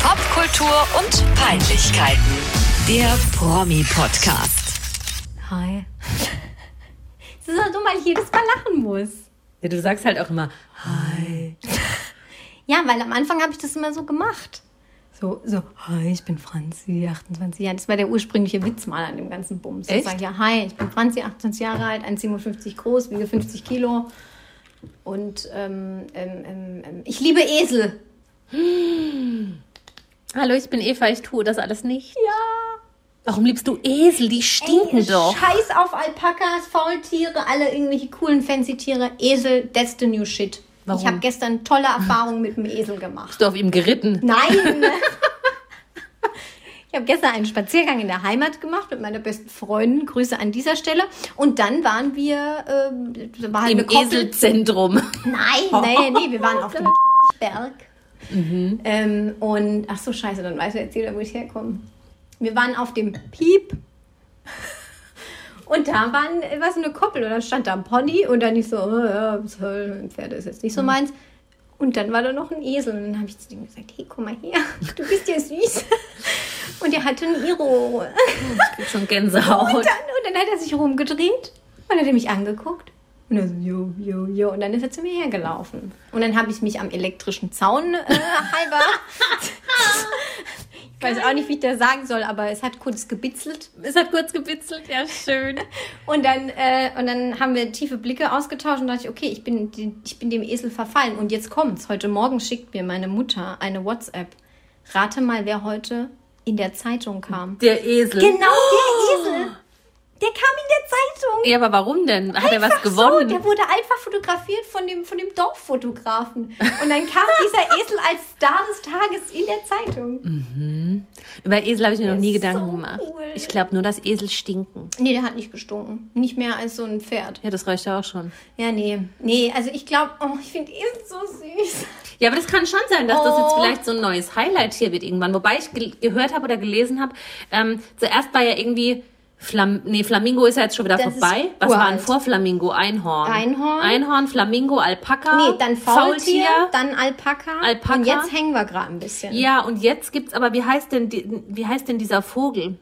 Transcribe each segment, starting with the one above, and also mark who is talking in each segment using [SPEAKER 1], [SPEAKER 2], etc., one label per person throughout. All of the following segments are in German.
[SPEAKER 1] Popkultur und Peinlichkeiten. Der Promi-Podcast.
[SPEAKER 2] Hi. Das ist doch dumm, weil ich jedes Mal lachen muss.
[SPEAKER 3] Ja, du sagst halt auch immer, hi.
[SPEAKER 2] Ja, weil am Anfang habe ich das immer so gemacht. So, so, hi, ich bin Franzi, 28 Jahre. Das war der ursprüngliche Witz mal an dem ganzen Bums. Ich
[SPEAKER 3] Echt?
[SPEAKER 2] sage ja, hi, ich bin Franzi, 28 Jahre alt, 1,57 groß, wiege 50 Kilo. Und ähm, ähm, ähm, ähm, ich liebe Esel.
[SPEAKER 3] Hallo, ich bin Eva, ich tue das alles nicht. Ja. Warum liebst du Esel? Die stinken
[SPEAKER 2] Ey,
[SPEAKER 3] doch.
[SPEAKER 2] Scheiß auf Alpakas, Faultiere, alle irgendwelche coolen fancy Tiere. Esel, that's the new shit.
[SPEAKER 3] Warum?
[SPEAKER 2] Ich habe gestern tolle Erfahrungen mit dem Esel gemacht.
[SPEAKER 3] Hast du auf ihm geritten?
[SPEAKER 2] Nein! Ich habe gestern einen Spaziergang in der Heimat gemacht mit meiner besten Freundin. Grüße an dieser Stelle. Und dann waren wir ähm, da war halt
[SPEAKER 3] Im
[SPEAKER 2] eine Koppel-
[SPEAKER 3] Eselzentrum.
[SPEAKER 2] Nein, nein, nee, wir waren auf dem Berg. Ähm, und ach so scheiße, dann weißt du jetzt jeder, wo ich herkomme. Wir waren auf dem Piep. Und da waren, äh, war so eine Koppel und dann stand da ein Pony und dann ich so, oh, ja, was soll, Pferde ist jetzt nicht so meins. Und dann war da noch ein Esel und dann habe ich zu dem gesagt, hey, komm mal her, du bist ja süß. Und er hatte ein Iro.
[SPEAKER 3] Ich krieg schon Gänsehaut.
[SPEAKER 2] Und dann, und dann hat er sich rumgedreht und hat er mich angeguckt. Und er so, jo, jo, jo. Und dann ist er zu mir hergelaufen. Und dann habe ich mich am elektrischen Zaun äh, halber. ich weiß auch nicht, wie ich das sagen soll, aber es hat kurz gebitzelt.
[SPEAKER 3] Es hat kurz gebitzelt, ja, schön.
[SPEAKER 2] Und dann, äh, und dann haben wir tiefe Blicke ausgetauscht und dachte ich, okay, ich bin, den- ich bin dem Esel verfallen. Und jetzt kommt's. Heute Morgen schickt mir meine Mutter eine WhatsApp. Rate mal, wer heute in der Zeitung kam.
[SPEAKER 3] Der Esel.
[SPEAKER 2] Genau
[SPEAKER 3] Oh!
[SPEAKER 2] der Esel. Der kam in der Zeitung.
[SPEAKER 3] Ja, aber warum denn? Hat er was
[SPEAKER 2] Einfach
[SPEAKER 3] gewonnen?
[SPEAKER 2] So, der wurde einfach fotografiert von dem, von dem Dorffotografen. Und dann kam dieser Esel als Star des Tages in der
[SPEAKER 3] Mhm.
[SPEAKER 2] Zeitung.
[SPEAKER 3] Über Esel habe ich mir noch nie
[SPEAKER 2] ist
[SPEAKER 3] Gedanken
[SPEAKER 2] so
[SPEAKER 3] gemacht.
[SPEAKER 2] cool.
[SPEAKER 3] Ich glaube nur, dass Esel stinken.
[SPEAKER 2] Nee, der hat nicht gestunken. Nicht mehr als so ein Pferd.
[SPEAKER 3] Ja, das reicht ja auch schon.
[SPEAKER 2] Ja, nee. Nee, also ich glaube, oh, ich finde Esel so süß.
[SPEAKER 3] Ja, aber das kann schon sein, dass das
[SPEAKER 2] Oh.
[SPEAKER 3] jetzt vielleicht so ein neues Highlight hier wird irgendwann. Wobei ich ge gehört habe oder gelesen habe, ähm, zuerst war ja irgendwie, Flam nee, Flamingo ist ja jetzt schon wieder
[SPEAKER 2] Das
[SPEAKER 3] vorbei.
[SPEAKER 2] ist
[SPEAKER 3] Was war denn
[SPEAKER 2] uralt.
[SPEAKER 3] vor Flamingo? Einhorn.
[SPEAKER 2] Einhorn.
[SPEAKER 3] Einhorn, Flamingo, Alpaka.
[SPEAKER 2] Nee, dann Faultier, dann Alpaka.
[SPEAKER 3] Alpaka.
[SPEAKER 2] Und jetzt hängen wir gerade ein bisschen.
[SPEAKER 3] Ja, und jetzt gibt's aber, wie heißt denn, die, wie heißt denn dieser Vogel?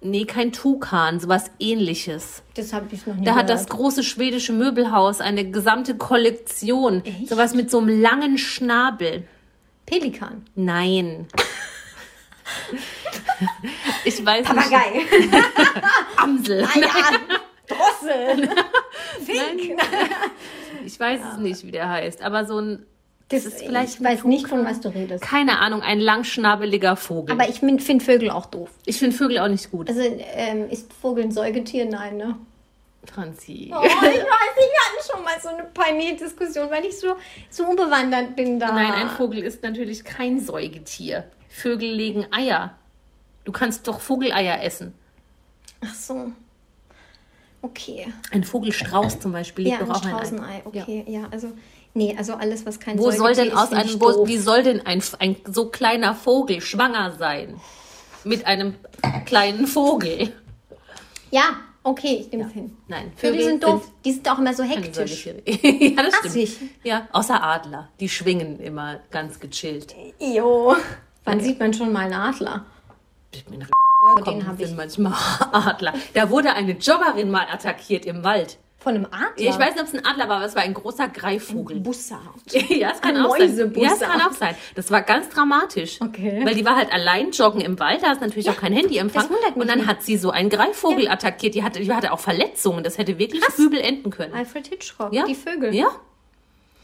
[SPEAKER 3] Nee, kein Tukan, sowas ähnliches.
[SPEAKER 2] Das habe ich noch nie
[SPEAKER 3] Da hat das
[SPEAKER 2] gehört.
[SPEAKER 3] große schwedische Möbelhaus eine gesamte Kollektion.
[SPEAKER 2] Echt?
[SPEAKER 3] Sowas mit so einem langen Schnabel.
[SPEAKER 2] Pelikan.
[SPEAKER 3] Nein. ich weiß nicht.
[SPEAKER 2] Papagei.
[SPEAKER 3] Amsel.
[SPEAKER 2] Ah Ja, Drossel. Fink.
[SPEAKER 3] Ich weiß es nicht, wie der heißt. Aber so ein,
[SPEAKER 2] Das
[SPEAKER 3] ist vielleicht
[SPEAKER 2] ich weiß nicht, von was du redest.
[SPEAKER 3] keine Ahnung, ein langschnabeliger Vogel.
[SPEAKER 2] Aber ich finde Vögel auch doof.
[SPEAKER 3] ich finde Vögel auch nicht gut.
[SPEAKER 2] Also ähm, ist Vogel ein Säugetier? Nein, ne?
[SPEAKER 3] Franzi.
[SPEAKER 2] Oh, ich weiß, nicht, wir hatten schon mal so eine peinliche Diskussion, weil ich so, so unbewandert bin da.
[SPEAKER 3] Nein, ein Vogel ist natürlich kein Säugetier. Vögel legen Eier. Du kannst doch Vogeleier essen.
[SPEAKER 2] Ach so. Okay.
[SPEAKER 3] Ein Vogelstrauß zum Beispiel
[SPEAKER 2] Ja,
[SPEAKER 3] legt
[SPEAKER 2] ein
[SPEAKER 3] doch auch ein Ei.
[SPEAKER 2] Straußenei. Okay, ja. also. Nee, also alles, was kein
[SPEAKER 3] Wo soll
[SPEAKER 2] Säugetier
[SPEAKER 3] denn
[SPEAKER 2] ist,
[SPEAKER 3] aus
[SPEAKER 2] find ich
[SPEAKER 3] einem, wo,
[SPEAKER 2] doof.
[SPEAKER 3] wie soll denn ein, ein so kleiner Vogel schwanger sein? Mit einem kleinen Vogel.
[SPEAKER 2] Ja, okay, ich nehme es hin.
[SPEAKER 3] Nein,
[SPEAKER 2] Vögel sind doof. Die sind auch immer so
[SPEAKER 3] keine
[SPEAKER 2] hektisch.
[SPEAKER 3] Säugetiere. ja, das
[SPEAKER 2] Hassig.
[SPEAKER 3] stimmt. Ja, außer Adler. Die schwingen immer ganz gechillt.
[SPEAKER 2] Jo. Wann sieht man schon mal einen Adler?
[SPEAKER 3] Ich bin
[SPEAKER 2] Von
[SPEAKER 3] Kommen
[SPEAKER 2] denen habe
[SPEAKER 3] sind
[SPEAKER 2] ich.
[SPEAKER 3] manchmal Adler. Da wurde eine Joggerin mal attackiert im Wald.
[SPEAKER 2] Von einem Adler?
[SPEAKER 3] Ich weiß nicht, ob es ein Adler war, aber es war ein großer Greifvogel.
[SPEAKER 2] Bussard.
[SPEAKER 3] ja, es kann
[SPEAKER 2] Ein
[SPEAKER 3] auch sein.
[SPEAKER 2] Mäusebussard.
[SPEAKER 3] Ja, es kann auch sein. Das war ganz dramatisch.
[SPEAKER 2] Okay.
[SPEAKER 3] Weil die war halt allein joggen im Wald, da ist natürlich auch kein Handyempfang.
[SPEAKER 2] das wundert mich
[SPEAKER 3] und dann
[SPEAKER 2] nicht.
[SPEAKER 3] hat sie so einen Greifvogel attackiert. Die hatte, die hatte auch Verletzungen. Das hätte wirklich übel enden können.
[SPEAKER 2] Alfred Hitchcock,
[SPEAKER 3] ja?
[SPEAKER 2] die Vögel.
[SPEAKER 3] Ja,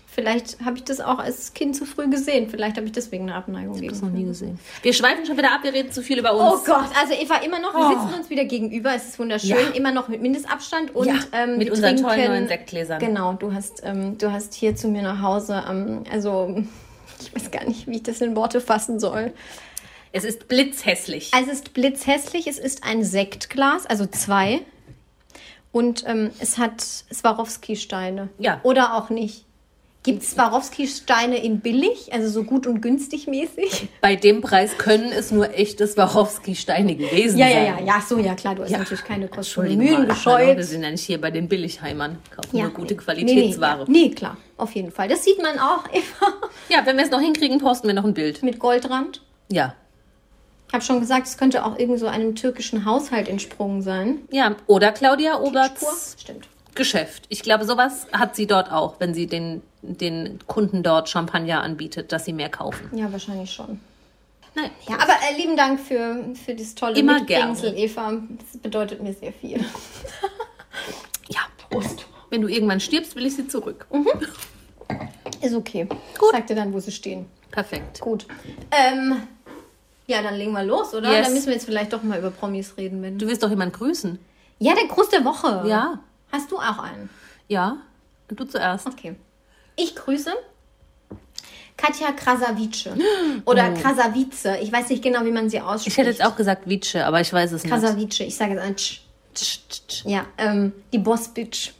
[SPEAKER 2] Vielleicht habe ich das auch als Kind zu früh gesehen. Vielleicht habe ich deswegen eine Abneigung
[SPEAKER 3] das
[SPEAKER 2] gegen.
[SPEAKER 3] noch nie gesehen. Wir schweifen schon wieder ab, wir reden zu viel über
[SPEAKER 2] Oh
[SPEAKER 3] uns.
[SPEAKER 2] Gott, also Eva, immer noch, wir
[SPEAKER 3] Oh.
[SPEAKER 2] sitzen uns wieder gegenüber, es ist wunderschön,
[SPEAKER 3] Ja.
[SPEAKER 2] immer noch mit Mindestabstand und
[SPEAKER 3] Ja,
[SPEAKER 2] ähm,
[SPEAKER 3] mit
[SPEAKER 2] wir
[SPEAKER 3] unseren tollen
[SPEAKER 2] trinken-
[SPEAKER 3] neuen Sektgläsern.
[SPEAKER 2] Genau, du hast, ähm, du hast hier zu mir nach Hause, ähm, also ich weiß gar nicht, wie ich das in Worte fassen soll.
[SPEAKER 3] Es ist blitzhässlich.
[SPEAKER 2] Es ist blitzhässlich, es ist ein Sektglas, also zwei. Und ähm, es hat Swarovski-Steine.
[SPEAKER 3] Ja.
[SPEAKER 2] Oder auch nicht. Gibt es Swarovski-Steine in billig, also so gut und günstig mäßig?
[SPEAKER 3] Bei dem Preis können es nur echte Swarovski-Steine gewesen
[SPEAKER 2] Ja, ja,
[SPEAKER 3] sein.
[SPEAKER 2] ja, ja, so, ja, klar, du hast
[SPEAKER 3] Ja.
[SPEAKER 2] natürlich keine Kosten und
[SPEAKER 3] Entschuldigung,
[SPEAKER 2] Mühen
[SPEAKER 3] mal, hallo, Wir
[SPEAKER 2] gescheut.
[SPEAKER 3] sind ja nicht hier bei den Billigheimern. Kaufen
[SPEAKER 2] Ja,
[SPEAKER 3] nur gute
[SPEAKER 2] nee.
[SPEAKER 3] Qualitätsware.
[SPEAKER 2] Nee, nee, ja. nee, klar, auf jeden Fall. Das sieht man auch immer
[SPEAKER 3] Ja, wenn wir es noch hinkriegen, posten wir noch ein Bild.
[SPEAKER 2] mit Goldrand.
[SPEAKER 3] Ja.
[SPEAKER 2] Ich habe schon gesagt, es könnte auch irgend so einem türkischen Haushalt entsprungen sein.
[SPEAKER 3] Ja, oder Claudia Oberpur.
[SPEAKER 2] Stimmt.
[SPEAKER 3] Geschäft. Ich glaube, sowas hat sie dort auch, wenn sie den, den Kunden dort Champagner anbietet, dass sie mehr kaufen.
[SPEAKER 2] Ja, wahrscheinlich schon.
[SPEAKER 3] Nein.
[SPEAKER 2] Ja, aber äh, lieben Dank für, für dieses tolle
[SPEAKER 3] Immer
[SPEAKER 2] Mitbringsel, Eva. Das bedeutet mir sehr viel.
[SPEAKER 3] Ja, Prost. Wenn du irgendwann stirbst, will ich sie zurück.
[SPEAKER 2] Ist okay. Gut. Sag dir dann, wo sie stehen.
[SPEAKER 3] Perfekt.
[SPEAKER 2] Gut. Ähm, ja, dann legen wir los, oder?
[SPEAKER 3] Yes.
[SPEAKER 2] Dann müssen wir jetzt vielleicht doch mal über Promis reden. Wenn
[SPEAKER 3] Du willst doch jemanden grüßen.
[SPEAKER 2] ja, der Gruß der Woche.
[SPEAKER 3] Ja.
[SPEAKER 2] Hast du auch einen?
[SPEAKER 3] Ja. Und du zuerst.
[SPEAKER 2] Okay. Ich grüße Katja Krasavice. Oder Krasavice. Ich weiß nicht genau, wie man sie ausspricht.
[SPEAKER 3] Ich hätte jetzt auch gesagt Vice, aber ich weiß es nicht.
[SPEAKER 2] Krasavice. Ich sage jetzt ein Tsch.
[SPEAKER 3] Tsch, tsch, tsch.
[SPEAKER 2] Ja, ähm, die Boss-Bitch.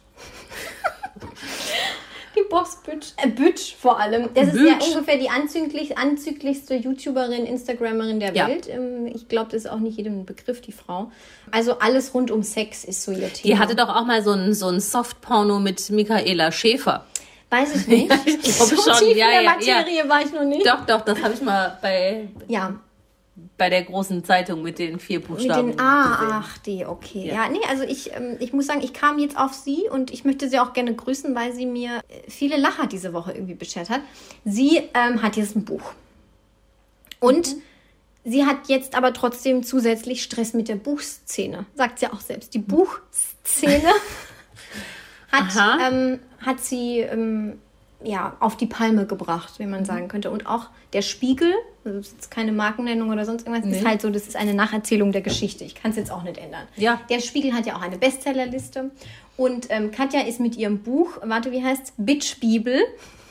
[SPEAKER 2] die Boss-Bitch. Äh, Bitch vor allem. Das ist ja
[SPEAKER 3] Bitch.
[SPEAKER 2] ungefähr die anzüglich, anzüglichste YouTuberin, Instagramerin der
[SPEAKER 3] Ja.
[SPEAKER 2] Welt. Ähm, ich glaube, das ist auch nicht jedem ein Begriff, die Frau. Also alles rund um Sex ist so ihr Thema.
[SPEAKER 3] Die hatte doch auch mal so ein, so ein Soft-Porno mit Michaela Schäfer.
[SPEAKER 2] Weiß ich nicht.
[SPEAKER 3] ich glaub
[SPEAKER 2] so
[SPEAKER 3] schon.
[SPEAKER 2] tief
[SPEAKER 3] Ja,
[SPEAKER 2] in der
[SPEAKER 3] ja, ja.
[SPEAKER 2] Materie war ich noch nicht.
[SPEAKER 3] Doch, doch, das habe ich mal bei,
[SPEAKER 2] Ja,
[SPEAKER 3] bei der großen Zeitung mit den vier
[SPEAKER 2] mit
[SPEAKER 3] Buchstaben
[SPEAKER 2] den Ah,
[SPEAKER 3] gesehen.
[SPEAKER 2] ach die, okay.
[SPEAKER 3] Ja.
[SPEAKER 2] Ja, nee, also ich, ähm, ich muss sagen, ich kam jetzt auf sie und ich möchte sie auch gerne grüßen, weil sie mir äh, viele Lacher diese Woche irgendwie beschert hat. Sie ähm, hat jetzt ein Buch.
[SPEAKER 3] Mhm.
[SPEAKER 2] Und sie hat jetzt aber trotzdem zusätzlich Stress mit der Buchszene. Sagt sie auch selbst.
[SPEAKER 3] Mhm.
[SPEAKER 2] Die Buchszene hat,
[SPEAKER 3] Aha.
[SPEAKER 2] ähm, hat sie ähm, ja, auf die Palme gebracht, wie man sagen könnte. Und auch der Spiegel, also das ist jetzt keine Markennennung oder sonst irgendwas, ist halt so, das ist eine Nacherzählung der Geschichte. Ich kann es jetzt auch nicht ändern.
[SPEAKER 3] Ja.
[SPEAKER 2] Der Spiegel hat ja auch eine Bestsellerliste. Und ähm, Katja ist mit ihrem Buch, warte, wie heißt Bitch Bibel.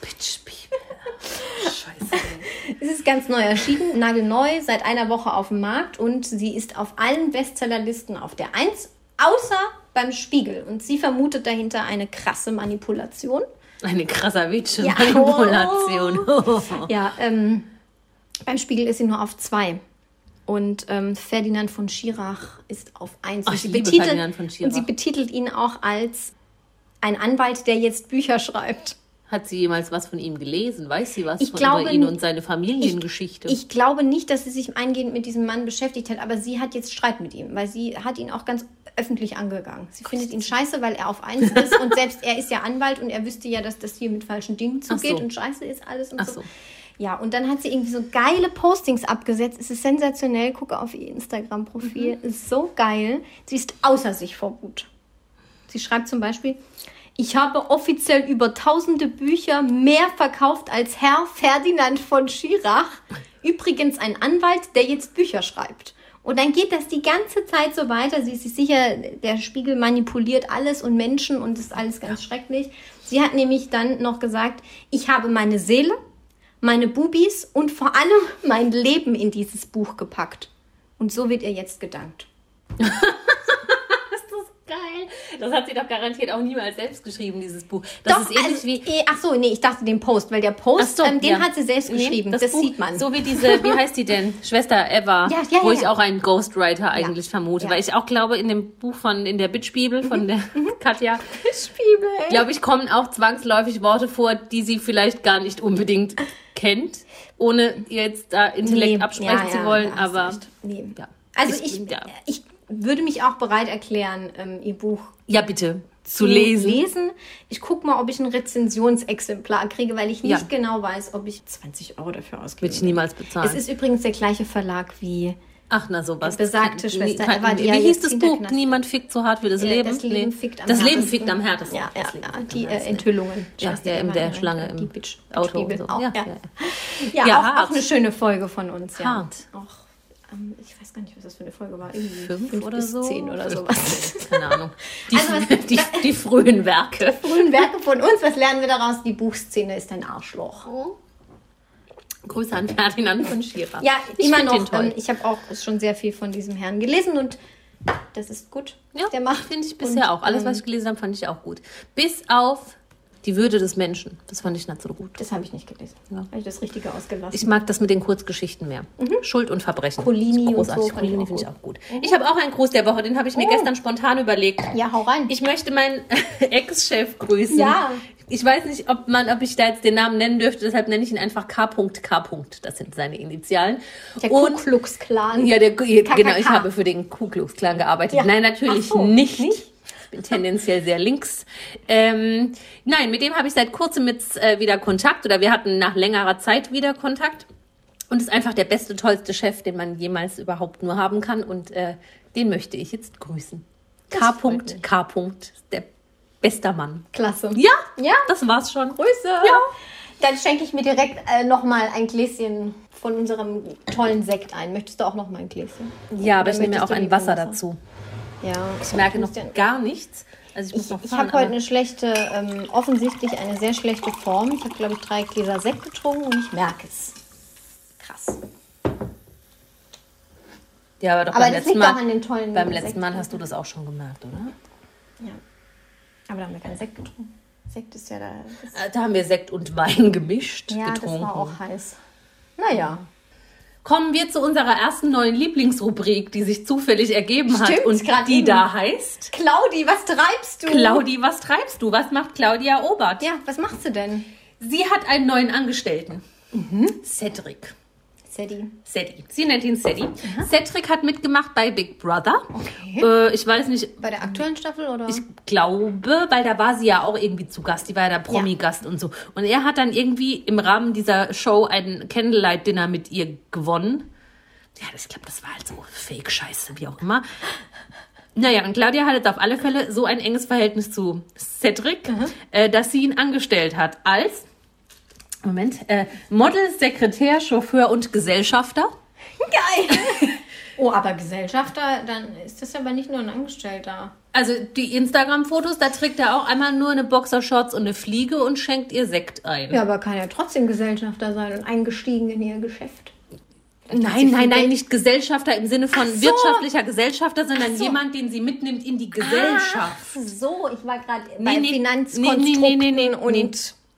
[SPEAKER 3] Bitch, People. Scheiße.
[SPEAKER 2] Es ist ganz neu erschienen, nagelneu, seit einer Woche auf dem Markt und sie ist auf allen Bestsellerlisten auf der 1, außer beim Spiegel. Und sie vermutet dahinter eine krasse Manipulation.
[SPEAKER 3] Eine krasavice
[SPEAKER 2] Ja.
[SPEAKER 3] Manipulation. Genau.
[SPEAKER 2] Ja, ähm, beim Spiegel ist sie nur auf zwei. Und ähm, Ferdinand von Schirach ist auf eins.
[SPEAKER 3] Oh,
[SPEAKER 2] Und
[SPEAKER 3] ich liebe Ferdinand von Schirach.
[SPEAKER 2] Und sie betitelt ihn auch als ein Anwalt, der jetzt Bücher schreibt.
[SPEAKER 3] Hat sie jemals was von ihm gelesen? Weiß sie was
[SPEAKER 2] Ich
[SPEAKER 3] von
[SPEAKER 2] glaube
[SPEAKER 3] über ihn
[SPEAKER 2] n-
[SPEAKER 3] und seine Familiengeschichte?
[SPEAKER 2] Ich glaube nicht, dass sie sich eingehend mit diesem Mann beschäftigt hat, aber sie hat jetzt Streit mit ihm, weil sie hat ihn auch ganz öffentlich angegangen. Sie findet ihn scheiße, weil er auf eins ist und selbst er ist ja Anwalt und er wüsste ja, dass das hier mit falschen Dingen zugeht
[SPEAKER 3] so.
[SPEAKER 2] und scheiße ist alles und
[SPEAKER 3] Ach
[SPEAKER 2] so.
[SPEAKER 3] so.
[SPEAKER 2] Ja, und dann hat sie irgendwie so geile Postings abgesetzt. Es ist sensationell. Gucke auf ihr Instagram-Profil.
[SPEAKER 3] Mhm.
[SPEAKER 2] Ist so geil. Sie ist außer sich vor Wut. Sie schreibt zum Beispiel, ich habe offiziell über tausende Bücher mehr verkauft als Herr Ferdinand von Schirach. Übrigens ein Anwalt, der jetzt Bücher schreibt. Und dann geht das die ganze Zeit so weiter. Sie ist sich sicher, der Spiegel manipuliert alles und Menschen und ist alles ganz schrecklich. Sie hat nämlich dann noch gesagt, ich habe meine Seele, meine Bubis und vor allem mein Leben in dieses Buch gepackt. Und so wird ihr jetzt gedankt.
[SPEAKER 3] Geil. Das hat sie doch garantiert auch niemals selbst geschrieben, dieses Buch. Das ist ähnlich
[SPEAKER 2] also,
[SPEAKER 3] wie.
[SPEAKER 2] eh, ach so, nee, ich dachte den Post, weil der Post,
[SPEAKER 3] Ach so,
[SPEAKER 2] ähm, den
[SPEAKER 3] ja.
[SPEAKER 2] hat sie selbst
[SPEAKER 3] Nee,
[SPEAKER 2] geschrieben. das
[SPEAKER 3] Buch,
[SPEAKER 2] sieht man.
[SPEAKER 3] So wie diese, wie heißt die denn? Schwester Eva.
[SPEAKER 2] Ja, ja,
[SPEAKER 3] wo
[SPEAKER 2] ja,
[SPEAKER 3] ich
[SPEAKER 2] ja.
[SPEAKER 3] auch einen Ghostwriter eigentlich vermute.
[SPEAKER 2] ja. Mhm.
[SPEAKER 3] Weil ich auch glaube, in dem Buch von, in der Bitch-Bibel von der Katja,
[SPEAKER 2] Spiegel.
[SPEAKER 3] glaube ich, kommen auch zwangsläufig Worte vor, die sie vielleicht gar nicht unbedingt kennt, ohne ihr jetzt da Intellekt absprechen zu wollen. aber
[SPEAKER 2] Nee.
[SPEAKER 3] ja.
[SPEAKER 2] Also
[SPEAKER 3] Ich-
[SPEAKER 2] ich, ich,
[SPEAKER 3] ja.
[SPEAKER 2] würde mich auch bereit erklären, ähm, ihr Buch
[SPEAKER 3] ja, bitte. Zu lesen.
[SPEAKER 2] lesen. Ich gucke mal, ob ich ein Rezensionsexemplar kriege, weil ich nicht
[SPEAKER 3] Ja.
[SPEAKER 2] genau weiß, ob ich 20 Euro dafür ausgebe.
[SPEAKER 3] Würde ich niemals bezahlen.
[SPEAKER 2] Es ist übrigens der gleiche Verlag wie
[SPEAKER 3] Ach, na sowas.
[SPEAKER 2] Besagte
[SPEAKER 3] Kann-
[SPEAKER 2] Schwester
[SPEAKER 3] kann-
[SPEAKER 2] Eva, die
[SPEAKER 3] Wie
[SPEAKER 2] ja
[SPEAKER 3] hieß
[SPEAKER 2] jetzt
[SPEAKER 3] das Buch?
[SPEAKER 2] Kinderknast-
[SPEAKER 3] Niemand fickt so hart wie das Leben.
[SPEAKER 2] Äh, Das Leben
[SPEAKER 3] Nee.
[SPEAKER 2] fickt am
[SPEAKER 3] das
[SPEAKER 2] härtesten.
[SPEAKER 3] Leben fickt am härtesten.
[SPEAKER 2] Ja, ja,
[SPEAKER 3] Das Leben
[SPEAKER 2] ja,
[SPEAKER 3] fickt am
[SPEAKER 2] die äh,
[SPEAKER 3] härtesten.
[SPEAKER 2] Enthüllungen.
[SPEAKER 3] Ja,
[SPEAKER 2] Scheiße,
[SPEAKER 3] ja, in
[SPEAKER 2] immer
[SPEAKER 3] der
[SPEAKER 2] die-
[SPEAKER 3] Schlange
[SPEAKER 2] die
[SPEAKER 3] im
[SPEAKER 2] Bitch-
[SPEAKER 3] Auto.
[SPEAKER 2] Bibel.
[SPEAKER 3] und so.
[SPEAKER 2] Auch, ja, ja.
[SPEAKER 3] Ja,
[SPEAKER 2] auch,
[SPEAKER 3] hart.
[SPEAKER 2] auch eine schöne Folge von uns. Ja.
[SPEAKER 3] Hart.
[SPEAKER 2] Auch, ähm, ich weiß gar nicht, was das für eine Folge war. Irgendwie
[SPEAKER 3] Fünf, oder
[SPEAKER 2] bis
[SPEAKER 3] so?
[SPEAKER 2] Zehn oder
[SPEAKER 3] Fünf.
[SPEAKER 2] sowas.
[SPEAKER 3] Keine Ahnung. Die,
[SPEAKER 2] Also was-
[SPEAKER 3] die, die frühen Werke.
[SPEAKER 2] Grünen Werke von uns, was lernen wir daraus? Die Buchszene ist ein Arschloch.
[SPEAKER 3] Oh. Grüße an Ferdinand von Schirach.
[SPEAKER 2] Ja,
[SPEAKER 3] ich
[SPEAKER 2] immer
[SPEAKER 3] find Den
[SPEAKER 2] noch.
[SPEAKER 3] toll.
[SPEAKER 2] Ähm, ich habe auch schon sehr viel von diesem Herrn gelesen und das ist gut.
[SPEAKER 3] ja,
[SPEAKER 2] der macht.
[SPEAKER 3] Finde ich bisher
[SPEAKER 2] Und,
[SPEAKER 3] auch. Alles,
[SPEAKER 2] ähm,
[SPEAKER 3] was ich gelesen habe, fand ich auch gut. Bis auf die Würde des Menschen. Das fand ich nicht so gut.
[SPEAKER 2] Das habe ich nicht gelesen.
[SPEAKER 3] Ja.
[SPEAKER 2] Habe ich das Richtige ausgelassen.
[SPEAKER 3] Ich mag das mit den Kurzgeschichten mehr. Schuld und Verbrechen.
[SPEAKER 2] Colini Mhm. und
[SPEAKER 3] großartig.
[SPEAKER 2] so fand ich
[SPEAKER 3] Colini
[SPEAKER 2] auch Oh.
[SPEAKER 3] finde ich auch gut. Ich habe auch einen Gruß der Woche, den habe ich mir gestern spontan überlegt.
[SPEAKER 2] ja, hau rein.
[SPEAKER 3] Ich möchte meinen Ex-Chef grüßen.
[SPEAKER 2] Ja.
[SPEAKER 3] Ich ich weiß nicht, ob man, ob ich da jetzt den Namen nennen dürfte, deshalb nenne ich ihn einfach K.K. Das sind seine Initialen.
[SPEAKER 2] Der Ku
[SPEAKER 3] und
[SPEAKER 2] Klux Klan.
[SPEAKER 3] ja, der, genau, ich
[SPEAKER 2] KKK.
[SPEAKER 3] habe für den Ku Klux Klan gearbeitet.
[SPEAKER 2] Ja.
[SPEAKER 3] Nein, natürlich
[SPEAKER 2] Ach so,
[SPEAKER 3] nicht. Ich bin tendenziell sehr links. Ähm, nein, mit dem habe ich seit kurzem jetzt äh, wieder Kontakt oder wir hatten nach längerer Zeit wieder Kontakt und ist einfach der beste, tollste Chef, den man jemals überhaupt nur haben kann und äh, den möchte ich jetzt grüßen.
[SPEAKER 2] freut
[SPEAKER 3] K.K. Der bester Mann.
[SPEAKER 2] Klasse.
[SPEAKER 3] Ja,
[SPEAKER 2] Ja.
[SPEAKER 3] das war's schon.
[SPEAKER 2] Grüße.
[SPEAKER 3] Ja.
[SPEAKER 2] Dann schenke ich mir direkt äh, nochmal ein Gläschen von unserem tollen Sekt ein. Möchtest du auch nochmal ein Gläschen?
[SPEAKER 3] Ja, aber
[SPEAKER 2] Oder
[SPEAKER 3] ich nehme mir
[SPEAKER 2] möchtest
[SPEAKER 3] auch
[SPEAKER 2] du
[SPEAKER 3] ein
[SPEAKER 2] lieber
[SPEAKER 3] Wasser dazu.
[SPEAKER 2] Ja.
[SPEAKER 3] Ich merke
[SPEAKER 2] muss
[SPEAKER 3] noch
[SPEAKER 2] dir-
[SPEAKER 3] gar nichts. Also ich muss noch
[SPEAKER 2] Ich, ich
[SPEAKER 3] fahren.
[SPEAKER 2] habe heute
[SPEAKER 3] aber-
[SPEAKER 2] eine schlechte, ähm, offensichtlich eine sehr schlechte Form. Ich habe, glaube ich, drei Gläser Sekt getrunken und ich merke es. Krass.
[SPEAKER 3] ja, aber doch
[SPEAKER 2] Aber
[SPEAKER 3] beim
[SPEAKER 2] das
[SPEAKER 3] letzten
[SPEAKER 2] liegt
[SPEAKER 3] Mal.
[SPEAKER 2] auch an den tollen
[SPEAKER 3] beim letzten Mal
[SPEAKER 2] Sekt. ne?
[SPEAKER 3] hast du das auch schon gemerkt, oder?
[SPEAKER 2] Ja. Aber da haben wir keinen Sekt getrunken. Sekt ist ja da. Das
[SPEAKER 3] Äh, Da haben wir Sekt und Wein gemischt,
[SPEAKER 2] ja,
[SPEAKER 3] getrunken.
[SPEAKER 2] das war auch halt- heiß. Naja.
[SPEAKER 3] Kommen wir zu unserer ersten neuen Lieblingsrubrik, die sich zufällig ergeben hat
[SPEAKER 2] Stimmt,
[SPEAKER 3] und
[SPEAKER 2] grad
[SPEAKER 3] die
[SPEAKER 2] eben.
[SPEAKER 3] da heißt.
[SPEAKER 2] Claudi, was treibst du?
[SPEAKER 3] Claudi, was treibst du? Was macht Claudia Obert?
[SPEAKER 2] Ja, was machst du denn?
[SPEAKER 3] Sie hat einen neuen Angestellten.
[SPEAKER 2] Mhm.
[SPEAKER 3] Cedric.
[SPEAKER 2] Sadie.
[SPEAKER 3] Sadie. Sie nennt ihn Sadie. Cedric hat mitgemacht bei Big Brother.
[SPEAKER 2] Okay.
[SPEAKER 3] Äh, ich weiß nicht,
[SPEAKER 2] Bei der aktuellen Staffel oder?
[SPEAKER 3] ich glaube, weil da war sie ja auch irgendwie zu Gast. Die war ja da Promi-Gast und so. Und er hat dann irgendwie im Rahmen dieser Show ein Candlelight-Dinner mit ihr gewonnen. Ja, das- ich glaube, das war halt so Fake-Scheiße, wie auch immer. Naja, und Claudia hat jetzt auf alle Fälle so ein enges Verhältnis zu Cedric, äh, dass sie ihn angestellt hat als, Moment, äh, Model, Sekretär, Chauffeur und Gesellschafter.
[SPEAKER 2] Geil! oh, aber Gesellschafter, dann ist das aber nicht nur ein Angestellter.
[SPEAKER 3] Also die Instagram-Fotos, da trägt er auch einmal nur eine Boxershorts und eine Fliege und schenkt ihr Sekt ein.
[SPEAKER 2] Ja, aber kann ja trotzdem Gesellschafter sein und eingestiegen in ihr Geschäft. Also
[SPEAKER 3] Nein, nein, nein, nicht Gesellschafter im Sinne von
[SPEAKER 2] so.
[SPEAKER 3] wirtschaftlicher Gesellschafter, sondern
[SPEAKER 2] Ach so. Ah.
[SPEAKER 3] jemand, den sie mitnimmt in die Gesellschaft.
[SPEAKER 2] So, ich war gerade
[SPEAKER 3] Nee,
[SPEAKER 2] bei
[SPEAKER 3] nee,
[SPEAKER 2] Finanzkonstrukten
[SPEAKER 3] nee, nee, nee, nee,
[SPEAKER 2] und
[SPEAKER 3] nee.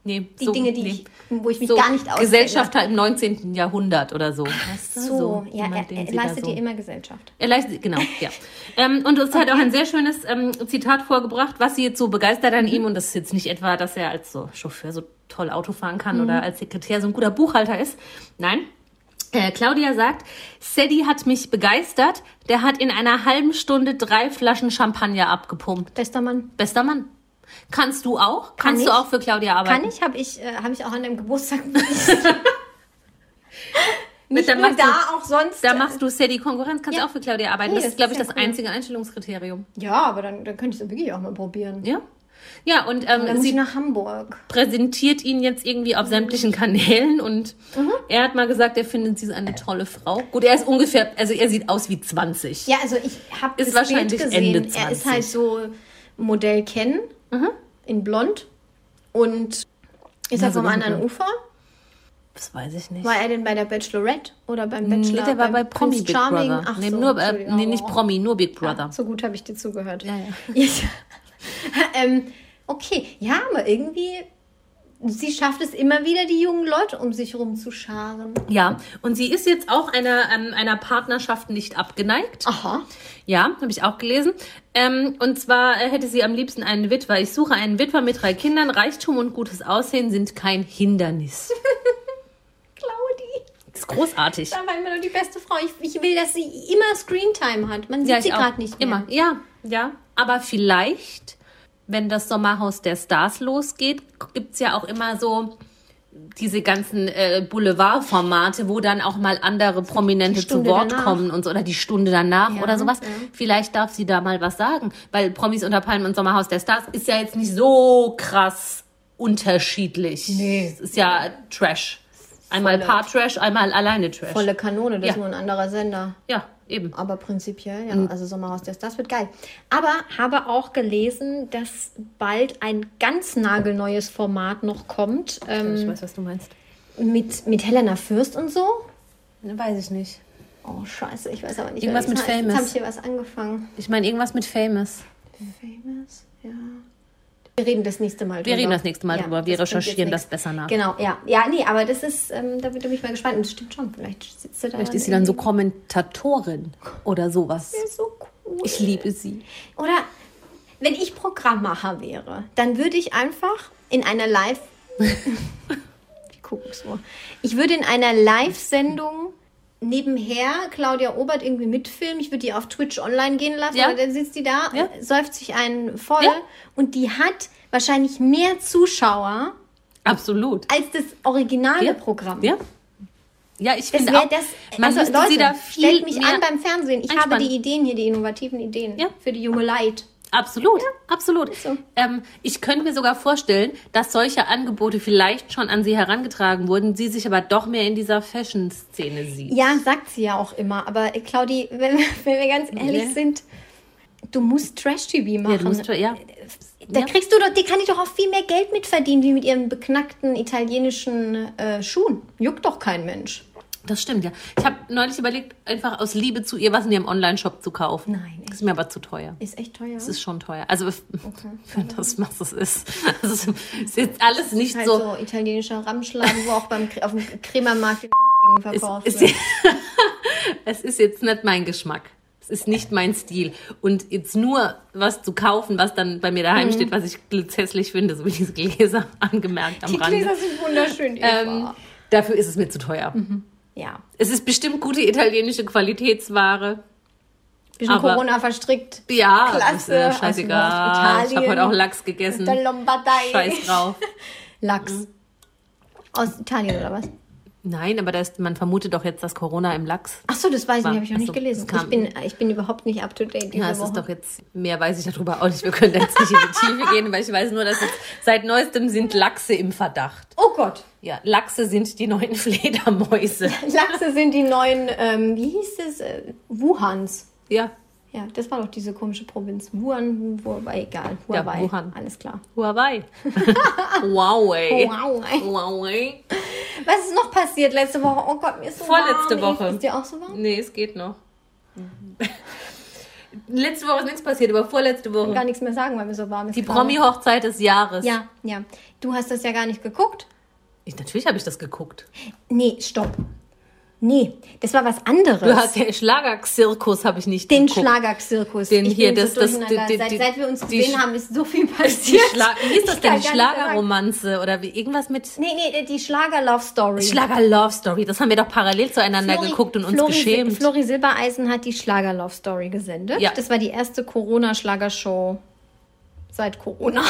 [SPEAKER 3] Nee,
[SPEAKER 2] die
[SPEAKER 3] so,
[SPEAKER 2] Dinge, die
[SPEAKER 3] nee.
[SPEAKER 2] ich, wo ich mich
[SPEAKER 3] so,
[SPEAKER 2] gar nicht auskenne.
[SPEAKER 3] Gesellschafter im 19. Jahrhundert oder so. Weißt du,
[SPEAKER 2] So, ja, äh,
[SPEAKER 3] jemand,
[SPEAKER 2] er,
[SPEAKER 3] den
[SPEAKER 2] er
[SPEAKER 3] sie da
[SPEAKER 2] leistet
[SPEAKER 3] so-
[SPEAKER 2] ihr immer Gesellschaft.
[SPEAKER 3] Er leistet, genau, ja. Ähm, und es hat auch ein sehr schönes ähm, Zitat vorgebracht, was sie jetzt so begeistert an ihm, und das ist jetzt nicht etwa, dass er als so Chauffeur so toll Auto fahren kann
[SPEAKER 2] Mhm.
[SPEAKER 3] oder als Sekretär so ein guter Buchhalter ist. Nein. Äh, Claudia sagt, Sadie hat mich begeistert, der hat in einer halben Stunde drei Flaschen Champagner abgepumpt.
[SPEAKER 2] Bester Mann.
[SPEAKER 3] Bester Mann. Kannst du auch?
[SPEAKER 2] Kann
[SPEAKER 3] Kannst
[SPEAKER 2] ich?
[SPEAKER 3] du auch für Claudia arbeiten?
[SPEAKER 2] Kann ich, habe ich, äh, hab ich auch an deinem Geburtstag.
[SPEAKER 3] Mit
[SPEAKER 2] nicht
[SPEAKER 3] der
[SPEAKER 2] nur
[SPEAKER 3] machst
[SPEAKER 2] da, auch sonst.
[SPEAKER 3] Da machst du Sadie Konkurrenz, kannst
[SPEAKER 2] Ja.
[SPEAKER 3] du auch für Claudia arbeiten.
[SPEAKER 2] Nee,
[SPEAKER 3] das
[SPEAKER 2] das
[SPEAKER 3] ist, glaube
[SPEAKER 2] ist
[SPEAKER 3] ich,
[SPEAKER 2] ja
[SPEAKER 3] das
[SPEAKER 2] cool.
[SPEAKER 3] einzige Einstellungskriterium.
[SPEAKER 2] ja, aber dann, dann könnte ich es wirklich auch mal probieren.
[SPEAKER 3] Ja. Ja, und
[SPEAKER 2] Dann
[SPEAKER 3] ähm,
[SPEAKER 2] muss ich
[SPEAKER 3] sie
[SPEAKER 2] nach Hamburg.
[SPEAKER 3] präsentiert ihn jetzt irgendwie auf sämtlichen Kanälen und
[SPEAKER 2] Mhm.
[SPEAKER 3] er hat mal gesagt, er findet sie eine tolle Frau. Gut, er ist ungefähr, also er sieht aus wie 20.
[SPEAKER 2] Ja, also ich habe
[SPEAKER 3] Ist
[SPEAKER 2] das
[SPEAKER 3] wahrscheinlich
[SPEAKER 2] Bild gesehen.
[SPEAKER 3] Ende
[SPEAKER 2] er ist
[SPEAKER 3] 20.
[SPEAKER 2] halt so Modell Ken in Blond und ist
[SPEAKER 3] Ja,
[SPEAKER 2] er
[SPEAKER 3] so
[SPEAKER 2] vom
[SPEAKER 3] dunkel.
[SPEAKER 2] anderen Ufer.
[SPEAKER 3] Das weiß ich nicht.
[SPEAKER 2] War er denn bei der Bachelorette oder beim
[SPEAKER 3] Nee,
[SPEAKER 2] Bachelor?
[SPEAKER 3] der war bei
[SPEAKER 2] beim
[SPEAKER 3] Promi
[SPEAKER 2] Prince
[SPEAKER 3] Big
[SPEAKER 2] Charming?
[SPEAKER 3] Brother.
[SPEAKER 2] Ach
[SPEAKER 3] nee,
[SPEAKER 2] so,
[SPEAKER 3] nur, äh,
[SPEAKER 2] Entschuldigung. Oh,
[SPEAKER 3] nee, nicht Promi, nur Big Brother.
[SPEAKER 2] So gut habe ich dir zugehört.
[SPEAKER 3] Ja, ja.
[SPEAKER 2] ähm, okay, ja, aber irgendwie, sie schafft es immer wieder, die jungen Leute um sich rumzuscharen.
[SPEAKER 3] Ja, und sie ist jetzt auch einer, ähm, einer Partnerschaft nicht abgeneigt.
[SPEAKER 2] Aha.
[SPEAKER 3] Ja, habe ich auch gelesen. Ähm, und zwar äh, hätte sie am liebsten einen Witwer. Ich suche einen Witwer mit drei Kindern. Reichtum und gutes Aussehen sind kein Hindernis.
[SPEAKER 2] Claudi,
[SPEAKER 3] Das ist großartig.
[SPEAKER 2] da war immer noch die beste Frau. Ich, ich will, dass sie immer Screentime hat. Man sieht
[SPEAKER 3] ja,
[SPEAKER 2] sie
[SPEAKER 3] ich auch.
[SPEAKER 2] gerade nicht mehr.
[SPEAKER 3] Immer. Ja, ja. Aber vielleicht, wenn das Sommerhaus der Stars losgeht, gibt's ja auch immer so diese ganzen äh, Boulevardformate, wo dann auch mal andere Prominente zu
[SPEAKER 2] Stunde
[SPEAKER 3] Wort
[SPEAKER 2] danach.
[SPEAKER 3] kommen und so, oder die Stunde danach
[SPEAKER 2] Ja,
[SPEAKER 3] oder sowas.
[SPEAKER 2] ja.
[SPEAKER 3] Vielleicht darf sie da mal was sagen, weil Promis unter Palmen und Sommerhaus der Stars ist ja jetzt nicht so krass unterschiedlich.
[SPEAKER 2] Nee.
[SPEAKER 3] Es ist ja Trash. Einmal
[SPEAKER 2] Volle-
[SPEAKER 3] Paar-Trash, einmal alleine Trash.
[SPEAKER 2] Volle Kanone, das
[SPEAKER 3] Ja.
[SPEAKER 2] ist nur ein anderer Sender.
[SPEAKER 3] Ja, eben.
[SPEAKER 2] Aber prinzipiell,
[SPEAKER 3] Mhm.
[SPEAKER 2] ja, also Sommerhaus der Stars wird geil. Aber habe auch gelesen, dass bald ein ganz nagelneues Format noch kommt.
[SPEAKER 3] Ich
[SPEAKER 2] Ähm,
[SPEAKER 3] weiß, was du meinst.
[SPEAKER 2] mit, mit Helena Fürst und so.
[SPEAKER 3] Weiß ich nicht.
[SPEAKER 2] Oh, scheiße, ich weiß aber nicht.
[SPEAKER 3] Irgendwas
[SPEAKER 2] wie es
[SPEAKER 3] mit
[SPEAKER 2] heißt.
[SPEAKER 3] Famous.
[SPEAKER 2] Jetzt habe ich hier was angefangen.
[SPEAKER 3] Ich meine, irgendwas mit Famous.
[SPEAKER 2] Famous, ja. Wir reden das nächste Mal
[SPEAKER 3] Wir reden das nächste Mal drüber. Wir
[SPEAKER 2] das bringt
[SPEAKER 3] recherchieren das
[SPEAKER 2] jetzt nichts.
[SPEAKER 3] besser nach.
[SPEAKER 2] Genau, ja. Ja, nee, aber das ist, ähm, da bin da bin ich mal gespannt. Und das stimmt schon, vielleicht sitzt sie da.
[SPEAKER 3] Vielleicht ist sie dann so Kommentatorin oder sowas.
[SPEAKER 2] irgendwie- so cool.
[SPEAKER 3] Ich liebe sie.
[SPEAKER 2] Oder wenn ich Programmmacher wäre, dann würde ich einfach in einer Live. Wir gucken es nur. Ich würde in einer Live-Sendung nebenher Claudia Obert irgendwie mitfilmen. Ich würde die auf Twitch online gehen lassen.
[SPEAKER 3] Ja.
[SPEAKER 2] aber Dann sitzt die da,
[SPEAKER 3] Ja.
[SPEAKER 2] äh, säuft sich einen voll.
[SPEAKER 3] Ja.
[SPEAKER 2] Und die hat wahrscheinlich mehr Zuschauer
[SPEAKER 3] Absolut.
[SPEAKER 2] als das originale
[SPEAKER 3] Ja.
[SPEAKER 2] Programm.
[SPEAKER 3] Ja. Ja, ich
[SPEAKER 2] Das
[SPEAKER 3] finde
[SPEAKER 2] wäre
[SPEAKER 3] auch,
[SPEAKER 2] das.
[SPEAKER 3] man
[SPEAKER 2] also,
[SPEAKER 3] müsste
[SPEAKER 2] Leute,
[SPEAKER 3] sie da viel
[SPEAKER 2] stellt mich
[SPEAKER 3] mehr
[SPEAKER 2] an beim Fernsehen. Ich habe
[SPEAKER 3] einspannen.
[SPEAKER 2] die Ideen hier, die innovativen Ideen
[SPEAKER 3] Ja.
[SPEAKER 2] für die junge Leid.
[SPEAKER 3] Absolut, absolut.
[SPEAKER 2] so.
[SPEAKER 3] Ähm, ich könnte mir sogar vorstellen, dass solche Angebote vielleicht schon an sie herangetragen wurden, sie sich aber doch mehr in dieser Fashion-Szene sieht.
[SPEAKER 2] Ja, sagt sie ja auch immer. Aber äh, Claudi, wenn, wenn wir ganz ehrlich
[SPEAKER 3] Ja.
[SPEAKER 2] sind, du musst Trash-TV machen.
[SPEAKER 3] Ja, du musst, ja.
[SPEAKER 2] da
[SPEAKER 3] ja.
[SPEAKER 2] kriegst du doch, die kann ich doch auch viel mehr Geld mit verdienen, wie mit ihren beknackten italienischen äh, Schuhen. Juckt doch kein Mensch.
[SPEAKER 3] Das stimmt, ja. Ich habe neulich überlegt, einfach aus Liebe zu ihr was in ihrem Online-Shop zu kaufen.
[SPEAKER 2] Nein, echt?
[SPEAKER 3] Ist mir aber zu teuer.
[SPEAKER 2] Ist echt teuer.
[SPEAKER 3] Es ist schon teuer. Also für das, was es ist. Also, es ist jetzt alles nicht
[SPEAKER 2] halt so,
[SPEAKER 3] so.
[SPEAKER 2] italienischer Ramschladen, wo auch beim, Kr- auf dem Krämermarkt die verkauft
[SPEAKER 3] ist-
[SPEAKER 2] wird.
[SPEAKER 3] es ist jetzt nicht mein Geschmack. Es ist nicht mein Stil. Und jetzt nur was zu kaufen, was dann bei mir
[SPEAKER 2] Mhm.
[SPEAKER 3] daheim steht, was ich glitzhässlich finde, so wie diese Gläser angemerkt am
[SPEAKER 2] Die
[SPEAKER 3] Rande.
[SPEAKER 2] Gläser sind wunderschön, Eva.
[SPEAKER 3] ähm, dafür ist es mir zu teuer.
[SPEAKER 2] Mhm. ja.
[SPEAKER 3] Es ist bestimmt gute italienische Qualitätsware.
[SPEAKER 2] Bisschen
[SPEAKER 3] aber-
[SPEAKER 2] Corona verstrickt.
[SPEAKER 3] Ja, das ist
[SPEAKER 2] Klasse. also
[SPEAKER 3] ja
[SPEAKER 2] aus
[SPEAKER 3] scheißegal. Ich habe
[SPEAKER 2] Norditalien.
[SPEAKER 3] heute auch Lachs gegessen.
[SPEAKER 2] Der Lombardei.
[SPEAKER 3] Scheiß drauf.
[SPEAKER 2] Lachs.
[SPEAKER 3] Hm.
[SPEAKER 2] Aus Italien oder was?
[SPEAKER 3] Nein, aber da ist, man vermutet doch jetzt das Corona im Lachs.
[SPEAKER 2] Ach so, das weiß ich
[SPEAKER 3] War-
[SPEAKER 2] nicht, habe ich noch
[SPEAKER 3] ach
[SPEAKER 2] nicht
[SPEAKER 3] so,
[SPEAKER 2] gelesen.
[SPEAKER 3] das kam-
[SPEAKER 2] Ich bin, ich bin überhaupt nicht up to date diese
[SPEAKER 3] Ja, es
[SPEAKER 2] Woche.
[SPEAKER 3] ist doch jetzt, mehr weiß ich darüber auch nicht. Wir können da jetzt nicht in die Tiefe gehen, weil ich weiß nur, dass jetzt, seit neuestem sind Lachse im Verdacht.
[SPEAKER 2] oh Gott,
[SPEAKER 3] Ja, Lachse sind die neuen Fledermäuse.
[SPEAKER 2] Lachse sind die neuen, ähm, wie hieß es? Äh, Wuhans.
[SPEAKER 3] Ja,
[SPEAKER 2] Ja, das war doch diese komische Provinz. Wuhan, Huawei, egal.
[SPEAKER 3] Ja,
[SPEAKER 2] Huawei.
[SPEAKER 3] Wuhan.
[SPEAKER 2] Alles klar.
[SPEAKER 3] Huawei. Huawei.
[SPEAKER 2] Huawei.
[SPEAKER 3] Huawei.
[SPEAKER 2] Was ist noch passiert letzte Woche? Oh Gott, mir ist so
[SPEAKER 3] Vorletzte
[SPEAKER 2] warm.
[SPEAKER 3] Woche.
[SPEAKER 2] Ist dir auch so warm?
[SPEAKER 3] Nee, es geht noch. Letzte Woche ist nichts passiert, aber vorletzte
[SPEAKER 2] Ich kann gar
[SPEAKER 3] Woche.
[SPEAKER 2] nichts mehr sagen, weil mir so warm ist.
[SPEAKER 3] Die
[SPEAKER 2] gerade.
[SPEAKER 3] Promi-Hochzeit des Jahres.
[SPEAKER 2] genau. Ja, ja. Du hast das ja gar nicht geguckt.
[SPEAKER 3] Ich, natürlich habe ich das geguckt.
[SPEAKER 2] Nee, stopp. Nee, das war was anderes.
[SPEAKER 3] Du hast ja Schlager-Zirkus habe ich nicht
[SPEAKER 2] den
[SPEAKER 3] geguckt.
[SPEAKER 2] Schlagerzirkus.
[SPEAKER 3] Den
[SPEAKER 2] ich
[SPEAKER 3] hier,
[SPEAKER 2] bin
[SPEAKER 3] das-
[SPEAKER 2] so
[SPEAKER 3] das-
[SPEAKER 2] durcheinander.
[SPEAKER 3] die- die-
[SPEAKER 2] seit, seit wir uns
[SPEAKER 3] die
[SPEAKER 2] gesehen
[SPEAKER 3] Sch-
[SPEAKER 2] haben, ist so viel
[SPEAKER 3] Die
[SPEAKER 2] passiert.
[SPEAKER 3] Schlag Wie ist das
[SPEAKER 2] Ich
[SPEAKER 3] denn?
[SPEAKER 2] kann
[SPEAKER 3] Die
[SPEAKER 2] gar nicht mehr sagen.
[SPEAKER 3] Schlagerromanze oder wie, irgendwas mit
[SPEAKER 2] Nee, nee, die Schlager-Love-Story.
[SPEAKER 3] Schlager-Love-Story? Das haben wir doch parallel zueinander
[SPEAKER 2] Flori-
[SPEAKER 3] geguckt und uns
[SPEAKER 2] Flori-
[SPEAKER 3] geschämt.
[SPEAKER 2] Flori Silbereisen hat die Schlager-Love-Story gesendet.
[SPEAKER 3] Ja.
[SPEAKER 2] Das war die erste Corona-Schlagershow seit Corona.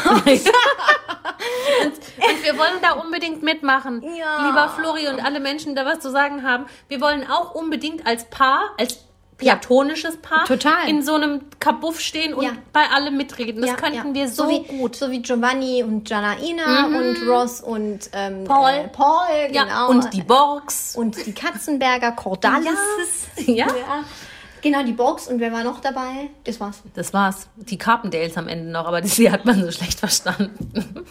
[SPEAKER 3] Und wir wollen da unbedingt mitmachen.
[SPEAKER 2] Ja.
[SPEAKER 3] Lieber Flori und alle Menschen, die da was zu sagen haben. Wir wollen auch unbedingt als Paar, als platonisches Paar,
[SPEAKER 2] Total.
[SPEAKER 3] in so einem Kabuff stehen und
[SPEAKER 2] Ja.
[SPEAKER 3] bei allem mitreden. Das
[SPEAKER 2] Ja,
[SPEAKER 3] könnten
[SPEAKER 2] ja.
[SPEAKER 3] wir so,
[SPEAKER 2] wie,
[SPEAKER 3] gut. Mhm.
[SPEAKER 2] So wie Giovanni und Janaina und Ross und ähm,
[SPEAKER 3] Paul.
[SPEAKER 2] Äh, Paul, genau.
[SPEAKER 3] Ja, und die Borgs.
[SPEAKER 2] und die Katzenberger, Cordalis.
[SPEAKER 3] Ja.
[SPEAKER 2] Genau, die Box. Und wer war noch dabei? Das war's.
[SPEAKER 3] Das war's. Die Carpendales am Ende noch, aber die hat man so schlecht verstanden.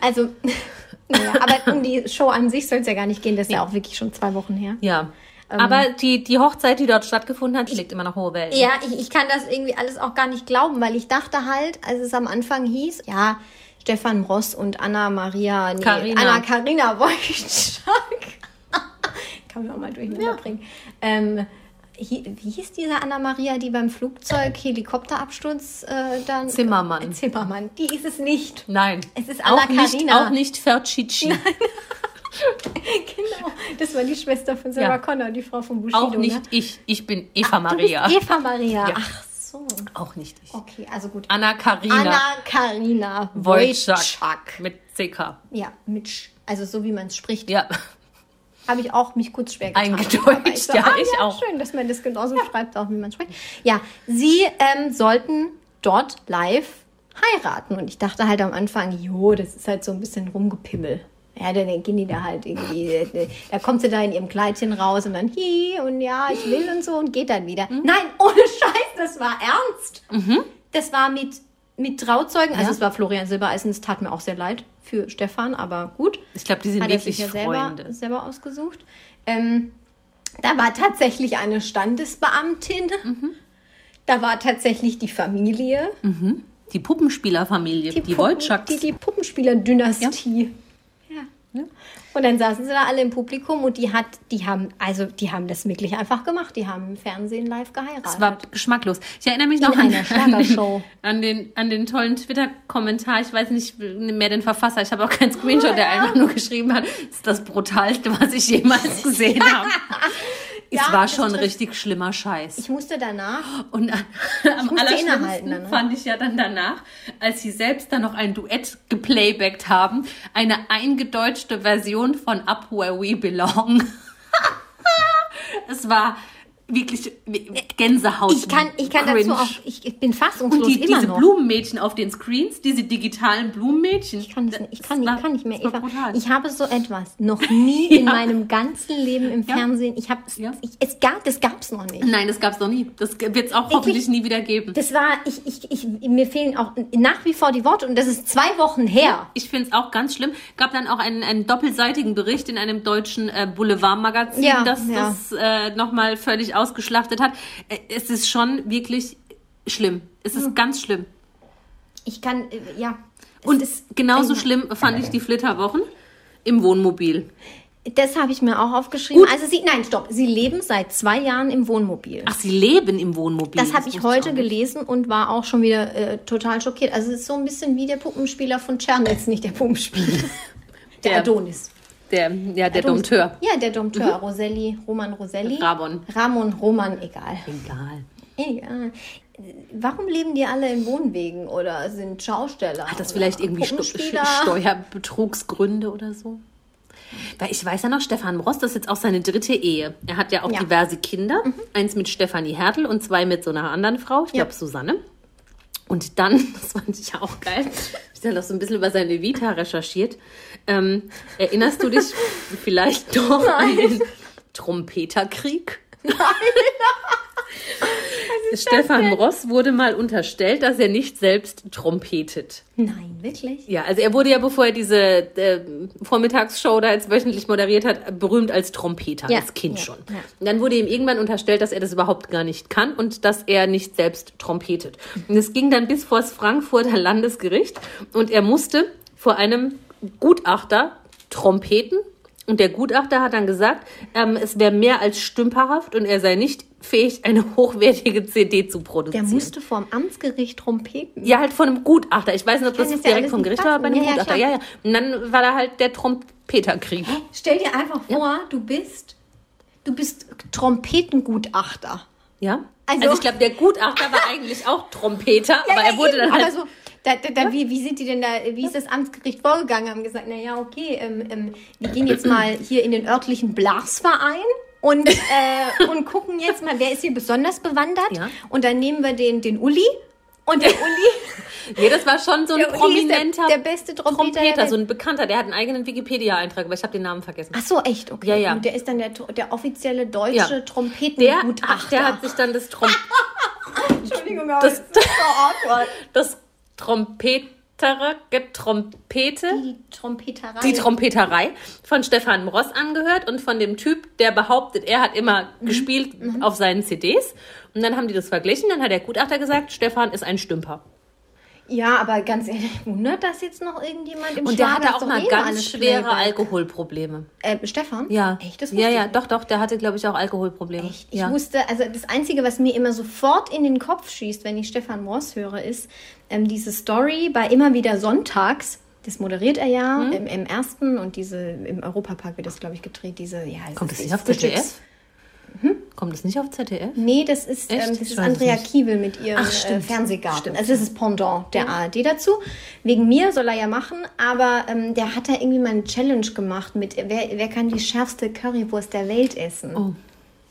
[SPEAKER 2] Also, naja, aber um die Show an sich soll es ja gar nicht gehen. Das ist ja auch wirklich schon zwei Wochen her.
[SPEAKER 3] Ja. Aber die, die Hochzeit, die dort stattgefunden hat, schlägt immer noch hohe Wellen.
[SPEAKER 2] Ähm. Ja, ich, ich kann das irgendwie alles auch gar nicht glauben, weil ich dachte halt, als es am Anfang hieß, ja, Stefan Ross und Anna Maria, nee,
[SPEAKER 3] Carina.
[SPEAKER 2] Anna Karina Wojcik. kann man auch mal durcheinander bringen. Ähm, hi- wie hieß diese Anna Maria, die beim Flugzeug Helikopterabsturz äh, dann
[SPEAKER 3] Zimmermann.
[SPEAKER 2] Zimmermann, die ist es nicht.
[SPEAKER 3] Nein.
[SPEAKER 2] Es ist
[SPEAKER 3] auch
[SPEAKER 2] Anna
[SPEAKER 3] nicht,
[SPEAKER 2] Karina.
[SPEAKER 3] auch nicht Ferchichi.
[SPEAKER 2] genau, das war die Schwester von Sarah
[SPEAKER 3] Ja.
[SPEAKER 2] Connor, die Frau von Bushido.
[SPEAKER 3] Auch nicht
[SPEAKER 2] ne?
[SPEAKER 3] ich. Ich bin Eva
[SPEAKER 2] Du
[SPEAKER 3] Maria.
[SPEAKER 2] bist Eva Maria.
[SPEAKER 3] Ja.
[SPEAKER 2] Ach so.
[SPEAKER 3] Auch nicht ich.
[SPEAKER 2] Okay, also gut.
[SPEAKER 3] Anna Karina.
[SPEAKER 2] Anna Karina
[SPEAKER 3] Wojcik.
[SPEAKER 2] Wojcik.
[SPEAKER 3] Mit CK.
[SPEAKER 2] Ja, mit Sch also so wie man es spricht,
[SPEAKER 3] Ja.
[SPEAKER 2] habe ich auch mich kurz schwer getan.
[SPEAKER 3] Eingedeutscht,
[SPEAKER 2] Aber so,
[SPEAKER 3] ja,
[SPEAKER 2] ah,
[SPEAKER 3] ich auch.
[SPEAKER 2] Schön, dass man das genauso schreibt, auch wie man spricht. Ja, sie ähm, sollten dort live heiraten und ich dachte halt am Anfang, jo, das ist halt so ein bisschen rumgepimmel. Ja, dann dann gehen die da halt irgendwie, äh, da kommt sie da in ihrem Kleidchen raus und dann hi und ja, ich will und so und geht dann wieder.
[SPEAKER 3] Mhm.
[SPEAKER 2] Nein, ohne Scheiß, das war ernst. Das war mit, mit Trauzeugen, also
[SPEAKER 3] Ja.
[SPEAKER 2] es war Florian Silbereisen, es tat mir auch sehr leid für Stefan, aber gut
[SPEAKER 3] Ich glaube, die sind
[SPEAKER 2] hat er sich
[SPEAKER 3] wirklich
[SPEAKER 2] ja selber,
[SPEAKER 3] Freunde.
[SPEAKER 2] selber ausgesucht. Ähm, da war tatsächlich eine Standesbeamtin.
[SPEAKER 3] Mhm.
[SPEAKER 2] Da war tatsächlich die Familie.
[SPEAKER 3] Die Puppenspielerfamilie, die, die
[SPEAKER 2] Puppen-
[SPEAKER 3] Wojciks.
[SPEAKER 2] Die, die Puppenspieler-Dynastie. Ja. Ne? Und dann saßen sie da alle im Publikum und die hat, die haben, also die haben das wirklich einfach gemacht. Die haben im Fernsehen live geheiratet.
[SPEAKER 3] Es war geschmacklos. Ich erinnere mich
[SPEAKER 2] In
[SPEAKER 3] noch an,
[SPEAKER 2] einer
[SPEAKER 3] an, den,
[SPEAKER 2] Schlagershow.
[SPEAKER 3] an, den, an den tollen Twitter-Kommentar. Ich weiß nicht mehr den Verfasser. Ich habe auch keinen Screenshot, der einfach nur geschrieben hat, ist das brutalste, was ich jemals gesehen habe. es
[SPEAKER 2] Ja,
[SPEAKER 3] war
[SPEAKER 2] das
[SPEAKER 3] schon
[SPEAKER 2] trifft-
[SPEAKER 3] richtig schlimmer Scheiß.
[SPEAKER 2] ich musste danach,
[SPEAKER 3] Und am
[SPEAKER 2] musste
[SPEAKER 3] allerschlimmsten
[SPEAKER 2] innehalten dann, ne?
[SPEAKER 3] fand ich ja dann danach, als sie selbst dann noch ein Duett geplaybackt haben, eine eingedeutschte Version von Up Where We Belong. es war wirklich Gänsehaut.
[SPEAKER 2] ich kann, ich kann dazu
[SPEAKER 3] cringe.
[SPEAKER 2] auch, ich, ich bin fassungslos
[SPEAKER 3] Und die,
[SPEAKER 2] immer
[SPEAKER 3] diese
[SPEAKER 2] noch.
[SPEAKER 3] Blumenmädchen auf den Screens, diese digitalen Blumenmädchen.
[SPEAKER 2] ich kann, das nicht, ich kann,
[SPEAKER 3] das
[SPEAKER 2] nicht,
[SPEAKER 3] war-
[SPEAKER 2] ich kann nicht mehr.
[SPEAKER 3] das war
[SPEAKER 2] Eva.
[SPEAKER 3] brutal.
[SPEAKER 2] Ich habe so etwas noch nie in meinem ganzen Leben im
[SPEAKER 3] Ja.
[SPEAKER 2] Fernsehen. Ich habe
[SPEAKER 3] Ja.
[SPEAKER 2] ich, es gab, das gab's noch nicht.
[SPEAKER 3] Nein, das gab's noch nie. Das wird es auch hoffentlich nie wieder geben.
[SPEAKER 2] Das war, ich, ich, ich, mir fehlen auch nach wie vor die Worte und das ist zwei Wochen her.
[SPEAKER 3] Ich finde es auch ganz schlimm. Gab dann auch einen, einen doppelseitigen Bericht in einem deutschen äh, Boulevardmagazin,
[SPEAKER 2] Ja,
[SPEAKER 3] das
[SPEAKER 2] ja.
[SPEAKER 3] das äh, nochmal völlig ausgeschlachtet hat. Äh, Es ist schon wirklich schlimm. Es ist ganz schlimm.
[SPEAKER 2] Ich kann, äh, ja. Es
[SPEAKER 3] Und
[SPEAKER 2] ist-
[SPEAKER 3] genauso schlimm fand ich die Flitterwochen im Wohnmobil.
[SPEAKER 2] Das habe ich mir auch aufgeschrieben. Also sie, nein, stopp. Sie leben seit zwei Jahren im Wohnmobil.
[SPEAKER 3] Ach, sie leben im Wohnmobil.
[SPEAKER 2] das habe ich
[SPEAKER 3] wusste
[SPEAKER 2] heute
[SPEAKER 3] auch nicht.
[SPEAKER 2] gelesen und war auch schon wieder äh, total schockiert. Also es ist so ein bisschen wie der Puppenspieler von Czernitz, nicht der Puppenspieler. Der,
[SPEAKER 3] Der-
[SPEAKER 2] Adonis.
[SPEAKER 3] Der, ja, der Dompteur.
[SPEAKER 2] Ja, der
[SPEAKER 3] Mhm.
[SPEAKER 2] Dompteur. Roselli, Roman Roselli.
[SPEAKER 3] Ramon.
[SPEAKER 2] Ramon, Roman, egal.
[SPEAKER 3] Egal.
[SPEAKER 2] Egal. Warum leben die alle in Wohnwegen oder sind Schausteller?
[SPEAKER 3] Hat das vielleicht irgendwie Stu-
[SPEAKER 2] Puppenspieler?
[SPEAKER 3] Sch- Steuerbetrugsgründe oder so? Weil ich weiß ja noch, Stefan Ross, das ist jetzt auch seine dritte Ehe. Er hat ja auch
[SPEAKER 2] Ja.
[SPEAKER 3] diverse Kinder. Eins mit Stefanie Hertel und zwei mit so einer anderen Frau, ich glaube Susanne. Und dann, das fand ich ja auch geil, ich habe noch so ein bisschen über seine Vita recherchiert. Ähm, erinnerst du dich vielleicht doch an den Trompeterkrieg? Stefan Ross wurde mal unterstellt, dass er nicht selbst trompetet.
[SPEAKER 2] Nein, wirklich?
[SPEAKER 3] Ja, also er wurde ja, bevor er diese äh, Vormittagsshow da jetzt wöchentlich moderiert hat, berühmt als Trompeter,
[SPEAKER 2] Ja,
[SPEAKER 3] als Kind
[SPEAKER 2] ja,
[SPEAKER 3] schon.
[SPEAKER 2] ja.
[SPEAKER 3] Und dann wurde ihm irgendwann unterstellt, dass er das überhaupt gar nicht kann und dass er nicht selbst trompetet. Und es ging dann bis vor das Frankfurter Landesgericht und er musste vor einem Gutachter trompeten. Und der Gutachter hat dann gesagt, ähm, es wäre mehr als stümperhaft und er sei nicht fähig, eine hochwertige CD zu
[SPEAKER 2] Der
[SPEAKER 3] produzieren.
[SPEAKER 2] musste vorm Amtsgericht trompeten.
[SPEAKER 3] Ja, halt von einem Gutachter. Ich weiß nicht, ob
[SPEAKER 2] Kann
[SPEAKER 3] das
[SPEAKER 2] das ja
[SPEAKER 3] direkt
[SPEAKER 2] alles
[SPEAKER 3] vom
[SPEAKER 2] nicht
[SPEAKER 3] Gericht war, aber bei einem
[SPEAKER 2] passen. Ja, ja,
[SPEAKER 3] Gutachter. Ja,
[SPEAKER 2] klar.
[SPEAKER 3] ja. Und dann war da halt der Trompeterkrieg.
[SPEAKER 2] Stell dir einfach vor, du bist du bist Trompetengutachter.
[SPEAKER 3] Ja. Also,
[SPEAKER 2] Also-
[SPEAKER 3] ich glaube, der Gutachter war eigentlich auch Trompeter, aber er wurde
[SPEAKER 2] eben,
[SPEAKER 3] dann halt.
[SPEAKER 2] aber so, da, da, da, wie, wie sind die denn da, wie ist das Amtsgericht vorgegangen? Haben gesagt, naja, okay, ähm, ähm, wir gehen jetzt mal hier in den örtlichen Blasverein und, äh, und gucken jetzt mal, wer ist hier besonders bewandert.
[SPEAKER 3] Ja.
[SPEAKER 2] Und dann nehmen wir den, den Uli. Und der Uli,
[SPEAKER 3] nee, das war schon so ein
[SPEAKER 2] der Uli ist
[SPEAKER 3] prominenter
[SPEAKER 2] der, der beste Trompeter. der Ah,
[SPEAKER 3] Trompeter,
[SPEAKER 2] Welt.
[SPEAKER 3] so ein bekannter, der hat einen eigenen Wikipedia-Eintrag, aber ich habe den Namen vergessen.
[SPEAKER 2] Ach so, echt, okay.
[SPEAKER 3] Ja, ja.
[SPEAKER 2] Und der ist dann der, der offizielle deutsche
[SPEAKER 3] Ja. der, ach,
[SPEAKER 2] Trompetengutachter.
[SPEAKER 3] der hat sich dann das, Trom
[SPEAKER 2] Entschuldigung, aber
[SPEAKER 3] das-
[SPEAKER 2] das ist so awkward.
[SPEAKER 3] das Trompetere getrompete.
[SPEAKER 2] Die Trompeterei.
[SPEAKER 3] die Trompeterei von Stefan Ross angehört und von dem Typ, der behauptet, er hat immer
[SPEAKER 2] Mhm.
[SPEAKER 3] gespielt auf seinen CDs. Und dann haben die das verglichen. Dann hat der Gutachter gesagt, Stefan ist ein Stümper.
[SPEAKER 2] ja, aber ganz ehrlich, wundert das jetzt noch irgendjemand im
[SPEAKER 3] Und der
[SPEAKER 2] Schlager?
[SPEAKER 3] hatte
[SPEAKER 2] Ist
[SPEAKER 3] auch
[SPEAKER 2] doch
[SPEAKER 3] mal
[SPEAKER 2] eh
[SPEAKER 3] ganz
[SPEAKER 2] alles
[SPEAKER 3] schwere
[SPEAKER 2] Playback.
[SPEAKER 3] Alkoholprobleme.
[SPEAKER 2] Äh, Stefan?
[SPEAKER 3] Ja.
[SPEAKER 2] Echt, das
[SPEAKER 3] ja,
[SPEAKER 2] wusste
[SPEAKER 3] ja,
[SPEAKER 2] ich.
[SPEAKER 3] doch, doch. Der hatte, glaube ich, auch Alkoholprobleme.
[SPEAKER 2] nicht. Ich
[SPEAKER 3] ja.
[SPEAKER 2] wusste, also das Einzige, was mir immer sofort in den Kopf schießt, wenn ich Stefan Ross höre, ist ähm, diese Story bei immer wieder Sonntags. Das moderiert er ja
[SPEAKER 3] Hm?
[SPEAKER 2] im, im ersten und diese im Europapark wird das, glaube ich, gedreht. Diese, ja, es
[SPEAKER 3] Kommt
[SPEAKER 2] ist-
[SPEAKER 3] das
[SPEAKER 2] ist
[SPEAKER 3] nicht auf
[SPEAKER 2] Frühstücks-
[SPEAKER 3] ZDF?
[SPEAKER 2] Hm?
[SPEAKER 3] Kommt das nicht auf ZDF?
[SPEAKER 2] Nee, das ist, ähm,
[SPEAKER 3] Echt?
[SPEAKER 2] das
[SPEAKER 3] Ich
[SPEAKER 2] ist
[SPEAKER 3] weiß es
[SPEAKER 2] Andrea
[SPEAKER 3] nicht.
[SPEAKER 2] Kiewel mit ihrem
[SPEAKER 3] Ach, stimmt.
[SPEAKER 2] äh, Fernsehgarten.
[SPEAKER 3] Stimmt.
[SPEAKER 2] Also das ist das Pendant der ARD dazu. Wegen mir soll er ja machen, aber ähm, der hat da irgendwie mal eine Challenge gemacht mit, wer, wer kann die schärfste Currywurst der Welt essen?
[SPEAKER 3] Oh.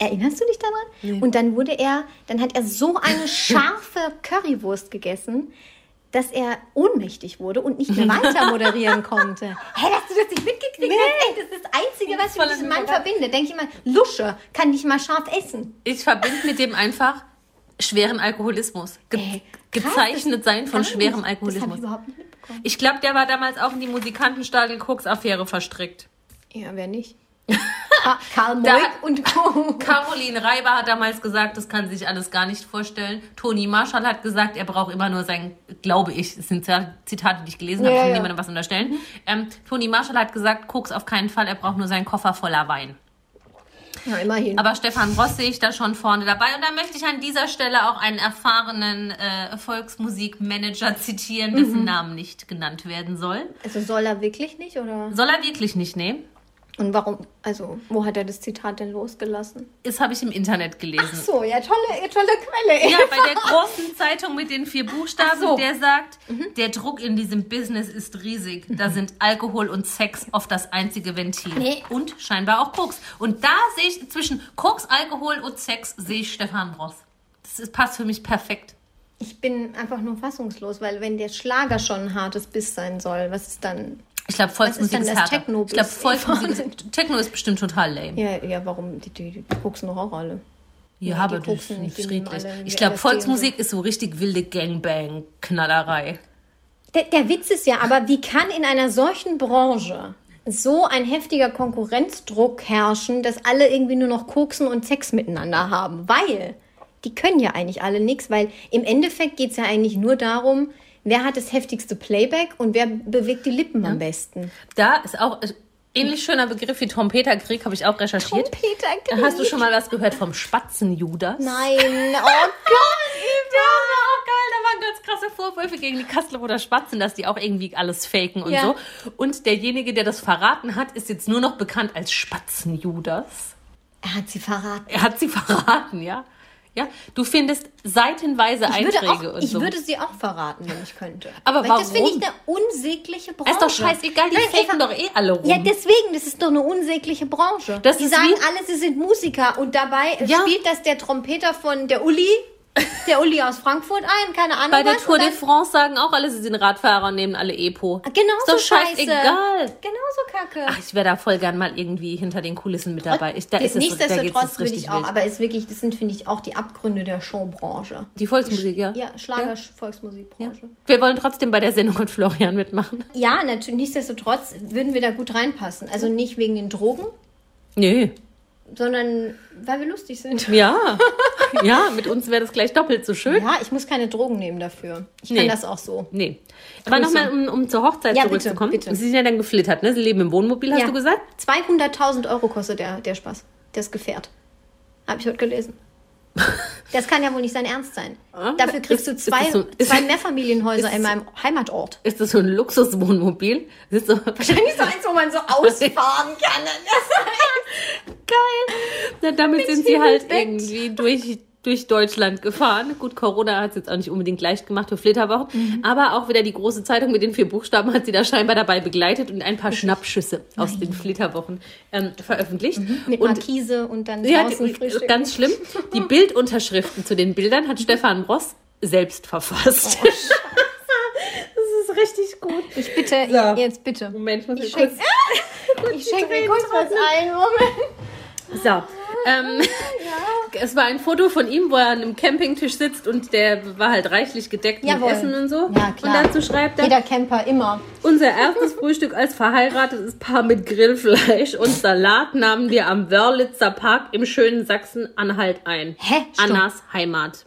[SPEAKER 2] Erinnerst du dich daran? Und dann wurde er, dann hat er so eine scharfe Currywurst gegessen, dass er ohnmächtig wurde und nicht mehr weiter moderieren konnte. Hä, hast du das nicht mitgekriegt? Ey, das ist das Einzige, was ich
[SPEAKER 3] Voll
[SPEAKER 2] mit
[SPEAKER 3] an
[SPEAKER 2] diesem
[SPEAKER 3] mir
[SPEAKER 2] Mann
[SPEAKER 3] vorbei.
[SPEAKER 2] verbinde. Denke ich mal, Lusche kann nicht mal scharf essen.
[SPEAKER 3] Ich verbinde mit dem einfach schweren Alkoholismus. Ge
[SPEAKER 2] Ey, krass,
[SPEAKER 3] gezeichnet
[SPEAKER 2] das
[SPEAKER 3] sein von
[SPEAKER 2] gar
[SPEAKER 3] schwerem
[SPEAKER 2] nicht. Das habe
[SPEAKER 3] Alkoholismus.
[SPEAKER 2] ich überhaupt nicht mitbekommen.
[SPEAKER 3] Ich glaube, der war damals auch in die Musikantenstadel-Koks-Affäre verstrickt.
[SPEAKER 2] Ja, wer nicht? Ka- Karl Moik und Co.
[SPEAKER 3] Caroline Reiber hat damals gesagt, das kann sich alles gar nicht vorstellen. Toni Marshall hat gesagt, er braucht immer nur sein, glaube ich, es sind Zita- Zitate, die ich gelesen habe,
[SPEAKER 2] Ja,
[SPEAKER 3] ich will
[SPEAKER 2] ja.
[SPEAKER 3] niemandem was unterstellen. Ähm, Toni Marshall hat gesagt, Koks auf keinen Fall, er braucht nur seinen Koffer voller Wein.
[SPEAKER 2] Ja, immerhin.
[SPEAKER 3] Aber Stefan Ross sehe ich da schon vorne dabei. Und da möchte ich an dieser Stelle auch einen erfahrenen äh, Volksmusikmanager zitieren, dessen
[SPEAKER 2] Mhm.
[SPEAKER 3] Namen nicht genannt werden soll.
[SPEAKER 2] also soll er wirklich nicht, oder?
[SPEAKER 3] Soll er wirklich nicht nehmen?
[SPEAKER 2] Und warum, also, wo hat er das Zitat denn losgelassen?
[SPEAKER 3] Das habe ich im Internet gelesen.
[SPEAKER 2] So, ja, tolle, tolle Quelle.
[SPEAKER 3] Ja, bei der großen Zeitung mit den vier Buchstaben,
[SPEAKER 2] Ach so. Mhm.
[SPEAKER 3] der sagt, der Druck in diesem Business ist riesig. Da sind Alkohol und Sex oft das einzige Ventil.
[SPEAKER 2] Nee.
[SPEAKER 3] Und scheinbar auch Koks. Und da sehe ich zwischen Koks, Alkohol und Sex sehe ich Stefan Ross. Das ist, passt für mich perfekt.
[SPEAKER 2] Ich bin einfach nur fassungslos, weil wenn der Schlager schon ein hartes Biss sein soll, was ist dann...
[SPEAKER 3] Ich glaube, Volksmusik
[SPEAKER 2] denn
[SPEAKER 3] ist,
[SPEAKER 2] das
[SPEAKER 3] härter.
[SPEAKER 2] Techno
[SPEAKER 3] ich glaube,
[SPEAKER 2] bis?
[SPEAKER 3] Volksmusik ist, Techno ist bestimmt total lame.
[SPEAKER 2] Ja, ja, warum? Die, die, die gucken doch auch alle.
[SPEAKER 3] Ja,
[SPEAKER 2] die
[SPEAKER 3] aber das ist
[SPEAKER 2] koksen
[SPEAKER 3] nicht
[SPEAKER 2] nicht, die nehmen
[SPEAKER 3] friedlich.
[SPEAKER 2] alle
[SPEAKER 3] Ich
[SPEAKER 2] irgendwie LSD
[SPEAKER 3] glaube,
[SPEAKER 2] und so.
[SPEAKER 3] Volksmusik ist so richtig wilde Gangbang-Knallerei.
[SPEAKER 2] Der, der Witz ist ja, aber wie kann in einer solchen Branche so ein heftiger Konkurrenzdruck herrschen, dass alle irgendwie nur noch Koksen und Sex miteinander haben? Weil die können ja eigentlich alle nichts, weil im Endeffekt geht es ja eigentlich nur darum, wer hat das heftigste Playback und wer bewegt die Lippen am besten.
[SPEAKER 3] Da ist auch äh, ähnlich schöner Begriff wie Trompeterkrieg, habe ich auch recherchiert.
[SPEAKER 2] Peter
[SPEAKER 3] Oh, Hast du schon mal was gehört vom Spatzenjudas?
[SPEAKER 2] Nein, oh Gott!
[SPEAKER 3] Ja, war auch geil. Da waren ganz krasse Vorwürfe gegen die Kastelroder Spatzen, dass die auch irgendwie alles faken und
[SPEAKER 2] Ja.
[SPEAKER 3] so. Und derjenige, der das verraten hat, ist jetzt nur noch bekannt als Spatzenjudas.
[SPEAKER 2] er hat sie verraten.
[SPEAKER 3] Er hat sie verraten, ja. Ja, du findest seitenweise
[SPEAKER 2] Ich würde,
[SPEAKER 3] Einträge
[SPEAKER 2] auch,
[SPEAKER 3] und
[SPEAKER 2] ich
[SPEAKER 3] so.
[SPEAKER 2] würde sie auch verraten, wenn ich könnte.
[SPEAKER 3] Aber
[SPEAKER 2] Weil Das
[SPEAKER 3] warum?
[SPEAKER 2] finde ich eine unsägliche Branche.
[SPEAKER 3] ist doch scheißegal, die
[SPEAKER 2] Nein,
[SPEAKER 3] faken
[SPEAKER 2] Eva,
[SPEAKER 3] doch eh alle rum.
[SPEAKER 2] Ja, deswegen, das ist doch eine unsägliche Branche.
[SPEAKER 3] Das
[SPEAKER 2] die
[SPEAKER 3] ist
[SPEAKER 2] sagen
[SPEAKER 3] wie-
[SPEAKER 2] alle, sie sind Musiker und dabei
[SPEAKER 3] Ja.
[SPEAKER 2] spielt das der Trompeter von der Uli, der Uli aus Frankfurt ein, keine Ahnung
[SPEAKER 3] Bei der
[SPEAKER 2] was.
[SPEAKER 3] Tour
[SPEAKER 2] und
[SPEAKER 3] de
[SPEAKER 2] dann-
[SPEAKER 3] France sagen auch alle, sie sind Radfahrer und nehmen alle Epo.
[SPEAKER 2] Genauso
[SPEAKER 3] ist doch
[SPEAKER 2] Ah, genau scheiße.
[SPEAKER 3] scheißegal.
[SPEAKER 2] Genauso kacke.
[SPEAKER 3] Ach, ich wäre da voll gern mal irgendwie hinter den Kulissen mit dabei. Ich, da ist es, da geht's
[SPEAKER 2] Nichtsdestotrotz
[SPEAKER 3] es
[SPEAKER 2] würde
[SPEAKER 3] richtig
[SPEAKER 2] ich auch,
[SPEAKER 3] wild.
[SPEAKER 2] aber ist wirklich, das sind, finde ich, auch die Abgründe der Showbranche.
[SPEAKER 3] Die Volksmusik, ja.
[SPEAKER 2] Ja, Schlager, Volksmusikbranche.
[SPEAKER 3] Wir wollen trotzdem bei der Sendung mit Florian mitmachen.
[SPEAKER 2] Ja, natürlich, nichtsdestotrotz würden wir da gut reinpassen. Also nicht wegen den Drogen,
[SPEAKER 3] Nee.
[SPEAKER 2] sondern weil wir lustig sind.
[SPEAKER 3] Ja. ja, mit uns wäre das gleich doppelt so schön.
[SPEAKER 2] Ja, ich muss keine Drogen nehmen dafür. Ich
[SPEAKER 3] Nee.
[SPEAKER 2] kann das auch so.
[SPEAKER 3] Nee. Aber nochmal, um, um zur Hochzeit
[SPEAKER 2] Ja, bitte,
[SPEAKER 3] zurückzukommen.
[SPEAKER 2] bitte.
[SPEAKER 3] Sie sind ja dann geflittert, ne? Sie leben im Wohnmobil, hast
[SPEAKER 2] Ja.
[SPEAKER 3] du gesagt?
[SPEAKER 2] 200.000 Euro kostet der, der Spaß. Das Gefährt. Habe ich heute gelesen. Das kann ja wohl nicht sein Ernst sein. Dafür kriegst
[SPEAKER 3] Ah, Ist-
[SPEAKER 2] du zwei,
[SPEAKER 3] ist das so- ist-
[SPEAKER 2] zwei Mehrfamilienhäuser
[SPEAKER 3] ist-
[SPEAKER 2] in meinem Heimatort.
[SPEAKER 3] Ist das so ein Luxuswohnmobil? Das ist so
[SPEAKER 2] Wahrscheinlich so eins, wo man so ausfahren kann.
[SPEAKER 3] Na, damit sind sie halt
[SPEAKER 2] Himmelbett.
[SPEAKER 3] irgendwie durch, durch Deutschland gefahren. Gut, Corona hat es jetzt auch nicht unbedingt leicht gemacht für Flitterwochen. Aber auch wieder die große Zeitung mit den vier Buchstaben hat sie da scheinbar dabei begleitet und ein paar Schnappschüsse aus den Flitterwochen ähm, veröffentlicht.
[SPEAKER 2] Mit
[SPEAKER 3] und
[SPEAKER 2] Markise und dann
[SPEAKER 3] sie hat,
[SPEAKER 2] draußen Frühstück.
[SPEAKER 3] ganz schlimm, die Bildunterschriften zu den Bildern hat Stefan Ross selbst verfasst. Oh, das ist richtig gut.
[SPEAKER 2] ich bitte,
[SPEAKER 3] So.
[SPEAKER 2] jetzt bitte.
[SPEAKER 3] Moment, ich muss
[SPEAKER 2] Ich
[SPEAKER 3] ich kurz...
[SPEAKER 2] schenke ich schenk mir kurz was ein. Moment.
[SPEAKER 3] So. Ähm, Es war ein Foto von ihm, wo er an einem Campingtisch sitzt und der war halt reichlich gedeckt
[SPEAKER 2] Jawohl.
[SPEAKER 3] mit Essen und so.
[SPEAKER 2] Ja, klar.
[SPEAKER 3] Und dazu schreibt er,
[SPEAKER 2] Jeder Camper immer.
[SPEAKER 3] unser erstes Frühstück als verheiratetes Paar mit Grillfleisch und Salat nahmen wir am Wörlitzer Park im schönen Sachsen-Anhalt ein.
[SPEAKER 2] Hä? Stopp.
[SPEAKER 3] Annas Heimat.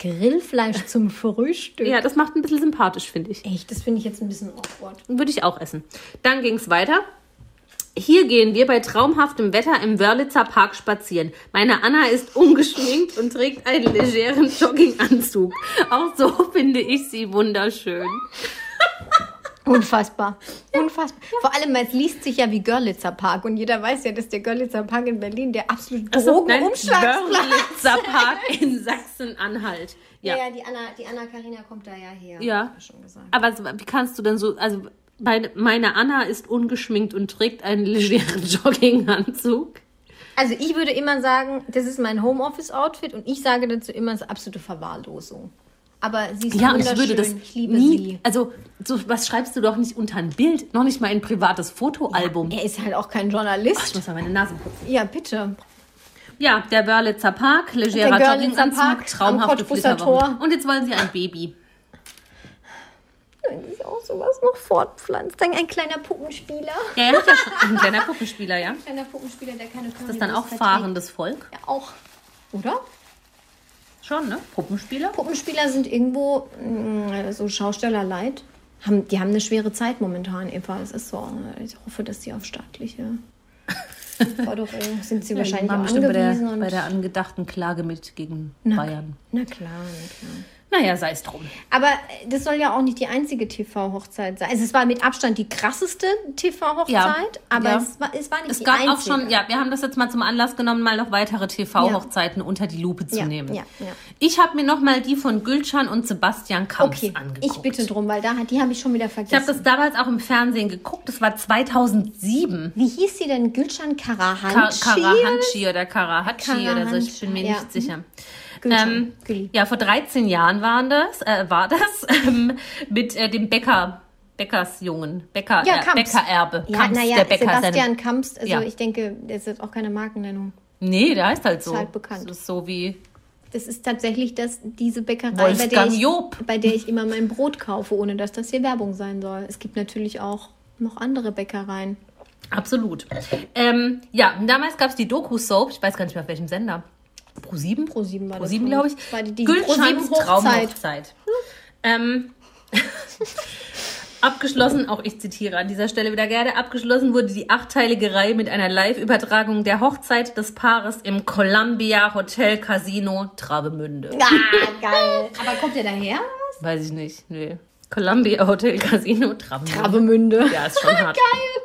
[SPEAKER 2] Grillfleisch zum Frühstück.
[SPEAKER 3] Ja, das macht ein bisschen sympathisch, finde ich.
[SPEAKER 2] Echt, das finde ich jetzt ein bisschen awkward.
[SPEAKER 3] Würde ich auch essen. Dann ging es weiter. Hier gehen wir bei traumhaftem Wetter im Wörlitzer Park spazieren. Meine Anna ist ungeschminkt und trägt einen legeren Jogginganzug. Auch so finde ich sie wunderschön.
[SPEAKER 2] Unfassbar. Unfassbar. Vor allem, weil es liest sich ja wie Görlitzer Park und jeder weiß ja, dass der Görlitzer Park in Berlin der absolute Drogenumschlagsplatz
[SPEAKER 3] Also Wörlitzer Park in Sachsen-Anhalt.
[SPEAKER 2] ja. ja,
[SPEAKER 3] Ja.
[SPEAKER 2] die Anna, die Anna Karina kommt da ja her.
[SPEAKER 3] Ja.
[SPEAKER 2] hab ich Schon gesagt.
[SPEAKER 3] Aber so- wie kannst du denn so, also meine, meine Anna ist ungeschminkt und trägt einen legeren Jogginganzug.
[SPEAKER 2] Also ich würde immer sagen, das ist mein Homeoffice-Outfit und ich sage dazu immer, es ist absolute Verwahrlosung. Aber sie ist
[SPEAKER 3] Ja, und ich
[SPEAKER 2] wunderschön.
[SPEAKER 3] würde das
[SPEAKER 2] ich liebe
[SPEAKER 3] nie,
[SPEAKER 2] sie.
[SPEAKER 3] also so, was schreibst du doch nicht unter ein Bild, noch nicht mal ein privates Fotoalbum.
[SPEAKER 2] Er ist halt auch kein
[SPEAKER 3] Ich
[SPEAKER 2] Journalist.
[SPEAKER 3] muss mal meine Nase putzen.
[SPEAKER 2] Ja, bitte.
[SPEAKER 3] Ja, der Wörlitzer Park, legerer
[SPEAKER 2] Der Görlitzer
[SPEAKER 3] Jogginganzug,
[SPEAKER 2] Park am
[SPEAKER 3] traumhafte
[SPEAKER 2] Cottbusser
[SPEAKER 3] Flitterwochen.
[SPEAKER 2] Tor.
[SPEAKER 3] Und jetzt wollen sie ein Baby.
[SPEAKER 2] wenn sich auch sowas noch fortpflanzt. Dann ein kleiner Puppenspieler.
[SPEAKER 3] Ja, er hat ja schon ein kleiner Puppenspieler, ja.
[SPEAKER 2] Ein kleiner Puppenspieler, der keine Körner
[SPEAKER 3] Das ist dann auch
[SPEAKER 2] verträgt.
[SPEAKER 3] fahrendes Volk.
[SPEAKER 2] Ja, auch. Oder?
[SPEAKER 3] Schon, ne? Puppenspieler.
[SPEAKER 2] Puppenspieler sind irgendwo mh, so Schausteller leid. Haben, die haben eine schwere Zeit momentan, Eva. Es ist so. Ich hoffe, dass sie auf staatliche Förderung sind sie wahrscheinlich auch
[SPEAKER 3] waren bestimmt
[SPEAKER 2] angewiesen.
[SPEAKER 3] bei der,
[SPEAKER 2] und
[SPEAKER 3] bei der angedachten Klage mit gegen
[SPEAKER 2] na,
[SPEAKER 3] Bayern.
[SPEAKER 2] Na klar, na klar.
[SPEAKER 3] Naja, sei es drum.
[SPEAKER 2] Aber das soll ja auch nicht die einzige TV-Hochzeit sein. Also es war mit Abstand die krasseste TV-Hochzeit,
[SPEAKER 3] Ja,
[SPEAKER 2] aber
[SPEAKER 3] ja.
[SPEAKER 2] Es, war, es war nicht
[SPEAKER 3] Es
[SPEAKER 2] die
[SPEAKER 3] gab
[SPEAKER 2] einzige.
[SPEAKER 3] auch schon, ja, wir haben das jetzt mal zum Anlass genommen, mal noch weitere TV-Hochzeiten unter die Lupe zu
[SPEAKER 2] Ja,
[SPEAKER 3] nehmen.
[SPEAKER 2] ja, ja.
[SPEAKER 3] Ich habe mir nochmal die von Gülcan und Sebastian Kamps
[SPEAKER 2] Okay,
[SPEAKER 3] angeguckt.
[SPEAKER 2] ich bitte drum, weil da hat, die habe ich schon wieder
[SPEAKER 3] Ich habe
[SPEAKER 2] vergessen.
[SPEAKER 3] das damals auch im Fernsehen geguckt. Das war 2007.
[SPEAKER 2] Wie hieß sie denn? Gülcan
[SPEAKER 3] Ka-
[SPEAKER 2] Karahanchi?
[SPEAKER 3] Karahanchi oder Karahatschi oder so, ich bin mir
[SPEAKER 2] Karahanchi,
[SPEAKER 3] nicht sicher.
[SPEAKER 2] Gülcan,
[SPEAKER 3] Ähm,
[SPEAKER 2] Gülli.
[SPEAKER 3] ja, vor 13 Jahren waren das, äh, war das ähm, mit äh, dem Bäcker, Bäckersjungen, Bäcker,
[SPEAKER 2] Ja,
[SPEAKER 3] äh,
[SPEAKER 2] Kamps.
[SPEAKER 3] Bäckererbe.
[SPEAKER 2] Ja,
[SPEAKER 3] Kamps,
[SPEAKER 2] naja,
[SPEAKER 3] der Bäcker. seine-
[SPEAKER 2] Sebastian Kamps, also
[SPEAKER 3] Ja.
[SPEAKER 2] ich denke, das ist auch keine Markennennung.
[SPEAKER 3] nee, der heißt halt so.
[SPEAKER 2] halt bekannt.
[SPEAKER 3] Das ist so wie
[SPEAKER 2] Das ist tatsächlich das, diese Bäckerei, bei der,
[SPEAKER 3] Wolfgang
[SPEAKER 2] ich,
[SPEAKER 3] Job.
[SPEAKER 2] bei der ich immer mein Brot kaufe, ohne dass das hier Werbung sein soll. Es gibt natürlich auch noch andere Bäckereien.
[SPEAKER 3] Absolut. Ähm, ja, damals gab es die Doku-Soap, ich weiß gar nicht mehr auf welchem Sender. Pro 7?
[SPEAKER 2] Pro 7 war
[SPEAKER 3] Pro
[SPEAKER 2] das,
[SPEAKER 3] 7,
[SPEAKER 2] glaub
[SPEAKER 3] glaube
[SPEAKER 2] ich.
[SPEAKER 3] ich.
[SPEAKER 2] War die- die
[SPEAKER 3] Gülschans
[SPEAKER 2] Pro7 Hochzeit. Hm?
[SPEAKER 3] Traumhochzeit. Ähm, abgeschlossen, auch ich zitiere an dieser Stelle wieder gerne, abgeschlossen wurde die achteilige Reihe mit einer Live-Übertragung der Hochzeit des Paares im Columbia Hotel Casino Travemünde.
[SPEAKER 2] Ah, geil. Aber kommt der daher?
[SPEAKER 3] Weiß ich nicht, nee. Columbia Hotel Casino Travemünde.
[SPEAKER 2] Travemünde.
[SPEAKER 3] Ja, ist schon hart. Geil.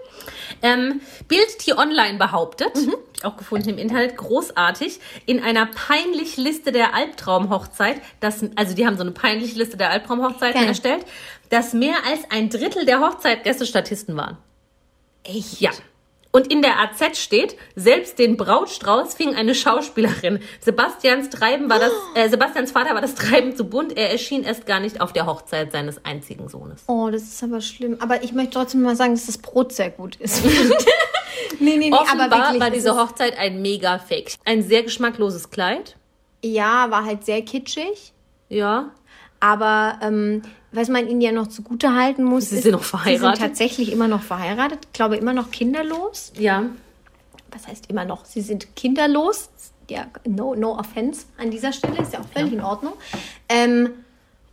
[SPEAKER 3] Ähm, Bild T Online behauptet,
[SPEAKER 2] Mhm.
[SPEAKER 3] hab ich auch gefunden im Internet, großartig, in einer peinlich Liste der Albtraumhochzeit, dass, also die haben so eine peinlich Liste der Albtraumhochzeiten
[SPEAKER 2] Geil.
[SPEAKER 3] erstellt, dass mehr als ein Drittel der Hochzeitgäste Statisten waren.
[SPEAKER 2] Echt?
[SPEAKER 3] Ja. Und in der AZ steht, selbst den Brautstrauß fing eine Schauspielerin. Sebastians Treiben war das,
[SPEAKER 2] Oh.
[SPEAKER 3] äh, Sebastians Vater war das Treiben zu bunt, er erschien erst gar nicht auf der Hochzeit seines einzigen Sohnes.
[SPEAKER 2] Oh, das ist aber schlimm. Aber ich möchte trotzdem mal sagen, dass das Brot sehr gut ist. nee, nee, nee,
[SPEAKER 3] Offenbar
[SPEAKER 2] aber wirklich.
[SPEAKER 3] war
[SPEAKER 2] es
[SPEAKER 3] diese
[SPEAKER 2] ist-
[SPEAKER 3] Hochzeit ein Mega-Fake. Ein sehr geschmackloses Kleid.
[SPEAKER 2] ja, war halt sehr kitschig.
[SPEAKER 3] Ja.
[SPEAKER 2] Aber ähm, was man ihnen ja noch zugute halten muss,
[SPEAKER 3] Sie sind noch verheiratet.
[SPEAKER 2] Sie sind tatsächlich immer noch verheiratet. Ich glaube, immer noch kinderlos.
[SPEAKER 3] Ja.
[SPEAKER 2] was heißt immer noch, sie sind kinderlos. Ja, no, no offense an dieser Stelle, ist ja auch völlig in Ordnung. Ähm,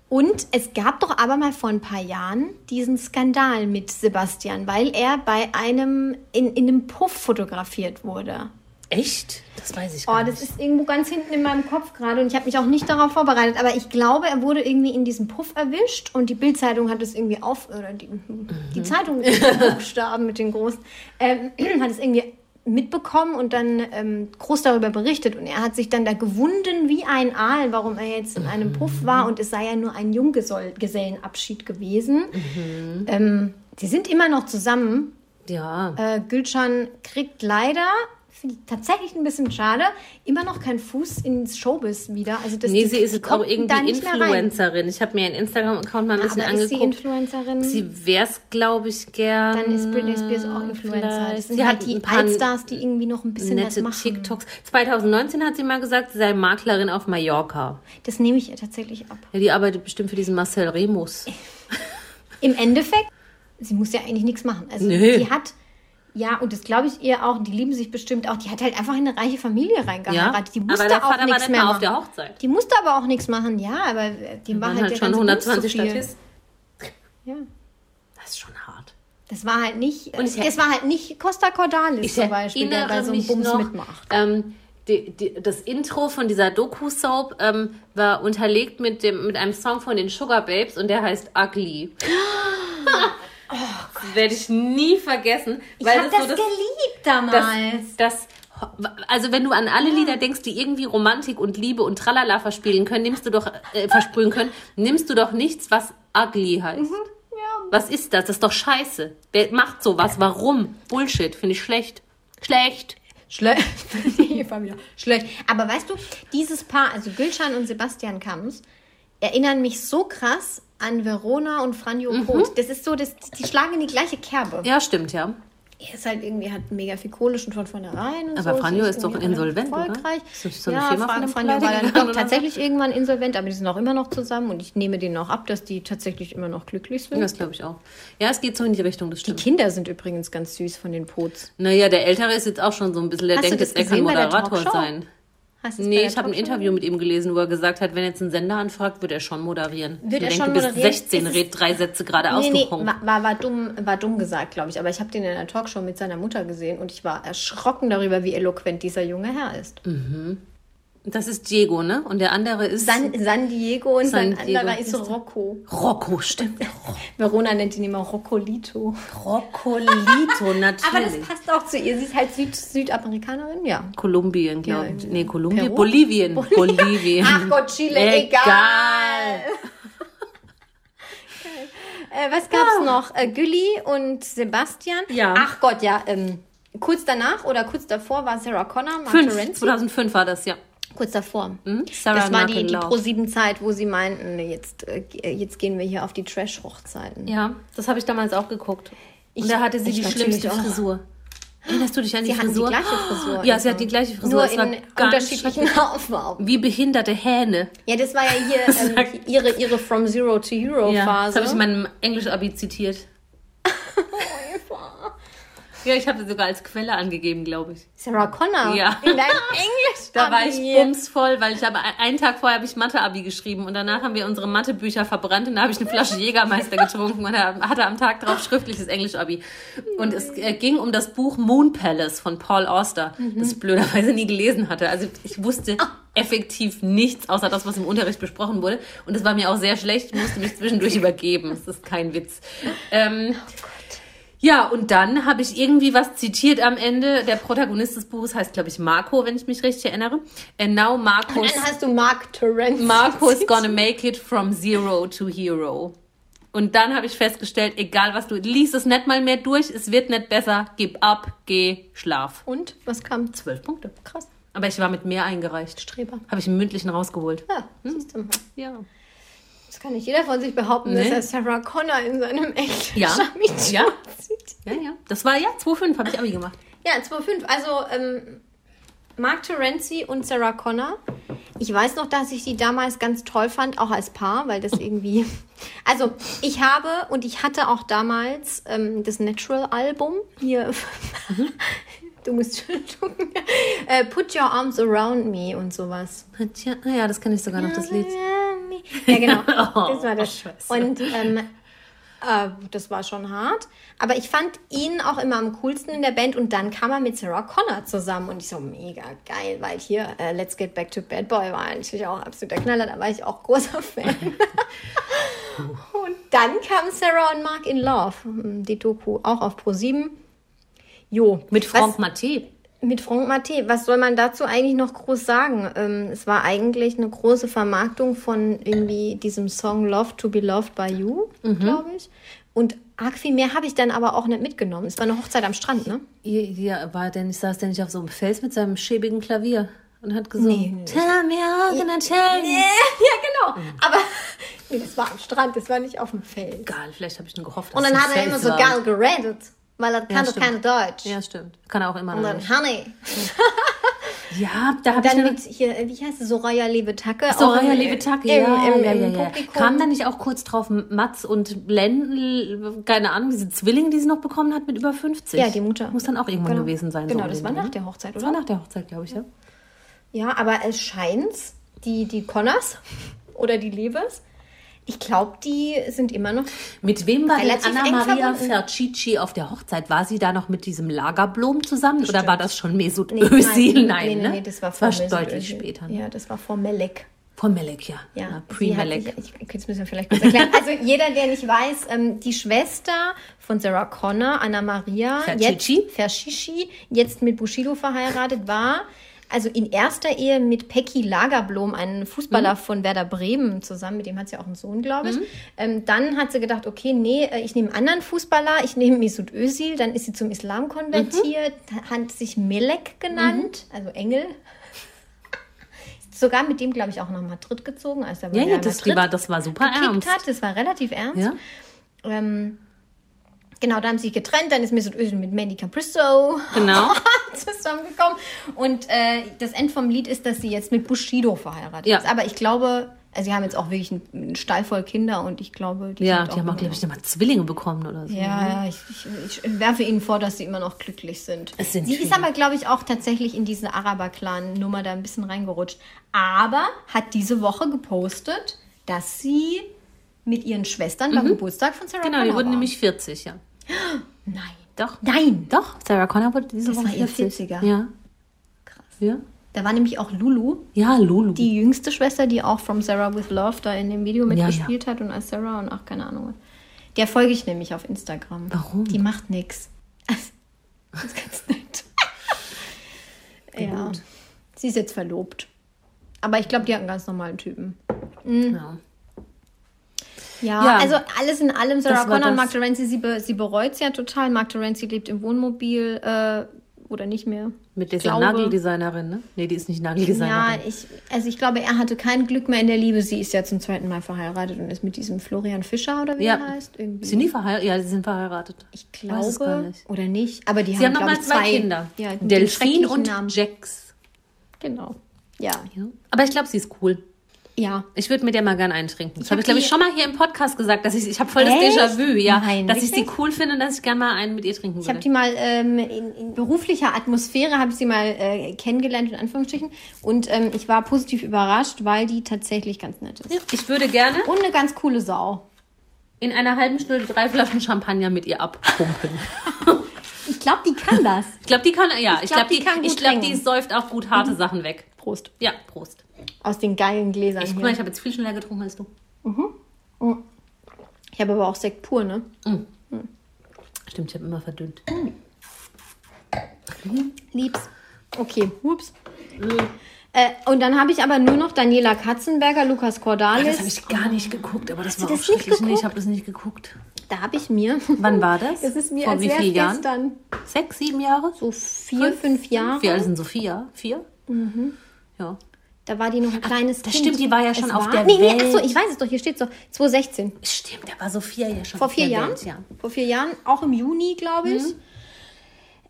[SPEAKER 2] und es gab doch aber mal vor ein paar Jahren diesen Skandal mit Sebastian, weil er bei einem, in, in einem Puff fotografiert wurde.
[SPEAKER 3] Echt? Das weiß ich
[SPEAKER 2] Oh,
[SPEAKER 3] gar
[SPEAKER 2] das
[SPEAKER 3] nicht.
[SPEAKER 2] ist irgendwo ganz hinten in meinem Kopf gerade und ich habe mich auch nicht darauf vorbereitet, aber ich glaube, er wurde irgendwie in diesem Puff erwischt und die Bildzeitung hat es irgendwie auf oder die,
[SPEAKER 3] Mhm.
[SPEAKER 2] die Zeitung mit den Buchstaben mit den großen ähm, hat es irgendwie mitbekommen und dann ähm, groß darüber berichtet und er hat sich dann da gewunden wie ein Aal, warum er jetzt in einem
[SPEAKER 3] Mhm.
[SPEAKER 2] Puff war und es sei ja nur ein Junggesellenabschied gewesen.
[SPEAKER 3] Mhm.
[SPEAKER 2] Ähm, die sind immer noch zusammen,
[SPEAKER 3] Ja.
[SPEAKER 2] äh, Gülcan kriegt leider, finde ich tatsächlich ein bisschen schade, immer noch keinen Fuß ins Showbiz wieder. Also das,
[SPEAKER 3] Nee,
[SPEAKER 2] die
[SPEAKER 3] sie ist jetzt auch
[SPEAKER 2] kommt da
[SPEAKER 3] irgendwie
[SPEAKER 2] nicht mehr rein.
[SPEAKER 3] Influencerin. Ich habe mir ihren Instagram-Account mal ein bisschen
[SPEAKER 2] Aber ist sie
[SPEAKER 3] angeguckt.
[SPEAKER 2] Influencerin?
[SPEAKER 3] Sie wär's, glaube ich, gern.
[SPEAKER 2] dann ist Britney Spears auch Influencer. Das
[SPEAKER 3] vielleicht.
[SPEAKER 2] sind
[SPEAKER 3] Sie
[SPEAKER 2] halt
[SPEAKER 3] hat
[SPEAKER 2] die
[SPEAKER 3] ein paar
[SPEAKER 2] Allstars, die irgendwie noch ein bisschen was
[SPEAKER 3] Nette
[SPEAKER 2] machen.
[SPEAKER 3] TikToks. 2019 hat sie mal gesagt, sie sei Maklerin auf Mallorca.
[SPEAKER 2] Das nehme ich ihr tatsächlich ab.
[SPEAKER 3] Ja, die arbeitet bestimmt für diesen Marcel Remus.
[SPEAKER 2] Im Endeffekt, sie muss ja eigentlich nichts machen. Also
[SPEAKER 3] Nö.
[SPEAKER 2] die hat, ja, und das glaube ich ihr auch, die lieben sich bestimmt auch, die hat halt einfach in eine reiche Familie
[SPEAKER 3] Ja.
[SPEAKER 2] reingeheiratet. Die
[SPEAKER 3] Aber
[SPEAKER 2] musste
[SPEAKER 3] der
[SPEAKER 2] auch
[SPEAKER 3] Vater war
[SPEAKER 2] nichts
[SPEAKER 3] nicht
[SPEAKER 2] mehr
[SPEAKER 3] mal
[SPEAKER 2] machen.
[SPEAKER 3] auf der Hochzeit.
[SPEAKER 2] Die musste aber auch nichts machen, ja, aber die war
[SPEAKER 3] Waren
[SPEAKER 2] halt,
[SPEAKER 3] halt
[SPEAKER 2] der
[SPEAKER 3] schon
[SPEAKER 2] ganze Bums
[SPEAKER 3] 120
[SPEAKER 2] zu viel.
[SPEAKER 3] Statisten.
[SPEAKER 2] Ja.
[SPEAKER 3] Das ist schon hart.
[SPEAKER 2] Das war halt nicht,
[SPEAKER 3] Und ich-
[SPEAKER 2] das war halt nicht Costa Cordalis
[SPEAKER 3] Ich
[SPEAKER 2] zum Beispiel, der bei
[SPEAKER 3] erinnere
[SPEAKER 2] so einem
[SPEAKER 3] mich
[SPEAKER 2] Bums
[SPEAKER 3] noch,
[SPEAKER 2] mitmacht.
[SPEAKER 3] Ähm, die, die, das Intro von dieser Doku-Soap ähm, war unterlegt mit, dem, mit einem Song von den Sugar Babes und der heißt Ugly. das werde ich nie vergessen. Weil
[SPEAKER 2] Oh ich habe
[SPEAKER 3] das
[SPEAKER 2] das,
[SPEAKER 3] so das,
[SPEAKER 2] geliebt
[SPEAKER 3] das,
[SPEAKER 2] damals.
[SPEAKER 3] das, also wenn du an alle Lieder denkst, die irgendwie Romantik und Liebe und Tralala verspielen können, nimmst du doch, äh, versprühen können, nimmst du doch nichts, was Ugly heißt.
[SPEAKER 2] Mhm.
[SPEAKER 3] Was ist das? Das ist doch scheiße. Wer macht sowas? Warum? Bullshit, finde ich schlecht. Schlecht.
[SPEAKER 2] Schlecht. Die Eva wieder. Schlecht. Aber weißt du, dieses Paar, also Gülcan und Sebastian Kams, erinnern mich so krass
[SPEAKER 3] Mhm.
[SPEAKER 2] an Verona und Franjo Poth. Das ist so, das, die schlagen in die gleiche Kerbe.
[SPEAKER 3] Ja, stimmt, ja.
[SPEAKER 2] er ist halt irgendwie, hat mega viel Kohle schon von vornherein. Und
[SPEAKER 3] Aber
[SPEAKER 2] so,
[SPEAKER 3] Franjo ist
[SPEAKER 2] irgendwie
[SPEAKER 3] doch
[SPEAKER 2] relativ
[SPEAKER 3] insolvent, oder?
[SPEAKER 2] Erfolgreich.
[SPEAKER 3] Ist das so eine
[SPEAKER 2] ja,
[SPEAKER 3] Firma von
[SPEAKER 2] Fra
[SPEAKER 3] dem
[SPEAKER 2] Franjo war
[SPEAKER 3] pleite
[SPEAKER 2] dann
[SPEAKER 3] gegangen,
[SPEAKER 2] doch
[SPEAKER 3] oder?
[SPEAKER 2] tatsächlich irgendwann insolvent, aber die sind auch immer noch zusammen und ich nehme denen auch ab, dass die tatsächlich immer noch glücklich sind.
[SPEAKER 3] Das glaube ich auch. Ja, es geht so in die Richtung, das
[SPEAKER 2] die
[SPEAKER 3] stimmt.
[SPEAKER 2] Kinder sind übrigens ganz süß von den Pots.
[SPEAKER 3] Naja, der Ältere ist jetzt auch schon so ein bisschen, der
[SPEAKER 2] Hast du
[SPEAKER 3] denkt
[SPEAKER 2] das
[SPEAKER 3] jetzt, er kann
[SPEAKER 2] gesehen bei der
[SPEAKER 3] Moderator
[SPEAKER 2] Talkshow?
[SPEAKER 3] sein.
[SPEAKER 2] Hast du es bei
[SPEAKER 3] Nee,
[SPEAKER 2] der
[SPEAKER 3] ich habe ein
[SPEAKER 2] Talkshow
[SPEAKER 3] Interview mit ihm gelesen, wo er gesagt hat, wenn jetzt ein Sender anfragt, wird er schon moderieren.
[SPEAKER 2] Wird
[SPEAKER 3] ich
[SPEAKER 2] er
[SPEAKER 3] denke,
[SPEAKER 2] schon
[SPEAKER 3] du bist
[SPEAKER 2] moderieren?
[SPEAKER 3] 16,
[SPEAKER 2] Ist es-
[SPEAKER 3] red drei Sätze gerade aus,
[SPEAKER 2] Nee, nee,
[SPEAKER 3] du Honk.
[SPEAKER 2] ma- war, war, dumm, war dumm gesagt, glaube ich. Aber ich habe den in einer Talkshow mit seiner Mutter gesehen und ich war erschrocken darüber, wie eloquent dieser junge Herr ist.
[SPEAKER 3] Das ist Diego, ne? Und der andere ist
[SPEAKER 2] San, San Diego und
[SPEAKER 3] San
[SPEAKER 2] sein
[SPEAKER 3] Diego
[SPEAKER 2] anderer ist
[SPEAKER 3] ist er.
[SPEAKER 2] Rocco.
[SPEAKER 3] Rocco, stimmt.
[SPEAKER 2] Verona nennt ihn immer Roccolito.
[SPEAKER 3] Roccolito,
[SPEAKER 2] Aber das
[SPEAKER 3] natürlich.
[SPEAKER 2] passt auch zu ihr. Sie ist halt Süd Südamerikanerin, ja.
[SPEAKER 3] Kolumbien, glaube
[SPEAKER 2] Ja,
[SPEAKER 3] ich.
[SPEAKER 2] in-
[SPEAKER 3] Nee, Kolumbien.
[SPEAKER 2] Peru?
[SPEAKER 3] Bolivien. Bolivien.
[SPEAKER 2] Ach Gott, Chile, egal. Äh, was gab's noch? Äh, Gülli und Sebastian.
[SPEAKER 3] Ja.
[SPEAKER 2] Ach Gott, ja. Ähm, kurz danach oder kurz davor war Sarah Connor, Mark
[SPEAKER 3] Fünf,
[SPEAKER 2] Terenzi.
[SPEAKER 3] 2005 war das, ja.
[SPEAKER 2] Kurz davor.
[SPEAKER 3] Sarah
[SPEAKER 2] das war die, die
[SPEAKER 3] Markenlauf.
[SPEAKER 2] Pro-7-Zeit, wo sie meinten, jetzt, äh, jetzt gehen wir hier auf die Trash-Hochzeiten.
[SPEAKER 3] Ja, das habe ich damals auch geguckt.
[SPEAKER 2] Ich-
[SPEAKER 3] Und da hatte sie
[SPEAKER 2] ich
[SPEAKER 3] die
[SPEAKER 2] natürlich
[SPEAKER 3] schlimmste
[SPEAKER 2] auch.
[SPEAKER 3] Frisur. Erinnerst du dich an die
[SPEAKER 2] Sie hatten die
[SPEAKER 3] Frisur?
[SPEAKER 2] gleiche Frisur.
[SPEAKER 3] Ja, sie hat die gleiche Frisur.
[SPEAKER 2] Nur
[SPEAKER 3] Es war
[SPEAKER 2] in
[SPEAKER 3] ganz
[SPEAKER 2] unterschiedlichen Aufbau.
[SPEAKER 3] Wie behinderte Hähne.
[SPEAKER 2] Ja, das war ja hier ähm, ihre, ihre From Zero to Hero
[SPEAKER 3] Ja, Oh,
[SPEAKER 2] Phase.
[SPEAKER 3] das habe ich in meinem Englisch-Abi zitiert. ja, ich habe sie sogar als Quelle angegeben, glaube ich.
[SPEAKER 2] Sarah Connor.
[SPEAKER 3] Ja.
[SPEAKER 2] In deinem Englisch.
[SPEAKER 3] Da war ich bumsvoll, weil ich habe einen Tag vorher habe ich Mathe-Abi geschrieben und danach haben wir unsere Mathebücher verbrannt und da habe ich eine Flasche Jägermeister getrunken und da hatte am Tag drauf schriftliches Englisch-Abi. Und es äh, ging um das Buch Moon Palace von Paul Auster, das ich blöderweise nie gelesen hatte. Also ich wusste effektiv nichts, außer das, was im Unterricht besprochen wurde. Und das war mir auch sehr schlecht. Ich musste mich zwischendurch übergeben. Das ist kein Witz. Ähm, ja, und dann habe ich irgendwie was zitiert am Ende. Der Protagonist des Buches heißt, glaube ich, Marco, wenn ich mich richtig erinnere. And now Marcos,
[SPEAKER 2] Dann hast du Mark Torrance.
[SPEAKER 3] Marcos gonna make it from zero to hero. Und dann habe ich festgestellt, egal was du, lies es nicht mal mehr durch, es wird nicht besser, gib ab, geh, schlaf.
[SPEAKER 2] Und was kam?
[SPEAKER 3] Zwölf Punkte.
[SPEAKER 2] Krass.
[SPEAKER 3] Aber ich war mit mehr eingereicht.
[SPEAKER 2] Streber.
[SPEAKER 3] Habe ich im mündlichen rausgeholt.
[SPEAKER 2] Ja, siehst du mal.
[SPEAKER 3] Ja.
[SPEAKER 2] Das kann nicht jeder von sich behaupten,
[SPEAKER 3] Nee.
[SPEAKER 2] dass er Sarah Connor in seinem Englisch
[SPEAKER 3] Ja.
[SPEAKER 2] Amit
[SPEAKER 3] Ja.
[SPEAKER 2] sieht.
[SPEAKER 3] Ja, ja. Das war ja 2,5 habe ich Abi gemacht.
[SPEAKER 2] Ja, 2,5. Also ähm, Mark Terenzi und Sarah Connor. Ich weiß noch, dass ich die damals ganz toll fand, auch als Paar, weil das irgendwie. Also ich habe und ich hatte auch damals ähm, das Natural-Album hier. du musst schon gucken. Äh, Put Your Arms Around Me und sowas.
[SPEAKER 3] Tja, ah ja, das kann ich sogar noch, das Lied.
[SPEAKER 2] Ja, genau.
[SPEAKER 3] Oh,
[SPEAKER 2] das war das.
[SPEAKER 3] Scheiße.
[SPEAKER 2] Und ähm, äh, das war schon hart. Aber ich fand ihn auch immer am coolsten in der Band. Und dann kam er mit Sarah Connor zusammen. Und ich so, mega geil, weil hier äh, Let's Get Back to Bad Boy war natürlich auch absoluter Knaller. Da war ich auch großer Fan. und dann kam Sarah und Mark in Love, die Doku, auch auf Pro7. Jo.
[SPEAKER 3] Mit
[SPEAKER 2] Was-
[SPEAKER 3] Franck Mathé.
[SPEAKER 2] mit Franck Mathé, was soll man dazu eigentlich noch groß sagen? Ähm, es war eigentlich eine große Vermarktung von irgendwie diesem Song Love to be Loved by You, glaube ich. Und arg viel mehr habe ich dann aber auch nicht mitgenommen. Es war eine Hochzeit am Strand, ne?
[SPEAKER 3] Ja, ja, war denn, ich saß denn nicht auf so einem Fels mit seinem schäbigen Klavier und hat gesungen. Tell me how can I tell you?
[SPEAKER 2] Äh, ja, genau. Aber nee, das war am Strand, das war nicht auf dem Feld.
[SPEAKER 3] Egal, vielleicht habe ich nur gehofft, dass
[SPEAKER 2] Und dann
[SPEAKER 3] es
[SPEAKER 2] hat er
[SPEAKER 3] safe
[SPEAKER 2] immer so
[SPEAKER 3] war.
[SPEAKER 2] geil geredet, weil er kann doch
[SPEAKER 3] stimmt.
[SPEAKER 2] kein Deutsch.
[SPEAKER 3] Ja, stimmt. Kann er auch immer
[SPEAKER 2] Und
[SPEAKER 3] noch
[SPEAKER 2] dann
[SPEAKER 3] nicht.
[SPEAKER 2] Honey.
[SPEAKER 3] Ja, da habe ich
[SPEAKER 2] Dann
[SPEAKER 3] eine
[SPEAKER 2] mit hier, äh, wie heißt es, Soraya Levitacke.
[SPEAKER 3] Soraya Levitacke,
[SPEAKER 2] im,
[SPEAKER 3] ja,
[SPEAKER 2] im, im,
[SPEAKER 3] ja, ja,
[SPEAKER 2] im
[SPEAKER 3] ja.
[SPEAKER 2] Publikum.
[SPEAKER 3] Kam da nicht auch kurz drauf Mats und Len, keine Ahnung, diese Zwillinge, die sie noch bekommen hat mit über 50?
[SPEAKER 2] Ja, die Mutter.
[SPEAKER 3] Muss dann auch irgendwann gewesen sein.
[SPEAKER 2] Genau,
[SPEAKER 3] so
[SPEAKER 2] das war
[SPEAKER 3] irgendwie,
[SPEAKER 2] nach
[SPEAKER 3] ne?
[SPEAKER 2] der Hochzeit,
[SPEAKER 3] Das
[SPEAKER 2] oder?
[SPEAKER 3] war nach der Hochzeit, glaube ich, ja.
[SPEAKER 2] Ja, aber es scheint, die, die Connors oder die Lebers, ich glaube, die sind immer noch.
[SPEAKER 3] Mit wem war denn
[SPEAKER 2] Relativ
[SPEAKER 3] Anna
[SPEAKER 2] eng
[SPEAKER 3] Maria
[SPEAKER 2] verbunden.
[SPEAKER 3] Fercici auf der Hochzeit? War sie da noch mit diesem Lagerblom zusammen oder war das schon Mesut
[SPEAKER 2] Nee,
[SPEAKER 3] Özil? Nein,
[SPEAKER 2] nee, nee,
[SPEAKER 3] ne?
[SPEAKER 2] nee, das war vor
[SPEAKER 3] das
[SPEAKER 2] Mesut
[SPEAKER 3] war deutlich
[SPEAKER 2] Özil.
[SPEAKER 3] später. Ne?
[SPEAKER 2] Ja, das war vor Melek.
[SPEAKER 3] Vor Melek, ja.
[SPEAKER 2] Ja,
[SPEAKER 3] ja
[SPEAKER 2] sie hat sich-
[SPEAKER 3] Pre-Melek.
[SPEAKER 2] Ich, okay, jetzt müssen wir vielleicht kurz erklären. Also jeder, der nicht weiß, ähm, die Schwester von Sarah Connor, Anna Maria,
[SPEAKER 3] Ferchichi.
[SPEAKER 2] jetzt Verschishi, jetzt mit Bushido verheiratet war, also in erster Ehe mit Pekki Lagerblom, einem
[SPEAKER 3] Mhm.
[SPEAKER 2] Fußballer von Werder Bremen zusammen, mit dem hat sie auch einen Sohn, glaube ich. Ähm, dann hat sie gedacht, okay, nee, äh, ich nehme einen anderen Fußballer, ich nehme Mesut Özil, dann ist sie zum Islam konvertiert,
[SPEAKER 3] Mhm.
[SPEAKER 2] hat sich Melek genannt, also Engel. Sogar mit dem, glaube ich, auch nach Madrid gezogen, als er bei
[SPEAKER 3] Ja, ja,
[SPEAKER 2] Real
[SPEAKER 3] das, die
[SPEAKER 2] Madrid
[SPEAKER 3] war, das war super
[SPEAKER 2] gekickt
[SPEAKER 3] ernst.
[SPEAKER 2] hat. Das war relativ ernst.
[SPEAKER 3] Ja?
[SPEAKER 2] Ähm, Genau, da haben sie sich getrennt, dann ist Mesut Özil mit Mandy Capristo
[SPEAKER 3] Genau.
[SPEAKER 2] zusammengekommen. Und äh, das Ende vom Lied ist, dass sie jetzt mit Bushido verheiratet
[SPEAKER 3] Ja.
[SPEAKER 2] ist. Aber ich glaube, also sie haben jetzt auch wirklich einen, einen Stall voll Kinder und ich glaube, die
[SPEAKER 3] Ja,
[SPEAKER 2] sind
[SPEAKER 3] die haben auch, glaube ich, nochmal Zwillinge bekommen oder so. ne?
[SPEAKER 2] ja, ja, ich, ich, ich werfe ihnen vor, dass sie immer noch glücklich sind.
[SPEAKER 3] Es sind
[SPEAKER 2] sie ist
[SPEAKER 3] viele.
[SPEAKER 2] aber, glaube ich, auch tatsächlich in diese Araber-Clan-Nummer da ein bisschen reingerutscht. Aber hat diese Woche gepostet, dass sie mit ihren Schwestern beim Geburtstag von Sarah
[SPEAKER 3] Mhm. Genau, die
[SPEAKER 2] Connor
[SPEAKER 3] wurden
[SPEAKER 2] war.
[SPEAKER 3] nämlich 40, ja.
[SPEAKER 2] Nein.
[SPEAKER 3] Doch.
[SPEAKER 2] Nein!
[SPEAKER 3] Doch, Sarah Connor wurde diese
[SPEAKER 2] Das
[SPEAKER 3] Woche
[SPEAKER 2] war ihr
[SPEAKER 3] 40.
[SPEAKER 2] 40er.
[SPEAKER 3] Ja.
[SPEAKER 2] Krass.
[SPEAKER 3] Ja.
[SPEAKER 2] Da war nämlich auch Lulu,
[SPEAKER 3] Ja, Lulu.
[SPEAKER 2] die jüngste Schwester, die auch From Sarah with Love da in dem Video
[SPEAKER 3] ja.
[SPEAKER 2] mitgespielt hat und als Sarah und ach, keine Ahnung. was. Der folge ich nämlich auf Instagram.
[SPEAKER 3] Warum?
[SPEAKER 2] Die macht nix. Das ist ganz nett. ja. Sie ist jetzt verlobt. Aber ich glaube, die hat einen ganz normalen Typen.
[SPEAKER 3] Genau.
[SPEAKER 2] Ja,
[SPEAKER 3] Ja.
[SPEAKER 2] also alles in allem, Sarah
[SPEAKER 3] Das war
[SPEAKER 2] Connor und
[SPEAKER 3] das.
[SPEAKER 2] Mark Terenzi, sie, be, sie bereut es ja total. Mark Terenzi lebt im Wohnmobil äh, oder nicht mehr.
[SPEAKER 3] Mit
[SPEAKER 2] Ich
[SPEAKER 3] dieser
[SPEAKER 2] glaube-
[SPEAKER 3] Nageldesignerin, ne? Nee, die ist nicht
[SPEAKER 2] Ja,
[SPEAKER 3] Nageldesignerin.
[SPEAKER 2] ich, also ich glaube, er hatte kein Glück mehr in der Liebe. Sie ist ja zum zweiten Mal verheiratet und ist mit diesem Florian Fischer oder wie
[SPEAKER 3] Ja.
[SPEAKER 2] er heißt. Irgendwie.
[SPEAKER 3] Sind die verheiratet? Ja, sie sind verheiratet.
[SPEAKER 2] ich
[SPEAKER 3] Weiß es gar
[SPEAKER 2] glaube,
[SPEAKER 3] nicht.
[SPEAKER 2] oder nicht. Aber die
[SPEAKER 3] Sie haben
[SPEAKER 2] haben, glaube
[SPEAKER 3] nochmal
[SPEAKER 2] ich,
[SPEAKER 3] zwei, Kinder.
[SPEAKER 2] Ja, mit dem
[SPEAKER 3] Delfin
[SPEAKER 2] schrecklichen
[SPEAKER 3] und
[SPEAKER 2] Namen.
[SPEAKER 3] Jax.
[SPEAKER 2] Genau. Ja.
[SPEAKER 3] Ja. Aber ich glaube, sie ist cool.
[SPEAKER 2] Ja.
[SPEAKER 3] Ich würde mit der mal gern eintrinken. Das habe
[SPEAKER 2] hab
[SPEAKER 3] ich, glaube
[SPEAKER 2] die-
[SPEAKER 3] ich, schon mal hier im Podcast gesagt, dass ich, ich habe voll das
[SPEAKER 2] Echt?
[SPEAKER 3] Déjà-vu, ja,
[SPEAKER 2] Nein,
[SPEAKER 3] dass ich sie
[SPEAKER 2] wirklich?
[SPEAKER 3] cool finde und dass ich gerne mal einen mit ihr trinken
[SPEAKER 2] Ich habe
[SPEAKER 3] würde.
[SPEAKER 2] die mal ähm, in, in beruflicher Atmosphäre habe ich sie mal äh, kennengelernt in Anführungsstrichen und ähm, ich war positiv überrascht, weil die tatsächlich ganz nett ist
[SPEAKER 3] Ja, ich würde gerne
[SPEAKER 2] und eine ganz coole Sau.
[SPEAKER 3] in einer halben Stunde drei Flaschen Champagner mit ihr abpumpen.
[SPEAKER 2] Ich glaube, die kann das.
[SPEAKER 3] Ich glaube, die kann, ja, ich
[SPEAKER 2] glaub,
[SPEAKER 3] glaube,
[SPEAKER 2] die
[SPEAKER 3] die,
[SPEAKER 2] kann
[SPEAKER 3] ich
[SPEAKER 2] gut
[SPEAKER 3] glaub, die
[SPEAKER 2] trinken. Mhm.
[SPEAKER 3] säuft auch gut harte Sachen weg.
[SPEAKER 2] Prost.
[SPEAKER 3] Ja, Prost.
[SPEAKER 2] Aus den geilen Gläsern
[SPEAKER 3] Ich, guck mal,
[SPEAKER 2] hier.
[SPEAKER 3] ich habe jetzt viel schneller getrunken als du.
[SPEAKER 2] Ich habe aber auch Sekt pur, ne?
[SPEAKER 3] Stimmt, ich habe immer verdünnt.
[SPEAKER 2] Liebs. Okay, ups. Äh, und dann habe ich aber nur noch Daniela Katzenberger, Lukas
[SPEAKER 3] Ah, Das habe
[SPEAKER 2] Cordalis.
[SPEAKER 3] ich gar nicht geguckt, aber das war
[SPEAKER 2] du
[SPEAKER 3] auch
[SPEAKER 2] das nicht
[SPEAKER 3] schrecklich. Nee, ich habe das nicht geguckt.
[SPEAKER 2] da habe ich mir.
[SPEAKER 3] Wann war das?
[SPEAKER 2] Das ist mir
[SPEAKER 3] Vor
[SPEAKER 2] als
[SPEAKER 3] wie
[SPEAKER 2] wär's
[SPEAKER 3] vielen Jahren?
[SPEAKER 2] gestern.
[SPEAKER 3] Sechs, sieben Jahre?
[SPEAKER 2] So vier, fünf Jahre.
[SPEAKER 3] Wie alt sind Sophia? Vier? Mhm. Ja.
[SPEAKER 2] Da war die noch ein kleines
[SPEAKER 3] das
[SPEAKER 2] Kind.
[SPEAKER 3] stimmt, die war ja schon auf der
[SPEAKER 2] nee, Nee,
[SPEAKER 3] Welt.
[SPEAKER 2] achso, ich weiß es doch, hier steht so. 2016.
[SPEAKER 3] Stimmt, da war Sophia ja schon.
[SPEAKER 2] Vor
[SPEAKER 3] auf
[SPEAKER 2] vier
[SPEAKER 3] der
[SPEAKER 2] Jahren.
[SPEAKER 3] Welt, ja. Mhm.
[SPEAKER 2] Vor vier Jahren, auch im Juni, glaube ich.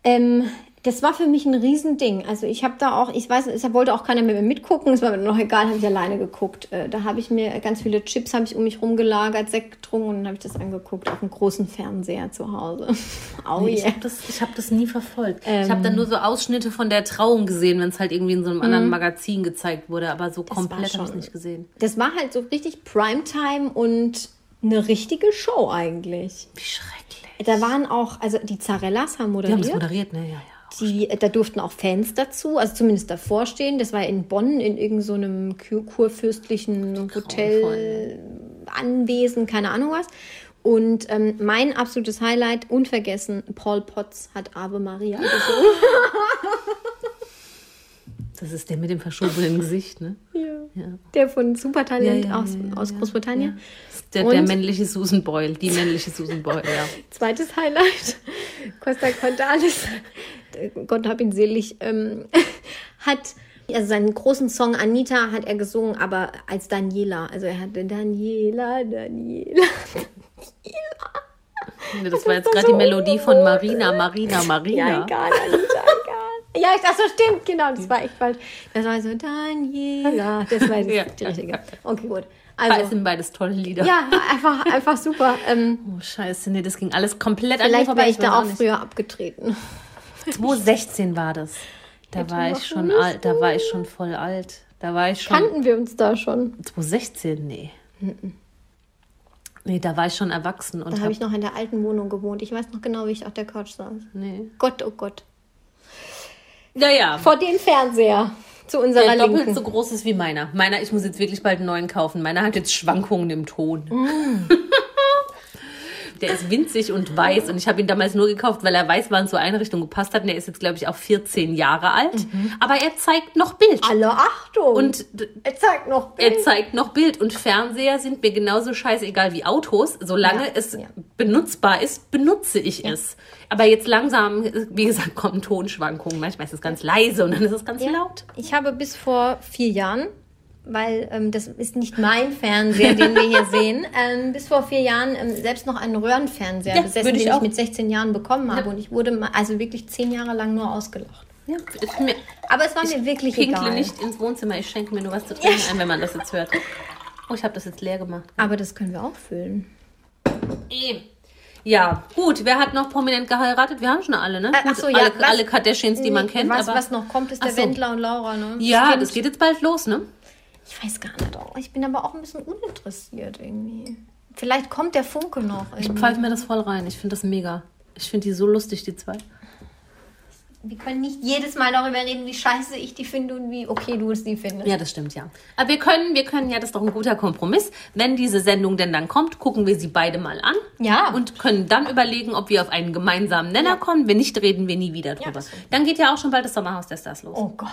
[SPEAKER 2] Ähm, das war für mich ein Riesending. Also ich habe da auch, ich weiß, es wollte auch keiner mehr mitgucken, es war mir noch egal, habe ich alleine geguckt. Äh, da habe ich mir ganz viele Chips habe ich um mich rumgelagert, Sekt getrunken und dann habe ich das angeguckt auf dem großen Fernseher zu Hause. oh
[SPEAKER 3] Ich
[SPEAKER 2] yeah. Ähm.
[SPEAKER 3] habe das, ich hab das nie verfolgt. ich habe dann nur so Ausschnitte von der Trauung gesehen, wenn es halt irgendwie in so einem anderen Magazin gezeigt wurde, aber so komplett habe ich
[SPEAKER 2] Mhm. schon-
[SPEAKER 3] nicht gesehen.
[SPEAKER 2] Das war halt so richtig Primetime und eine richtige Show eigentlich.
[SPEAKER 3] Wie schrecklich.
[SPEAKER 2] Da waren auch, also die Zarellas haben
[SPEAKER 3] Die haben es
[SPEAKER 2] moderiert.
[SPEAKER 3] moderiert, ne? Ja, ja.
[SPEAKER 2] Die, da durften auch Fans dazu, also zumindest davor stehen. Das war in Bonn in irgendeinem so einem Kur- kurfürstlichen Hotel, Anwesen, keine Ahnung was. Und ähm, mein absolutes Highlight, unvergessen, Paul Potts hat Ave Maria gesungen.
[SPEAKER 3] Das ist der mit dem verschobenen Gesicht, ne? Ja.
[SPEAKER 2] Der von Supertalent
[SPEAKER 3] Ja, ja,
[SPEAKER 2] aus,
[SPEAKER 3] ja, ja,
[SPEAKER 2] aus
[SPEAKER 3] ja,
[SPEAKER 2] Großbritannien.
[SPEAKER 3] Der, der
[SPEAKER 2] Und-
[SPEAKER 3] männliche Susan Boyle, die männliche Susan Boyle, ja.
[SPEAKER 2] Zweites Highlight, Costa Cordalis, Gott hab ihn selig, ähm, hat also seinen großen Song Anita hat er gesungen, aber als Daniela. Also er hatte Daniela, Daniela.
[SPEAKER 3] Nee, Das war jetzt gerade die Melodie von Marina, Marina,
[SPEAKER 2] Ja,
[SPEAKER 3] Marina.
[SPEAKER 2] egal, Anita, egal. Ja, ich dachte, das stimmt, genau, das war echt falsch. Das war so Daniela, das war die,
[SPEAKER 3] Ja.
[SPEAKER 2] die richtige. Okay, gut.
[SPEAKER 3] Das
[SPEAKER 2] Also,
[SPEAKER 3] sind beides tolle Lieder.
[SPEAKER 2] ja, einfach, einfach super. Ähm,
[SPEAKER 3] Oh, scheiße, nee, das ging alles komplett an mir
[SPEAKER 2] vielleicht
[SPEAKER 3] vorbei.
[SPEAKER 2] wäre ich
[SPEAKER 3] weiß
[SPEAKER 2] da auch
[SPEAKER 3] nicht.
[SPEAKER 2] früher abgetreten.
[SPEAKER 3] 2016 war das. Da war ich schon alt, da war ich schon voll alt. Da war ich schon.
[SPEAKER 2] Kannten wir uns da schon?
[SPEAKER 3] 2016, nee. Nee, da war ich schon erwachsen und
[SPEAKER 2] Da
[SPEAKER 3] hab,
[SPEAKER 2] habe ich noch in der alten Wohnung gewohnt. Ich weiß noch genau, wie ich auf der Couch saß.
[SPEAKER 3] nee.
[SPEAKER 2] Gott, oh Gott.
[SPEAKER 3] Naja,
[SPEAKER 2] Vor dem Fernseher. Zu unserer
[SPEAKER 3] der doppelt
[SPEAKER 2] Linken.
[SPEAKER 3] so groß ist wie meiner. Meiner, ich muss jetzt wirklich bald einen neuen kaufen. Meiner hat jetzt Schwankungen im Ton.
[SPEAKER 2] Mm.
[SPEAKER 3] der ist winzig und weiß und ich habe ihn damals nur gekauft, weil er weiß war und zur Einrichtung gepasst hat. Und er ist jetzt, glaube ich, auch 14 Jahre alt. Aber er zeigt noch Bild.
[SPEAKER 2] Mhm. Alle Achtung.
[SPEAKER 3] Und d-
[SPEAKER 2] er zeigt noch
[SPEAKER 3] Er
[SPEAKER 2] Bild.
[SPEAKER 3] zeigt noch Bild und Fernseher sind mir genauso scheißegal wie Autos. Solange
[SPEAKER 2] Ja,
[SPEAKER 3] es
[SPEAKER 2] ja.
[SPEAKER 3] benutzbar ist, benutze ich es. Aber jetzt langsam, wie gesagt, kommen Tonschwankungen. Manchmal ist es ganz leise und dann ist es ganz laut.
[SPEAKER 2] Ich habe bis vor vier Jahren weil ähm, das ist nicht mein Fernseher, den wir hier sehen. Ähm, bis vor vier Jahren ähm, selbst noch einen Röhrenfernseher
[SPEAKER 3] Ja,
[SPEAKER 2] besessen,
[SPEAKER 3] würde
[SPEAKER 2] den ich,
[SPEAKER 3] ich auch.
[SPEAKER 2] mit 16 Jahren bekommen habe. Und ich wurde ma- also wirklich zehn Jahre lang nur ausgelacht.
[SPEAKER 3] Ja, ist mir,
[SPEAKER 2] Aber es war mir
[SPEAKER 3] ich
[SPEAKER 2] wirklich
[SPEAKER 3] pinkle
[SPEAKER 2] egal.
[SPEAKER 3] nicht ins Wohnzimmer. Ich schenke mir nur was zu trinken ein, wenn man das jetzt hört. Oh, ich habe das jetzt leer gemacht.
[SPEAKER 2] Aber das können wir auch füllen.
[SPEAKER 3] Eh. Ja, gut. Wer hat noch prominent geheiratet? Wir haben schon alle, ne?
[SPEAKER 2] Äh,
[SPEAKER 3] Gut,
[SPEAKER 2] ach so, ja,
[SPEAKER 3] alle,
[SPEAKER 2] was-
[SPEAKER 3] alle Kardashians, die man kennt.
[SPEAKER 2] Was,
[SPEAKER 3] aber,
[SPEAKER 2] was noch kommt, ist
[SPEAKER 3] Ach
[SPEAKER 2] der
[SPEAKER 3] so.
[SPEAKER 2] Wendler und Laura, ne?
[SPEAKER 3] Ja,
[SPEAKER 2] Stimmt.
[SPEAKER 3] das geht jetzt bald los, ne?
[SPEAKER 2] Ich weiß gar nicht. Oh, ich bin aber auch ein bisschen uninteressiert irgendwie. Vielleicht kommt der Funke noch.
[SPEAKER 3] Ich
[SPEAKER 2] irgendwie.
[SPEAKER 3] pfeife mir das voll rein. Ich finde das mega. Ich finde die so lustig, die zwei.
[SPEAKER 2] Wir können nicht jedes Mal darüber reden, wie scheiße ich die finde und wie okay du es die findest.
[SPEAKER 3] Ja, das stimmt, ja. Aber wir können, wir können ja, das ist doch ein guter Kompromiss. Wenn diese Sendung denn dann kommt, gucken wir sie beide mal an.
[SPEAKER 2] Ja.
[SPEAKER 3] Und können dann überlegen, ob wir auf einen gemeinsamen Nenner kommen. Wenn nicht, reden wir nie wieder drüber.
[SPEAKER 2] das
[SPEAKER 3] dann geht ja auch schon bald das Sommerhaus der Stars los.
[SPEAKER 2] Oh Gott.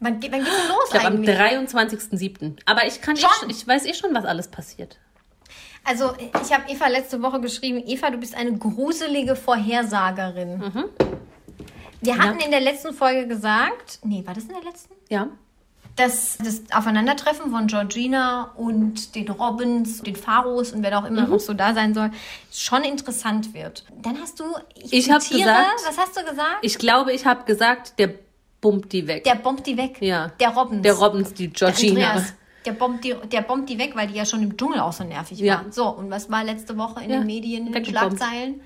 [SPEAKER 2] Wann, geht- wann geht's denn los
[SPEAKER 3] ich glaube, am
[SPEAKER 2] eigentlich?
[SPEAKER 3] 23.07. Aber ich kann, eh
[SPEAKER 2] Schon?
[SPEAKER 3] schon, ich weiß eh schon, was alles passiert.
[SPEAKER 2] Also ich habe Eva letzte Woche geschrieben, Eva, du bist eine gruselige Vorhersagerin.
[SPEAKER 3] Mhm.
[SPEAKER 2] Wir hatten in der letzten Folge gesagt, nee, war das in der letzten?
[SPEAKER 3] Ja.
[SPEAKER 2] dass das Aufeinandertreffen von Georgina und den Robins, den Pharos und wer da auch
[SPEAKER 3] Mhm.
[SPEAKER 2] immer noch so da sein soll, schon interessant wird. Dann hast du,
[SPEAKER 3] Ich hab
[SPEAKER 2] zitiere,
[SPEAKER 3] gesagt-
[SPEAKER 2] was hast du gesagt?
[SPEAKER 3] Ich glaube, ich habe gesagt, der bummt die weg.
[SPEAKER 2] der bombt die weg.
[SPEAKER 3] ja.
[SPEAKER 2] Der Robbins.
[SPEAKER 3] Der Robbins, die
[SPEAKER 2] Der
[SPEAKER 3] Georgina.
[SPEAKER 2] Andreas. Der bombt, die, der bombt die weg, weil die ja schon im Dschungel auch so nervig
[SPEAKER 3] Ja.
[SPEAKER 2] waren. So, und was war letzte Woche in
[SPEAKER 3] Ja,
[SPEAKER 2] den Medien, in den
[SPEAKER 3] weggebombt.
[SPEAKER 2] Schlagzeilen?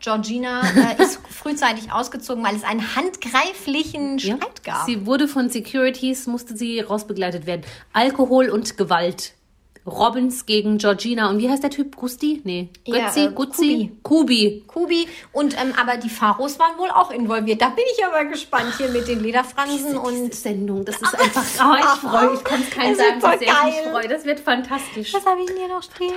[SPEAKER 2] Georgina äh, ist frühzeitig ausgezogen, weil es einen handgreiflichen
[SPEAKER 3] Ja.
[SPEAKER 2] Streit gab.
[SPEAKER 3] Sie wurde von Securities, musste sie rausbegleitet werden. Alkohol und Gewalt. Robbins gegen Georgina. Und wie heißt der Typ? Gusti? Nee.
[SPEAKER 2] Ja,
[SPEAKER 3] Götzi?
[SPEAKER 2] äh,
[SPEAKER 3] Gutzi? Kubi.
[SPEAKER 2] Kubi. Und ähm, aber die Pharos waren wohl auch involviert. Da bin ich aber gespannt hier mit den Lederfransen und.
[SPEAKER 3] Sendung, das ist einfach. Oh, ich freue mich. Ich kann es keinem
[SPEAKER 2] Das wird
[SPEAKER 3] sagen, dass
[SPEAKER 2] voll
[SPEAKER 3] ich mich
[SPEAKER 2] geil.
[SPEAKER 3] freue. Das wird fantastisch.
[SPEAKER 2] Was habe ich denn hier noch stehen?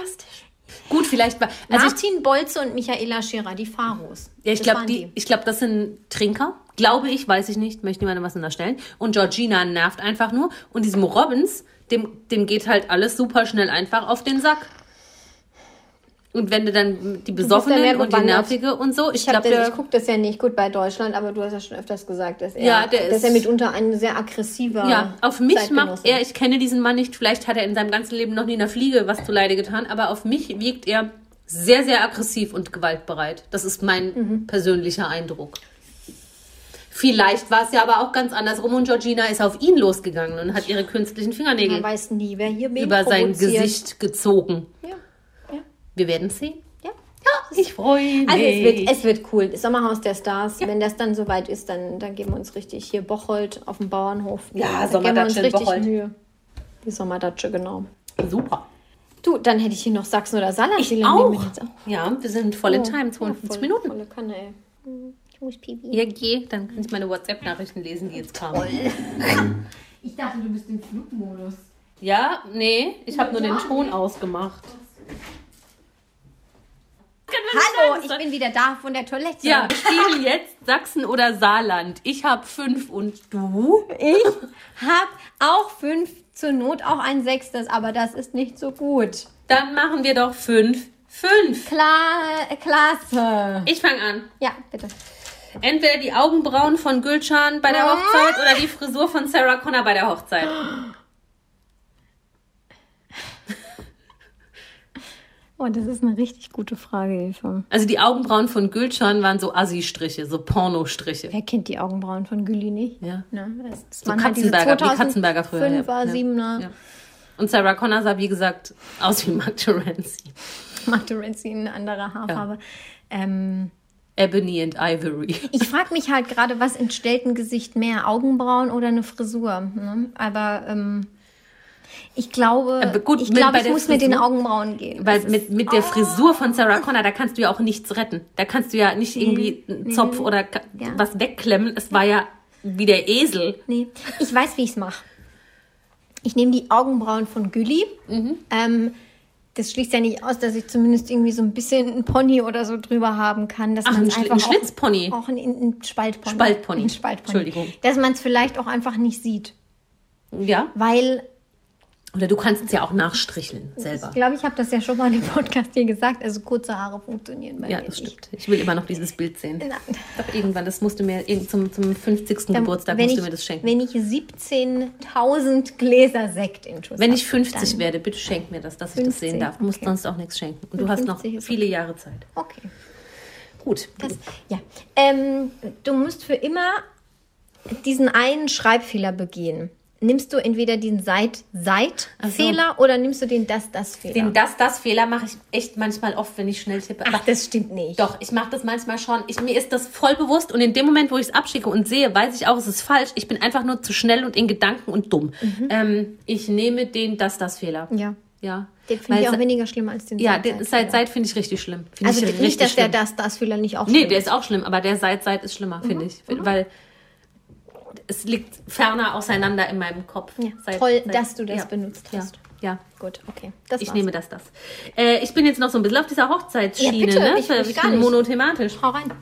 [SPEAKER 3] Gut, vielleicht war. Also ich,
[SPEAKER 2] Martin Bolze und Michaela Scherer, die Pharos.
[SPEAKER 3] ja, ich
[SPEAKER 2] Das
[SPEAKER 3] glaube,
[SPEAKER 2] waren
[SPEAKER 3] die, ich glaube, das sind Trinker. Glaube ich, weiß ich nicht. Möchte niemandem was unterstellen. Und Georgina nervt einfach nur. Und diesem Robbins, dem, dem geht halt alles super schnell einfach auf den Sack. Und wenn du dann die
[SPEAKER 2] da mehr
[SPEAKER 3] Besoffenen und die
[SPEAKER 2] bewandert.
[SPEAKER 3] Nervige und so, ich,
[SPEAKER 2] Ich, hab
[SPEAKER 3] glaube,
[SPEAKER 2] das, ich
[SPEAKER 3] der,
[SPEAKER 2] gucke das ja nicht gut bei Deutschland, aber du hast ja schon öfters gesagt, dass er,
[SPEAKER 3] Ja, der
[SPEAKER 2] dass
[SPEAKER 3] ist-
[SPEAKER 2] er mitunter ein sehr aggressiver
[SPEAKER 3] ja, auf mich macht
[SPEAKER 2] Zeitgenosse
[SPEAKER 3] er,
[SPEAKER 2] ist.
[SPEAKER 3] ich kenne diesen Mann nicht, vielleicht hat er in seinem ganzen Leben noch nie einer Fliege was zu Leide getan, aber auf mich wirkt er sehr, sehr aggressiv und gewaltbereit. Das ist mein persönlicher Eindruck. Vielleicht war es ja aber auch ganz andersrum und Georgina ist auf ihn losgegangen und hat ihre künstlichen
[SPEAKER 2] Man
[SPEAKER 3] Fingernägel
[SPEAKER 2] weiß nie, wer hier wen
[SPEAKER 3] über sein
[SPEAKER 2] provoziert.
[SPEAKER 3] Gesicht gezogen.
[SPEAKER 2] Ja, ja,
[SPEAKER 3] Wir werden sehen.
[SPEAKER 2] ja.
[SPEAKER 3] Ich freue mich.
[SPEAKER 2] Also es wird, es wird cool. Das Sommerhaus der Stars. Wenn das dann soweit ist, dann, dann geben wir uns richtig hier Bocholt auf dem Bauernhof.
[SPEAKER 3] Ja,
[SPEAKER 2] dann geben wir uns
[SPEAKER 3] Sommerdatsche in
[SPEAKER 2] richtig
[SPEAKER 3] Bocholt.
[SPEAKER 2] Mühe. Die Sommerdatsche, genau.
[SPEAKER 3] Super.
[SPEAKER 2] Du, dann hätte ich hier noch Sachsen oder Saarland. Ich
[SPEAKER 3] Auch. Oh, Ja, wir sind voll in Time, 52
[SPEAKER 2] Oh, voll,
[SPEAKER 3] Minuten.
[SPEAKER 2] Volle Kanne, ey. Hm, Ich muss pipi.
[SPEAKER 3] Ja, geh, dann kann ich meine WhatsApp-Nachrichten lesen, die jetzt kamen.
[SPEAKER 2] Ich dachte, du bist im Flugmodus.
[SPEAKER 3] Ja, nee, ich habe nur den Ton ausgemacht.
[SPEAKER 2] Hallo, ich bin wieder da von der Toilette.
[SPEAKER 3] Ja, wir spielen jetzt Sachsen oder Saarland. Ich habe fünf und du?
[SPEAKER 2] Ich hab auch fünf, zur Not auch ein sechstes, aber das ist nicht so gut.
[SPEAKER 3] Dann machen wir doch fünf, fünf.
[SPEAKER 2] Klar, klasse.
[SPEAKER 3] Ich fange an.
[SPEAKER 2] Ja, bitte.
[SPEAKER 3] Entweder die Augenbrauen von Gülcan bei der
[SPEAKER 2] Ah.
[SPEAKER 3] Hochzeit oder die Frisur von Sarah Connor bei der Hochzeit.
[SPEAKER 2] Oh, das ist eine richtig gute Frage, Eva.
[SPEAKER 3] Also die Augenbrauen von Gülcan waren so Assi-Striche, so Porno-Striche.
[SPEAKER 2] Wer kennt die Augenbrauen von Gülli nicht?
[SPEAKER 3] Ja.
[SPEAKER 2] Ne, das, das
[SPEAKER 3] So Katzenberger, wie Katzenberger früher. ja.
[SPEAKER 2] 5er,
[SPEAKER 3] Ja.
[SPEAKER 2] 7er.
[SPEAKER 3] Ja. Und Sarah Connor sah, wie gesagt, aus wie Mark Terenzi.
[SPEAKER 2] Machte Renzi eine andere Haarfarbe. Ähm,
[SPEAKER 3] Ebony and Ivory.
[SPEAKER 2] ich frage mich halt gerade, was entstellt ein Gesicht mehr? Augenbrauen oder eine Frisur? Ne? Aber ähm, ich glaube,
[SPEAKER 3] Aber Äh, gut,
[SPEAKER 2] ich,
[SPEAKER 3] mit-
[SPEAKER 2] glaube
[SPEAKER 3] bei
[SPEAKER 2] ich
[SPEAKER 3] der
[SPEAKER 2] muss mit den
[SPEAKER 3] Frisur-
[SPEAKER 2] Augenbrauen gehen.
[SPEAKER 3] Weil mit, mit der Frisur von Sarah
[SPEAKER 4] Ah.
[SPEAKER 3] Connor, da kannst du ja auch nichts retten. Da kannst du ja nicht irgendwie einen Zopf oder ka-
[SPEAKER 2] Ja.
[SPEAKER 3] was wegklemmen. Es war ja wie der Esel.
[SPEAKER 2] Nee, ich weiß, wie ich es mache. Ich nehme die Augenbrauen von Gülli.
[SPEAKER 3] Mhm.
[SPEAKER 2] Ähm, das schließt ja nicht aus, dass ich zumindest irgendwie so ein bisschen einen Pony oder so drüber haben kann. Dass
[SPEAKER 3] Ach,
[SPEAKER 2] man's
[SPEAKER 3] ein Schli-
[SPEAKER 2] einfach auch-
[SPEAKER 3] ein Schlitzpony.
[SPEAKER 2] Auch ein, ein Spaltpony.
[SPEAKER 3] Spaltpony.
[SPEAKER 2] Ein Spaltpony.
[SPEAKER 3] Entschuldigung.
[SPEAKER 2] Dass man es vielleicht auch einfach nicht sieht.
[SPEAKER 3] Ja.
[SPEAKER 2] Weil
[SPEAKER 3] Oder du kannst es ja auch nachstricheln selber.
[SPEAKER 4] Ich glaube, ich habe das ja schon mal im Podcast hier gesagt. Also kurze Haare funktionieren bei
[SPEAKER 3] Ja,
[SPEAKER 4] mir
[SPEAKER 3] das
[SPEAKER 4] nicht.
[SPEAKER 3] stimmt. Ich will immer noch dieses Bild sehen.
[SPEAKER 4] Nein.
[SPEAKER 3] Doch irgendwann, das musst du mir irgend- zum, zum 50.
[SPEAKER 4] Dann,
[SPEAKER 3] Geburtstag
[SPEAKER 4] wenn
[SPEAKER 3] musst
[SPEAKER 4] ich,
[SPEAKER 3] du mir das schenken.
[SPEAKER 4] Wenn ich 17.000 Gläser Sekt in Schuss
[SPEAKER 3] Wenn
[SPEAKER 4] hab,
[SPEAKER 3] ich 50
[SPEAKER 4] dann-
[SPEAKER 3] werde, bitte schenk mir das, dass ich das
[SPEAKER 4] 50,
[SPEAKER 3] sehen darf. Du musst
[SPEAKER 4] okay.
[SPEAKER 3] sonst auch nichts schenken. Und du
[SPEAKER 4] Mit
[SPEAKER 3] hast noch
[SPEAKER 4] 50 ist
[SPEAKER 3] viele Jahre Zeit.
[SPEAKER 4] Okay.
[SPEAKER 3] Gut.
[SPEAKER 4] Das, ja. Ähm, du musst für immer diesen einen Schreibfehler begehen. Nimmst du entweder den
[SPEAKER 3] so.
[SPEAKER 4] Seit-Seit-Fehler oder nimmst du den Das-Das-Fehler?
[SPEAKER 3] Den Das-Das-Fehler mache ich echt manchmal oft, wenn ich schnell tippe.
[SPEAKER 4] Ach, das stimmt nicht.
[SPEAKER 3] Doch, ich mache das manchmal schon. Ich, mir ist das voll bewusst und in dem Moment, wo ich es abschicke und sehe, weiß ich auch, es ist falsch. Ich bin einfach nur zu schnell und in Gedanken und dumm. Ähm, ich nehme den das, das Fehler.
[SPEAKER 4] Mhm. Ja.
[SPEAKER 3] Ja.
[SPEAKER 4] Den finde
[SPEAKER 3] Weil
[SPEAKER 4] ich auch
[SPEAKER 3] se-
[SPEAKER 4] weniger schlimm als den
[SPEAKER 3] Ja, der
[SPEAKER 4] Seit-Seit-Fehler.
[SPEAKER 3] seit seit finde ich richtig schlimm. Find
[SPEAKER 4] Also
[SPEAKER 3] ich
[SPEAKER 4] nicht, dass der
[SPEAKER 3] schlimm.
[SPEAKER 4] Das-Das-Fehler nicht auch
[SPEAKER 3] Nee,
[SPEAKER 4] schlimm
[SPEAKER 3] der ist auch schlimm, aber der seit seit ist schlimmer,
[SPEAKER 4] Mhm.
[SPEAKER 3] finde ich, weil es liegt ferner auseinander in meinem Kopf.
[SPEAKER 4] Ja,
[SPEAKER 3] Seit-
[SPEAKER 4] toll,
[SPEAKER 3] seit-
[SPEAKER 4] dass du das
[SPEAKER 3] ja.
[SPEAKER 4] benutzt
[SPEAKER 3] ja.
[SPEAKER 4] hast.
[SPEAKER 3] Ja.
[SPEAKER 4] Gut, okay. Das
[SPEAKER 3] Ich
[SPEAKER 4] war's.
[SPEAKER 3] nehme das, das. Äh, ich bin jetzt noch so ein bisschen auf dieser Hochzeitsschiene,
[SPEAKER 4] Ja, bitte,
[SPEAKER 3] ne?
[SPEAKER 4] ich- ich gar
[SPEAKER 3] bin
[SPEAKER 4] nicht.
[SPEAKER 3] monothematisch.
[SPEAKER 4] Hau rein.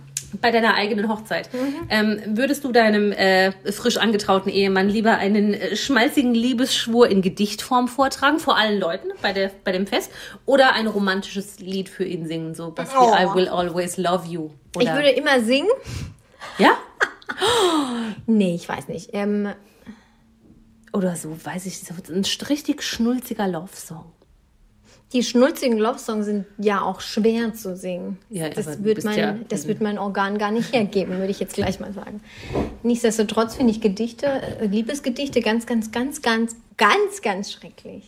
[SPEAKER 3] Bei deiner eigenen Hochzeit.
[SPEAKER 4] Mhm.
[SPEAKER 3] Ähm, würdest du deinem äh, frisch angetrauten Ehemann lieber einen äh, schmalzigen Liebesschwur in Gedichtform vortragen, vor allen Leuten bei, der, bei dem Fest, oder ein romantisches Lied für ihn singen, so was
[SPEAKER 4] Oh.
[SPEAKER 3] wie I Will Always Love You? Oder,
[SPEAKER 4] Ich würde immer singen.
[SPEAKER 3] ja?
[SPEAKER 4] Nee, ich weiß nicht. Ähm,
[SPEAKER 3] Oder so, weiß ich, so ein richtig schnulziger Love-Song.
[SPEAKER 4] die schnulzigen Love-Songs sind ja auch schwer zu singen.
[SPEAKER 3] Ja, aber
[SPEAKER 4] das
[SPEAKER 3] du
[SPEAKER 4] wird
[SPEAKER 3] bist
[SPEAKER 4] mein,
[SPEAKER 3] ja-
[SPEAKER 4] das wird mein Organ gar nicht hergeben, würde ich jetzt gleich mal sagen. Nichtsdestotrotz finde ich Gedichte, äh, Liebesgedichte ganz, ganz, ganz, ganz, ganz, ganz schrecklich.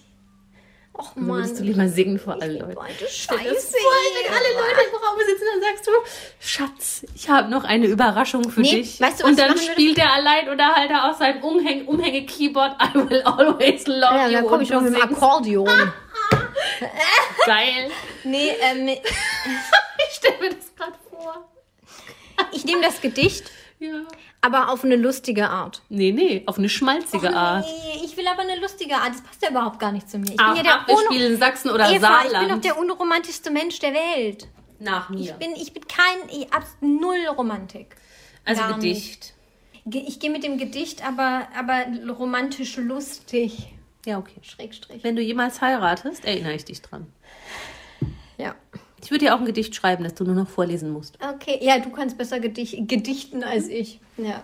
[SPEAKER 4] Och
[SPEAKER 3] Dann
[SPEAKER 4] Mann.
[SPEAKER 3] Würdest du lieber singen vor allen Leuten?
[SPEAKER 4] Leute,
[SPEAKER 3] Das ist
[SPEAKER 4] scheiße.
[SPEAKER 3] voll, wenn alle Leute im Raum sitzen, dann sagst du, Schatz, ich habe noch eine Überraschung für
[SPEAKER 4] Nee,
[SPEAKER 3] dich.
[SPEAKER 4] weißt du, was
[SPEAKER 3] und
[SPEAKER 4] ich
[SPEAKER 3] dann
[SPEAKER 4] machen würde?
[SPEAKER 3] spielt der Alleinunterhalter halt auf seinem Umhäng Umhänge-Keyboard I will always love
[SPEAKER 4] Ja,
[SPEAKER 3] you.
[SPEAKER 4] dann komme ich
[SPEAKER 3] und Ah!
[SPEAKER 4] noch
[SPEAKER 3] du
[SPEAKER 4] mit dem
[SPEAKER 3] singst,
[SPEAKER 4] Akkordeon.
[SPEAKER 3] Geil.
[SPEAKER 4] Nee, ähm,
[SPEAKER 3] Ich stelle mir das gerade vor.
[SPEAKER 4] ich nehme das Gedicht,
[SPEAKER 3] Ja.
[SPEAKER 4] aber auf eine lustige Art.
[SPEAKER 3] Nee, nee, auf eine schmalzige Art.
[SPEAKER 4] Nee, ich will aber eine lustige Art. Das passt ja überhaupt gar nicht zu mir. Ich
[SPEAKER 3] Ach,
[SPEAKER 4] bin ja der
[SPEAKER 3] ach, wir
[SPEAKER 4] unro-
[SPEAKER 3] spielen Sachsen oder
[SPEAKER 4] Eva, ich bin doch
[SPEAKER 3] Saarland.
[SPEAKER 4] der unromantischste Mensch der Welt.
[SPEAKER 3] Nach mir.
[SPEAKER 4] Ich bin, ich bin kein, ich hab null Romantik.
[SPEAKER 3] also
[SPEAKER 4] gar
[SPEAKER 3] Gedicht.
[SPEAKER 4] Ge- Ich gehe mit dem Gedicht, aber, aber romantisch lustig.
[SPEAKER 3] Ja, okay.
[SPEAKER 4] Schrägstrich.
[SPEAKER 3] Wenn du jemals heiratest, erinnere ich dich dran.
[SPEAKER 4] Ja.
[SPEAKER 3] Ich würde dir auch ein Gedicht schreiben, das du nur noch vorlesen musst.
[SPEAKER 4] Okay, ja, du kannst besser Gedich gedichten als ich. Ja.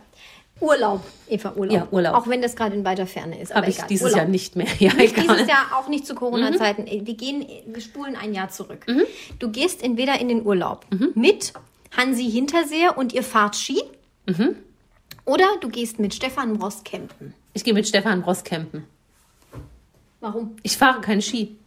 [SPEAKER 4] Urlaub, Eva, Urlaub.
[SPEAKER 3] Mhm. Ja, Urlaub.
[SPEAKER 4] Auch wenn das gerade in weiter Ferne ist.
[SPEAKER 3] Habe
[SPEAKER 4] aber
[SPEAKER 3] ich
[SPEAKER 4] egal.
[SPEAKER 3] dieses
[SPEAKER 4] Urlaub.
[SPEAKER 3] Jahr nicht mehr. Ja,
[SPEAKER 4] Nicht
[SPEAKER 3] egal. Mhm.
[SPEAKER 4] dieses Jahr, auch nicht zu Corona-Zeiten. Äh, Wir gehen, wir spulen ein Jahr zurück. Du gehst entweder in den Urlaub
[SPEAKER 3] Mhm.
[SPEAKER 4] mit Hansi Hinterseer und ihr fahrt Ski. Mhm. Oder du gehst mit Stefan Ross campen.
[SPEAKER 3] Ich gehe mit Stefan Ross campen.
[SPEAKER 4] Warum?
[SPEAKER 3] Ich fahre keinen Ski.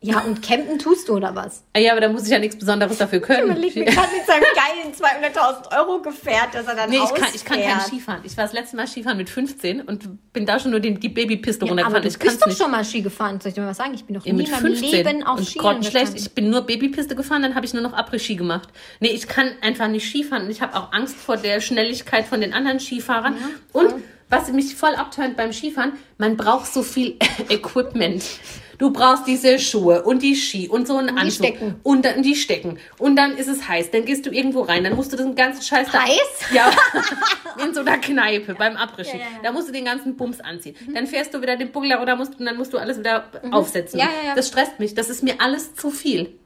[SPEAKER 4] Ja, und campen tust du oder was?
[SPEAKER 3] Ah Ja, aber da muss ich ja nichts Besonderes dafür können.
[SPEAKER 4] liegt mir gerade mit seinem geilen 200.000 Euro Gefährt, dass er dann
[SPEAKER 3] Nee, ich kann, ich kann kein Skifahren. Ich war das letzte Mal Skifahren mit 15 und bin da schon nur die, die Babypiste
[SPEAKER 4] aber
[SPEAKER 3] runtergefahren.
[SPEAKER 4] du
[SPEAKER 3] Ich kann
[SPEAKER 4] bist
[SPEAKER 3] es
[SPEAKER 4] doch
[SPEAKER 3] nicht.
[SPEAKER 4] schon mal Ski gefahren. Soll ich dir mal was sagen? Ich bin noch
[SPEAKER 3] Ja,
[SPEAKER 4] nie
[SPEAKER 3] mit
[SPEAKER 4] in meinem
[SPEAKER 3] 15
[SPEAKER 4] Leben auf
[SPEAKER 3] und
[SPEAKER 4] Ski
[SPEAKER 3] grottenschlecht.
[SPEAKER 4] gestanden.
[SPEAKER 3] Ich bin nur Babypiste gefahren, dann habe ich nur noch Après-Ski gemacht. Nee, ich kann einfach nicht Skifahren und ich habe auch Angst vor der Schnelligkeit von den anderen Skifahrern. und was mich voll abtönt beim Skifahren, man braucht so viel Equipment. Du brauchst diese Schuhe und die Ski und so einen
[SPEAKER 4] die
[SPEAKER 3] Anzug
[SPEAKER 4] Stecken.
[SPEAKER 3] und dann die Stecken und dann ist es heiß, dann gehst du irgendwo rein, dann musst du den ganzen Scheiß da-
[SPEAKER 4] Heiß?
[SPEAKER 3] ja, in so einer Kneipe beim Abrischen.
[SPEAKER 4] Ja, ja, ja.
[SPEAKER 3] Da musst du den ganzen Bums anziehen. Dann fährst du wieder den Bugler oder musst und dann musst du alles wieder aufsetzen.
[SPEAKER 4] Mhm. Ja, ja, ja.
[SPEAKER 3] Das stresst mich, das ist mir alles zu viel.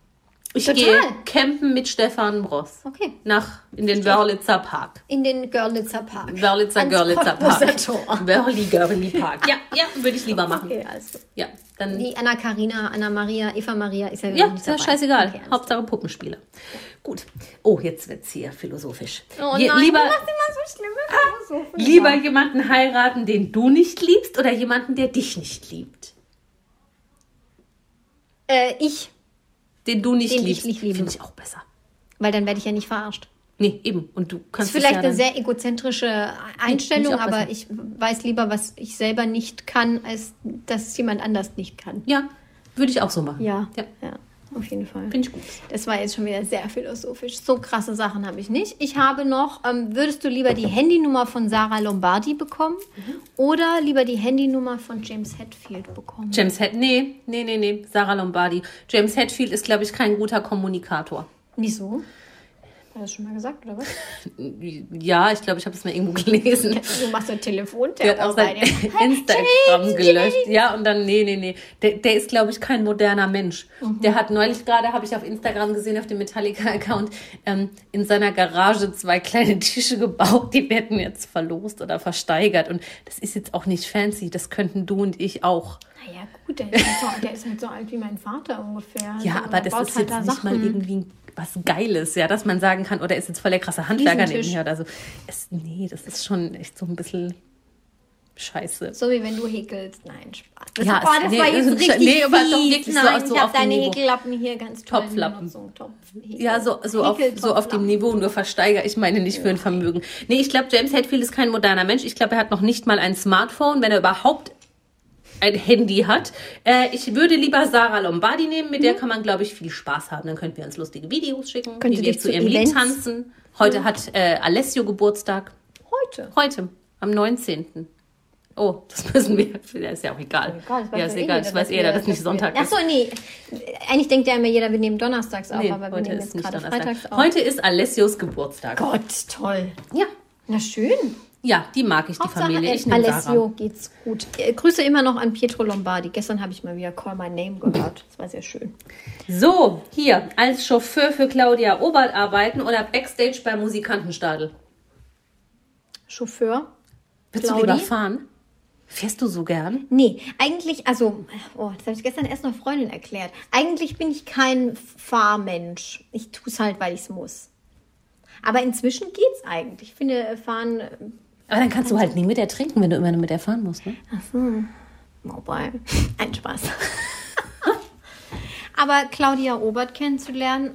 [SPEAKER 3] Ich
[SPEAKER 4] Total.
[SPEAKER 3] gehe campen mit Stefan Bross
[SPEAKER 4] Okay.
[SPEAKER 3] nach in den Wörlitzer Park.
[SPEAKER 4] In den Görlitzer Park.
[SPEAKER 3] Wörlitzer
[SPEAKER 4] Ans
[SPEAKER 3] Görlitzer
[SPEAKER 4] Cottbusser
[SPEAKER 3] Park.
[SPEAKER 4] Tor.
[SPEAKER 3] Wörli Görli Park. Ja, ja, würde ich lieber machen.
[SPEAKER 4] Okay, also.
[SPEAKER 3] Ja, dann
[SPEAKER 4] Die Anna Karina, Anna Maria, Eva Maria ist ja
[SPEAKER 3] ja,
[SPEAKER 4] noch nicht
[SPEAKER 3] ist ja
[SPEAKER 4] dabei.
[SPEAKER 3] scheißegal.
[SPEAKER 4] Okay, alles
[SPEAKER 3] Hauptsache Puppenspiele. Gut. Oh, jetzt wird's hier philosophisch.
[SPEAKER 4] klar. Oh
[SPEAKER 3] Je-
[SPEAKER 4] nein,
[SPEAKER 3] lieber
[SPEAKER 4] du machst immer so schlimme Philosophen.
[SPEAKER 3] Lieber jemanden heiraten, den du nicht liebst, oder jemanden, der dich nicht liebt?
[SPEAKER 4] Äh, ich,
[SPEAKER 3] Den du nicht
[SPEAKER 4] Den ich
[SPEAKER 3] liebst.
[SPEAKER 4] nicht liebe.
[SPEAKER 3] Finde ich auch besser.
[SPEAKER 4] weil dann werde ich ja nicht verarscht.
[SPEAKER 3] Nee, eben. Und du kannst
[SPEAKER 4] Ist vielleicht
[SPEAKER 3] es ja
[SPEAKER 4] eine
[SPEAKER 3] dann,
[SPEAKER 4] sehr egozentrische Einstellung,
[SPEAKER 3] auch
[SPEAKER 4] aber
[SPEAKER 3] besser.
[SPEAKER 4] ich weiß lieber, was ich selber nicht kann, als dass es jemand anders nicht kann.
[SPEAKER 3] Ja, würde ich auch so machen.
[SPEAKER 4] Ja,
[SPEAKER 3] ja
[SPEAKER 4] ja, auf jeden Fall.
[SPEAKER 3] Finde ich gut.
[SPEAKER 4] Das war jetzt schon wieder sehr philosophisch. So krasse Sachen habe ich nicht. Ich habe noch, ähm, würdest du lieber die Handynummer von Sarah Lombardi bekommen
[SPEAKER 3] Mhm.
[SPEAKER 4] oder lieber die Handynummer von James Hetfield bekommen?
[SPEAKER 3] James Hetfield. Nee, nee, nee, nee. Sarah Lombardi. James Hetfield ist, glaube ich, kein guter Kommunikator.
[SPEAKER 4] Wieso? Hast du das schon mal gesagt, oder was?
[SPEAKER 3] Ja, ich glaube, ich habe es mal irgendwo gelesen.
[SPEAKER 4] Du machst so
[SPEAKER 3] Der
[SPEAKER 4] einen
[SPEAKER 3] hat
[SPEAKER 4] Telefonterror
[SPEAKER 3] auch sein
[SPEAKER 4] bei dir.
[SPEAKER 3] Instagram gelöscht. Ja, und dann, nee, nee, nee. Der, der ist, glaube ich, kein moderner Mensch.
[SPEAKER 4] Mhm.
[SPEAKER 3] Der hat neulich gerade, habe ich auf Instagram gesehen, auf dem Metallica-Account, ähm, in seiner Garage zwei kleine Tische gebaut. Die werden jetzt verlost oder versteigert. Und das ist jetzt auch nicht fancy. Das könnten du und ich auch.
[SPEAKER 4] Naja, gut, der ist, halt so, der ist halt so alt wie mein Vater ungefähr.
[SPEAKER 3] Ja,
[SPEAKER 4] Also,
[SPEAKER 3] aber
[SPEAKER 4] der
[SPEAKER 3] das
[SPEAKER 4] baut
[SPEAKER 3] ist
[SPEAKER 4] halt
[SPEAKER 3] jetzt
[SPEAKER 4] da
[SPEAKER 3] nicht mal irgendwie was Geiles, ja, dass man sagen kann, oder ist jetzt voll der krasse Handwerker neben
[SPEAKER 4] Riesentisch.
[SPEAKER 3] mir oder so. Es, nee, das ist schon echt so ein bisschen scheiße.
[SPEAKER 4] So wie wenn du häkelst. Nein, Spaß. Das,
[SPEAKER 3] Ja,
[SPEAKER 4] boah,
[SPEAKER 3] es-
[SPEAKER 4] das
[SPEAKER 3] nee,
[SPEAKER 4] war
[SPEAKER 3] es
[SPEAKER 4] jetzt
[SPEAKER 3] ist-
[SPEAKER 4] richtig
[SPEAKER 3] nee, aber doch
[SPEAKER 4] fies.
[SPEAKER 3] wirklich so-
[SPEAKER 4] Nein,
[SPEAKER 3] so
[SPEAKER 4] ich
[SPEAKER 3] auf
[SPEAKER 4] habe
[SPEAKER 3] dem
[SPEAKER 4] deine
[SPEAKER 3] Niveau.
[SPEAKER 4] Häkellappen hier ganz toll. in
[SPEAKER 3] Topflappen.
[SPEAKER 4] Benutzung. Topf, Häkel-
[SPEAKER 3] Ja, so, so, auf, so auf dem
[SPEAKER 4] Häkeltopflappen.
[SPEAKER 3] Niveau, nur versteigere ich meine nicht für ein Vermögen. Nee, ich glaube, James Hetfield ist kein moderner Mensch. Ich glaube, er hat noch nicht mal ein Smartphone, wenn er überhaupt ein Handy hat. Äh, ich würde lieber Sarah Lombardi nehmen, mit der kann man, glaube ich, viel Spaß haben. Dann könnten wir uns lustige Videos schicken,
[SPEAKER 4] Mhm. Könnte
[SPEAKER 3] wie wir
[SPEAKER 4] dich
[SPEAKER 3] zu
[SPEAKER 4] zu
[SPEAKER 3] ihrem Lied
[SPEAKER 4] Events-
[SPEAKER 3] tanzen. Heute hat äh, Alessio Geburtstag.
[SPEAKER 4] Heute.
[SPEAKER 3] Heute, am 19. Oh, das müssen wir. Ja, ist ja auch egal.
[SPEAKER 4] Gott, das weiß
[SPEAKER 3] ja, ist
[SPEAKER 4] ja eh
[SPEAKER 3] egal.
[SPEAKER 4] jeder,
[SPEAKER 3] Das weiß
[SPEAKER 4] dass
[SPEAKER 3] eher,
[SPEAKER 4] wir-
[SPEAKER 3] dass es nicht
[SPEAKER 4] dass
[SPEAKER 3] Sonntag
[SPEAKER 4] wir-
[SPEAKER 3] ist.
[SPEAKER 4] Ach so, nee. Eigentlich denkt ja immer jeder, wir nehmen donnerstags auf,
[SPEAKER 3] Nee,
[SPEAKER 4] aber wir
[SPEAKER 3] heute
[SPEAKER 4] nehmen
[SPEAKER 3] ist
[SPEAKER 4] jetzt
[SPEAKER 3] nicht
[SPEAKER 4] gerade
[SPEAKER 3] Donnerstag.
[SPEAKER 4] freitags auf.
[SPEAKER 3] Heute ist Alessios Geburtstag.
[SPEAKER 4] Gott, toll.
[SPEAKER 3] Ja,
[SPEAKER 4] Na schön.
[SPEAKER 3] ja, die mag ich, die
[SPEAKER 4] Hauptsache,
[SPEAKER 3] Familie. Ich
[SPEAKER 4] ich
[SPEAKER 3] nehme
[SPEAKER 4] Alessio
[SPEAKER 3] Sarah.
[SPEAKER 4] geht's gut. Äh, Grüße immer noch an Pietro Lombardi. Gestern habe ich mal wieder Call My Name gehört. Das war sehr schön.
[SPEAKER 3] So, hier, als Chauffeur für Claudia Obert arbeiten oder Backstage bei Musikantenstadel.
[SPEAKER 4] Chauffeur.
[SPEAKER 3] Willst du
[SPEAKER 4] Claudi?
[SPEAKER 3] lieber fahren? Fährst du so gern?
[SPEAKER 4] Nee, eigentlich, also, oh, das habe ich gestern erst einer Freundin erklärt. Eigentlich bin ich kein Fahrmensch. Ich tue es halt, weil ich es muss. Aber inzwischen geht's eigentlich. Ich finde, äh, fahren, äh,
[SPEAKER 3] Aber dann kannst du halt nie mit der trinken, wenn du immer nur mit der fahren musst, ne?
[SPEAKER 4] wobei, ein Spaß. Aber Claudia Obert kennenzulernen,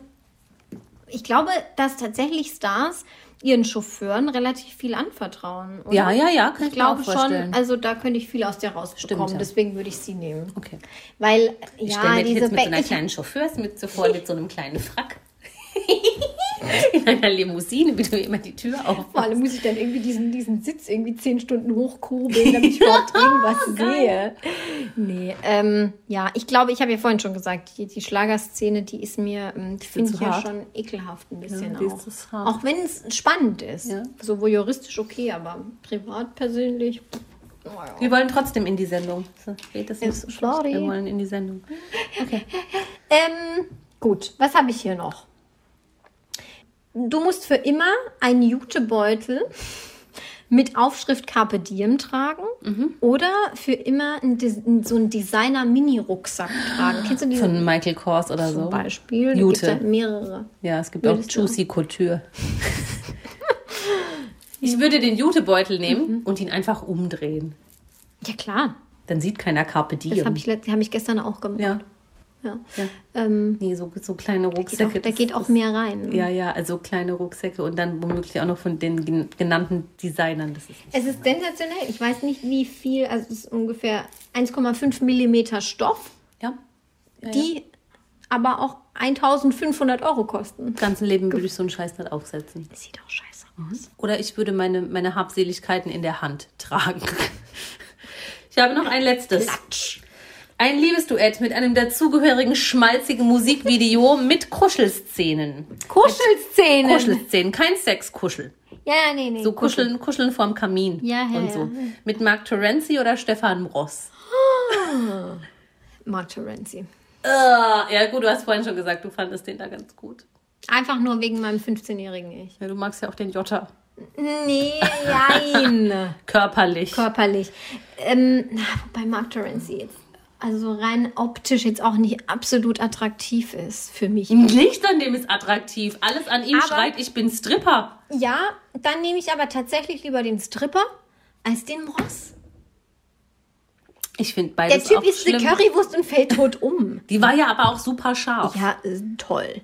[SPEAKER 4] ich glaube, dass tatsächlich Stars ihren Chauffeuren relativ viel anvertrauen. oder?
[SPEAKER 3] Ja, ja, ja, kann
[SPEAKER 4] Ich
[SPEAKER 3] ich, mir auch
[SPEAKER 4] glaube
[SPEAKER 3] vorstellen.
[SPEAKER 4] schon, also da könnte ich viel aus der rausbekommen.
[SPEAKER 3] Stimmt, ja.
[SPEAKER 4] Deswegen würde ich sie nehmen.
[SPEAKER 3] Okay.
[SPEAKER 4] Weil,
[SPEAKER 3] Ich
[SPEAKER 4] ja,
[SPEAKER 3] stelle mir dich
[SPEAKER 4] diese
[SPEAKER 3] jetzt mit so
[SPEAKER 4] Be-
[SPEAKER 3] einer
[SPEAKER 4] ich-
[SPEAKER 3] kleinen Chauffeursmütze vor, mit so einem kleinen Frack. In einer Limousine, wie du immer die Tür
[SPEAKER 4] Vor
[SPEAKER 3] aufmachst.
[SPEAKER 4] allem muss ich dann irgendwie diesen, diesen Sitz irgendwie zehn Stunden hochkurbeln, damit ich überhaupt
[SPEAKER 3] Oh
[SPEAKER 4] irgendwas sehe. Nee, ähm, ja, ich glaube, ich habe ja vorhin schon gesagt, die, die Schlagerszene, die ist mir, ähm, die finde
[SPEAKER 3] zu
[SPEAKER 4] ich ja
[SPEAKER 3] hart.
[SPEAKER 4] schon ekelhaft ein bisschen
[SPEAKER 3] Ja, die ist
[SPEAKER 4] auch.
[SPEAKER 3] das hart.
[SPEAKER 4] Auch wenn es spannend ist.
[SPEAKER 3] Ja.
[SPEAKER 4] So juristisch okay, aber privat persönlich. naja.
[SPEAKER 3] Wir wollen trotzdem in die Sendung. So, geht das nicht so schlecht.
[SPEAKER 4] sorry.
[SPEAKER 3] Wir wollen in die Sendung.
[SPEAKER 4] Ähm, gut, was habe ich hier noch? Du musst für immer einen Jutebeutel mit Aufschrift Carpe Diem tragen
[SPEAKER 2] Mhm.
[SPEAKER 4] oder für immer ein, Des- ein- so einen Designer-Mini-Rucksack
[SPEAKER 2] Ah,
[SPEAKER 4] tragen. Kennst du diesen
[SPEAKER 3] Von Michael Kors oder so.
[SPEAKER 4] zum Beispiel? Da
[SPEAKER 3] Jute.
[SPEAKER 4] gibt's ja mehrere.
[SPEAKER 3] Ja, es gibt
[SPEAKER 4] Würdest
[SPEAKER 3] auch
[SPEAKER 4] du?
[SPEAKER 3] Juicy Couture. ich würde den Jutebeutel nehmen und ihn einfach umdrehen.
[SPEAKER 4] Ja, klar.
[SPEAKER 3] Dann sieht keiner Carpe
[SPEAKER 4] Das habe
[SPEAKER 3] Diem.
[SPEAKER 4] ich, let- hab ich gestern auch gemacht.
[SPEAKER 3] Ja,
[SPEAKER 4] Ja.
[SPEAKER 3] ja.
[SPEAKER 4] Ähm,
[SPEAKER 3] Nee, so, so kleine
[SPEAKER 4] geht auch,
[SPEAKER 3] Rucksäcke.
[SPEAKER 4] da
[SPEAKER 3] das-
[SPEAKER 4] geht auch
[SPEAKER 3] das-
[SPEAKER 4] mehr rein.
[SPEAKER 3] Ja, ja, also kleine Rucksäcke und dann womöglich auch noch von den gen- genannten Designern. Das ist nicht.
[SPEAKER 4] Es ist sensationell. Ich weiß nicht, wie viel, also es ist ungefähr 1,5 Millimeter Stoff.
[SPEAKER 3] Ja. ja ja.
[SPEAKER 4] die aber auch 1500 Euro kosten.
[SPEAKER 3] Das ganze Leben würde ich so einen Scheiß nicht aufsetzen.
[SPEAKER 4] Das sieht doch scheiße aus.
[SPEAKER 3] Oder ich würde meine, meine Habseligkeiten in der Hand tragen. Ich habe noch ein letztes. Ein Liebesduett mit einem dazugehörigen schmalzigen Musikvideo mit Kuschelszenen.
[SPEAKER 4] Kuschelszenen.
[SPEAKER 3] Kuschelszenen, kein Sexkuschel.
[SPEAKER 4] Ja, ja, nee, nee.
[SPEAKER 3] So kuscheln, kuscheln vorm Kamin
[SPEAKER 4] Ja, ja,
[SPEAKER 3] und so.
[SPEAKER 4] ja.
[SPEAKER 3] Mit Mark Terenzi oder Stefan Ross.
[SPEAKER 4] Mark Terenzi.
[SPEAKER 3] Äh, ja gut, du hast vorhin schon gesagt, du fandest den da ganz gut.
[SPEAKER 4] Einfach nur wegen meinem 15-jährigen Ich.
[SPEAKER 3] Ja, du magst ja auch den Jotta.
[SPEAKER 4] Nee, nein.
[SPEAKER 3] Körperlich.
[SPEAKER 4] Körperlich. Ähm, na, wobei Mark Terenzi jetzt, also rein optisch jetzt auch nicht absolut attraktiv ist für mich.
[SPEAKER 3] Nichts an dem ist attraktiv. Alles an ihm
[SPEAKER 4] Aber-
[SPEAKER 3] schreit, ich bin Stripper.
[SPEAKER 4] Ja, dann nehme ich aber tatsächlich lieber den Stripper als den Ross.
[SPEAKER 3] Ich finde
[SPEAKER 4] Der
[SPEAKER 3] beides
[SPEAKER 4] Typ
[SPEAKER 3] auch
[SPEAKER 4] ist
[SPEAKER 3] schlimm.
[SPEAKER 4] eine Currywurst und fällt tot um.
[SPEAKER 3] Die war ja aber auch super scharf.
[SPEAKER 4] Ja, äh, toll.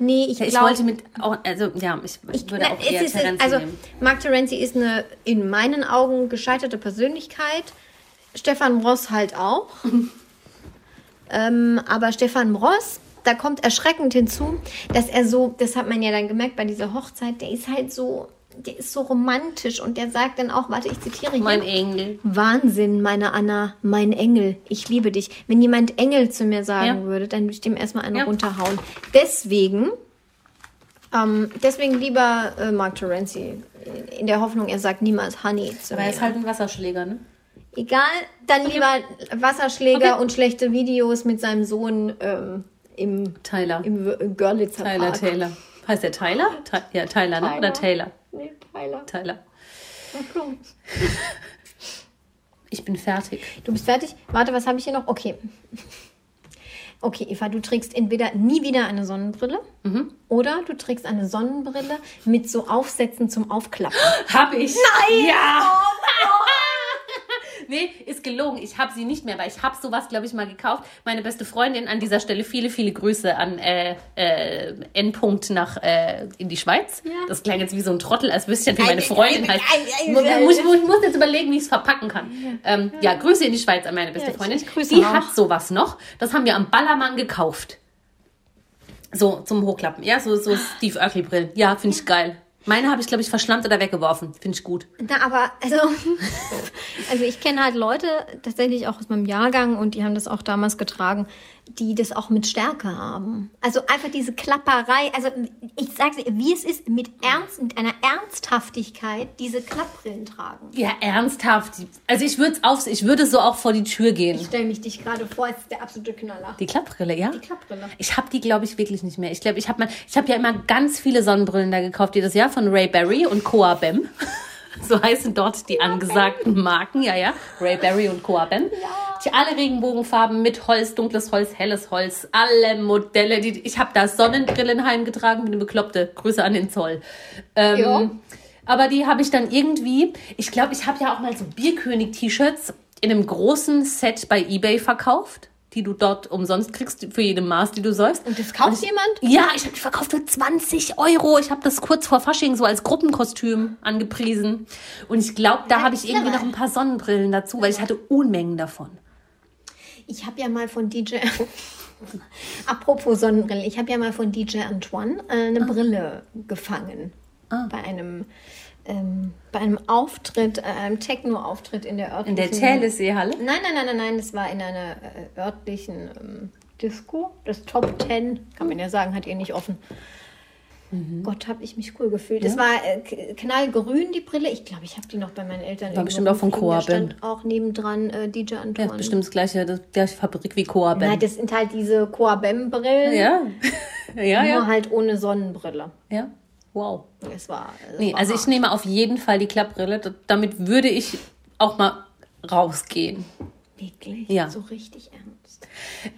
[SPEAKER 4] Nee, ich,
[SPEAKER 3] Ja, ich
[SPEAKER 4] glaub-
[SPEAKER 3] wollte mit, auch, also ja, ich,
[SPEAKER 4] ich-
[SPEAKER 3] würde
[SPEAKER 4] na,
[SPEAKER 3] auch eher
[SPEAKER 4] es ist-
[SPEAKER 3] Terenzi
[SPEAKER 4] Also,
[SPEAKER 3] nehmen.
[SPEAKER 4] Mark Terenzi ist eine in meinen Augen gescheiterte Persönlichkeit. Stefan Ross halt auch. ähm, aber Stefan Ross, da kommt erschreckend hinzu, dass er so, das hat man ja dann gemerkt bei dieser Hochzeit, der ist halt so, der ist so romantisch und der sagt dann auch, warte, ich zitiere hier.
[SPEAKER 3] Mein Engel.
[SPEAKER 4] Wahnsinn, meine Anna, mein Engel, ich liebe dich. Wenn jemand Engel zu mir sagen
[SPEAKER 3] Ja.
[SPEAKER 4] würde, dann würde ich dem erstmal einen
[SPEAKER 3] Ja.
[SPEAKER 4] runterhauen. Deswegen
[SPEAKER 2] Ähm, deswegen lieber äh, Mark Terenzi. In der Hoffnung, er sagt niemals Honey zu
[SPEAKER 3] Aber er
[SPEAKER 2] mir.
[SPEAKER 3] ist halt ein Wasserschläger, ne?
[SPEAKER 2] Egal, dann lieber Wasserschläger
[SPEAKER 3] Okay.
[SPEAKER 2] und schlechte Videos mit seinem Sohn ähm, im,
[SPEAKER 3] Tyler.
[SPEAKER 2] im W- Görlitzer
[SPEAKER 3] Tyler
[SPEAKER 2] Park.
[SPEAKER 3] Taylor. Heißt der Tyler? Ty ja, Tyler, ne? Oder Taylor?
[SPEAKER 2] Nee, Tyler.
[SPEAKER 3] Tyler.
[SPEAKER 4] Oh
[SPEAKER 2] Okay.
[SPEAKER 3] Ich bin fertig.
[SPEAKER 2] Du bist fertig? Warte, was habe ich hier noch? Okay. Okay, Eva, du trägst entweder nie wieder eine Sonnenbrille oder du trägst eine Sonnenbrille mit so Aufsätzen zum Aufklappen.
[SPEAKER 3] Hab ich. Nein! Ja! Nee, ist gelogen. Ich habe sie nicht mehr, weil ich habe sowas, glaube ich, mal gekauft. Meine beste Freundin an dieser Stelle, viele, viele Grüße an äh, äh, Endpunkt nach äh, in die Schweiz.
[SPEAKER 2] Ja.
[SPEAKER 3] Das klang jetzt wie so ein Trottel, als wüsste ich nicht, wie meine
[SPEAKER 2] Ein-
[SPEAKER 3] Freundin
[SPEAKER 2] ein-
[SPEAKER 3] heißt.
[SPEAKER 2] ein- ein-
[SPEAKER 3] Mu- muss- mu- Ich muss jetzt überlegen, wie ich es verpacken kann. Ähm, ja, Grüße in die Schweiz an meine beste
[SPEAKER 2] Ja, ich-
[SPEAKER 3] Freundin.
[SPEAKER 2] ich grüße
[SPEAKER 3] die
[SPEAKER 2] auch.
[SPEAKER 3] hat sowas noch. Das haben wir am Ballermann gekauft. So, zum Hochklappen. Ja, so, so Steve Urkel-Brillen. Ja, finde ich geil. Meine habe ich, glaube ich, verschlammt oder weggeworfen. Finde ich gut.
[SPEAKER 2] Na, aber also, also ich kenne halt Leute tatsächlich auch aus meinem Jahrgang und die haben das auch damals getragen, die das auch mit Stärke haben. Also einfach diese Klapperei, also ich sag's dir, wie es ist, mit Ernst, mit einer Ernsthaftigkeit diese Klappbrillen tragen.
[SPEAKER 3] Ja, ernsthaft. Also ich würde auf, ich würde so auch vor die Tür
[SPEAKER 2] Ich
[SPEAKER 3] gehen.
[SPEAKER 2] stelle mich dich gerade vor, es ist der absolute Knaller.
[SPEAKER 3] Die Klappbrille, ja? Die
[SPEAKER 2] Klappbrille.
[SPEAKER 3] Ich habe die, glaube ich, wirklich nicht mehr. Ich glaube, ich habe mal, ich habe ja immer ganz viele Sonnenbrillen da gekauft jedes Jahr von Ray Berry und Coabem. So heißen dort die angesagten Marken, ja, ja. Ray Berry und Coabem. Ja. Die alle Regenbogenfarben mit Holz, dunkles Holz, helles Holz, alle Modelle. Die, ich habe da Sonnenbrillen heimgetragen, wie eine Bekloppte. Grüße an den Zoll. Ähm,
[SPEAKER 2] Jo.
[SPEAKER 3] Aber die habe ich dann irgendwie, ich glaube, ich habe ja auch mal so Bierkönig-T-Shirts in einem großen Set bei eBay verkauft, die du dort umsonst kriegst für jede Maß, die du sollst.
[SPEAKER 2] Und das kauft jemand?
[SPEAKER 3] Ja, ich habe die verkauft für 20 Euro. Ich habe das kurz vor Fasching so als Gruppenkostüm angepriesen. Und ich glaube, da habe ich irgendwie noch ein paar Sonnenbrillen dazu, weil ich hatte Unmengen davon.
[SPEAKER 2] Ich habe ja mal von DJ. Apropos Sonnenbrille, ich habe ja mal von DJ Antoine äh,
[SPEAKER 3] Ah.
[SPEAKER 2] eine Brille gefangen. Bei einem ähm, bei einem Auftritt, äh, einem Techno-Auftritt in der örtlichen.
[SPEAKER 3] In der Tälesee-Halle.
[SPEAKER 2] Nein, nein, nein, nein, nein, das war in einer äh, örtlichen ähm, Disco. Das Top Ten, kann
[SPEAKER 3] Ah.
[SPEAKER 2] man ja sagen, hat ihr nicht offen.
[SPEAKER 3] Mhm.
[SPEAKER 2] Gott, habe ich mich cool gefühlt. Es war äh, k- knallgrün, die Brille. Ich glaube, ich habe die noch bei meinen Eltern. irgendwo
[SPEAKER 3] bestimmt auch von
[SPEAKER 2] rumfliegen. Da
[SPEAKER 3] Coop,
[SPEAKER 2] stand auch nebendran äh, DJ
[SPEAKER 3] Ja,
[SPEAKER 2] Antoine.
[SPEAKER 3] bestimmt das gleiche, das gleiche Fabrik wie Coabem.
[SPEAKER 2] Nein, das sind halt diese Coabem-Brillen,
[SPEAKER 3] Ja. Ah, ja,
[SPEAKER 2] nur
[SPEAKER 3] ja.
[SPEAKER 2] halt ohne Sonnenbrille.
[SPEAKER 3] Ja. Wow.
[SPEAKER 2] Es war. es
[SPEAKER 3] Nee,
[SPEAKER 2] war
[SPEAKER 3] also
[SPEAKER 2] hart.
[SPEAKER 3] ich nehme auf jeden Fall die Klappbrille. Da- Damit würde ich auch mal rausgehen.
[SPEAKER 2] Wirklich?
[SPEAKER 3] Ja.
[SPEAKER 2] So richtig ernst.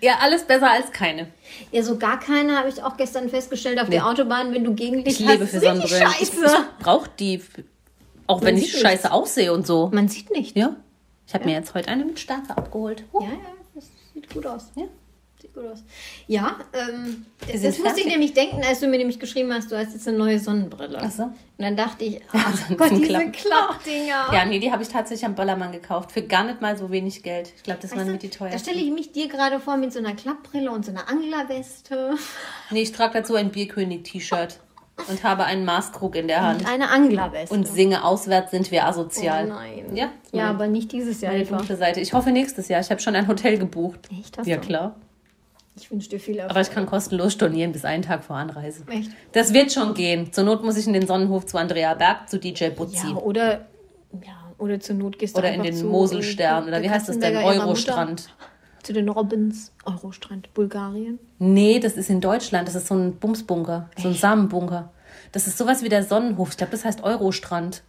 [SPEAKER 3] Ja, alles besser als keine.
[SPEAKER 2] Ja, so gar keine habe ich auch gestern festgestellt auf der Autobahn, wenn du gegen dich
[SPEAKER 3] Ich lebe
[SPEAKER 2] hast,
[SPEAKER 3] für
[SPEAKER 2] ist richtig
[SPEAKER 3] Sonnenbrillen.
[SPEAKER 2] Scheiße.
[SPEAKER 3] Ich brauche die, auch wenn
[SPEAKER 2] Man
[SPEAKER 3] ich
[SPEAKER 2] sieht
[SPEAKER 3] scheiße aussehe und so.
[SPEAKER 2] Man sieht nicht.
[SPEAKER 3] Ja. Ich habe mir jetzt heute eine mit Starke abgeholt. Huh.
[SPEAKER 2] Ja, ja, das sieht gut aus.
[SPEAKER 3] Ja.
[SPEAKER 2] Sieht gut aus. Ja, ähm, das, das
[SPEAKER 3] sind
[SPEAKER 2] musste
[SPEAKER 3] fertig.
[SPEAKER 2] ich nämlich denken, als du mir nämlich geschrieben hast, du hast jetzt eine neue Sonnenbrille.
[SPEAKER 3] Ach so.
[SPEAKER 2] Und dann dachte ich, ach
[SPEAKER 3] sind
[SPEAKER 2] Gott,
[SPEAKER 3] zum
[SPEAKER 2] diese
[SPEAKER 3] Klappen.
[SPEAKER 2] Klappdinger.
[SPEAKER 3] Ja, nee, die habe ich tatsächlich am Ballermann gekauft. Für gar nicht mal so wenig Geld. Ich glaube, das waren
[SPEAKER 2] Weißt du,
[SPEAKER 3] mit die
[SPEAKER 2] da stelle
[SPEAKER 3] teuersten.
[SPEAKER 2] ich mich dir gerade vor mit so einer Klappbrille und so einer Anglerweste.
[SPEAKER 3] Nee, ich trage dazu ein Bierkönig-T-Shirt und habe einen Maßkrug in der Hand
[SPEAKER 2] Und eine Anglerweste.
[SPEAKER 3] und singe auswärts sind wir
[SPEAKER 2] oh,
[SPEAKER 3] asozial.
[SPEAKER 2] nein.
[SPEAKER 3] Ja,
[SPEAKER 2] ja,
[SPEAKER 3] Meine-
[SPEAKER 2] aber nicht dieses Jahr.
[SPEAKER 3] meine
[SPEAKER 2] Eva.
[SPEAKER 3] dunkle Seite. Ich hoffe nächstes Jahr. Ich habe schon ein Hotel gebucht.
[SPEAKER 2] Echt? Hast
[SPEAKER 3] Ja,
[SPEAKER 2] du?
[SPEAKER 3] klar.
[SPEAKER 2] Ich wünsche dir viel Erfolg.
[SPEAKER 3] Aber ich kann kostenlos stornieren bis einen Tag vor Anreise.
[SPEAKER 2] Echt?
[SPEAKER 3] Das wird schon gehen. Zur Not muss ich in den Sonnenhof zu Andrea Berg, zu DJ Butzi.
[SPEAKER 2] Ja, oder, ja, oder zur Not gehst du
[SPEAKER 3] oder in
[SPEAKER 2] einfach
[SPEAKER 3] den
[SPEAKER 2] zu,
[SPEAKER 3] Moselstern.
[SPEAKER 2] äh,
[SPEAKER 3] Oder
[SPEAKER 2] der
[SPEAKER 3] wie heißt das denn?
[SPEAKER 2] Katzenberger ihrer
[SPEAKER 3] Eurostrand.
[SPEAKER 2] Mutter, Zu den Robbins. Eurostrand, Bulgarien.
[SPEAKER 3] Nee, das ist in Deutschland. Das ist so ein Bumsbunker, so ein Samenbunker. Das ist sowas wie der Sonnenhof. Ich glaube, das heißt Eurostrand.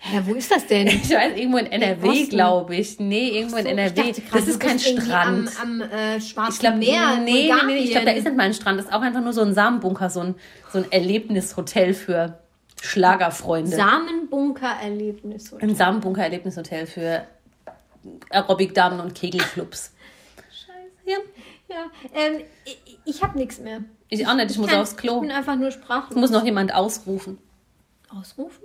[SPEAKER 2] Hä, wo ist das denn?
[SPEAKER 3] Ich weiß, irgendwo in NRW,
[SPEAKER 2] Boston.
[SPEAKER 3] glaube ich. Nee, irgendwo in NRW. das ist kein Strand.
[SPEAKER 2] Am, am äh, Schwarzen
[SPEAKER 3] ich glaube, nee,
[SPEAKER 2] Meer. in
[SPEAKER 3] nee, nee,
[SPEAKER 2] Bulgarien.
[SPEAKER 3] ich glaube, da ist nicht mal ein Strand. Das ist auch einfach nur so ein Samenbunker, so ein, so ein Erlebnishotel für Schlagerfreunde.
[SPEAKER 2] Samenbunker-Erlebnis.
[SPEAKER 3] ein Samenbunker-Erlebnishotel für Aerobic-Damen und Kegelclubs. Scheiße. Ja.
[SPEAKER 2] Ja, ähm, ich, ich habe nichts mehr.
[SPEAKER 3] Ich auch nicht, ich muss
[SPEAKER 2] Kann-
[SPEAKER 3] aufs Klo.
[SPEAKER 2] Ich bin einfach nur
[SPEAKER 3] Es
[SPEAKER 2] sprachlos.
[SPEAKER 3] muss noch jemand ausrufen.
[SPEAKER 2] Ausrufen?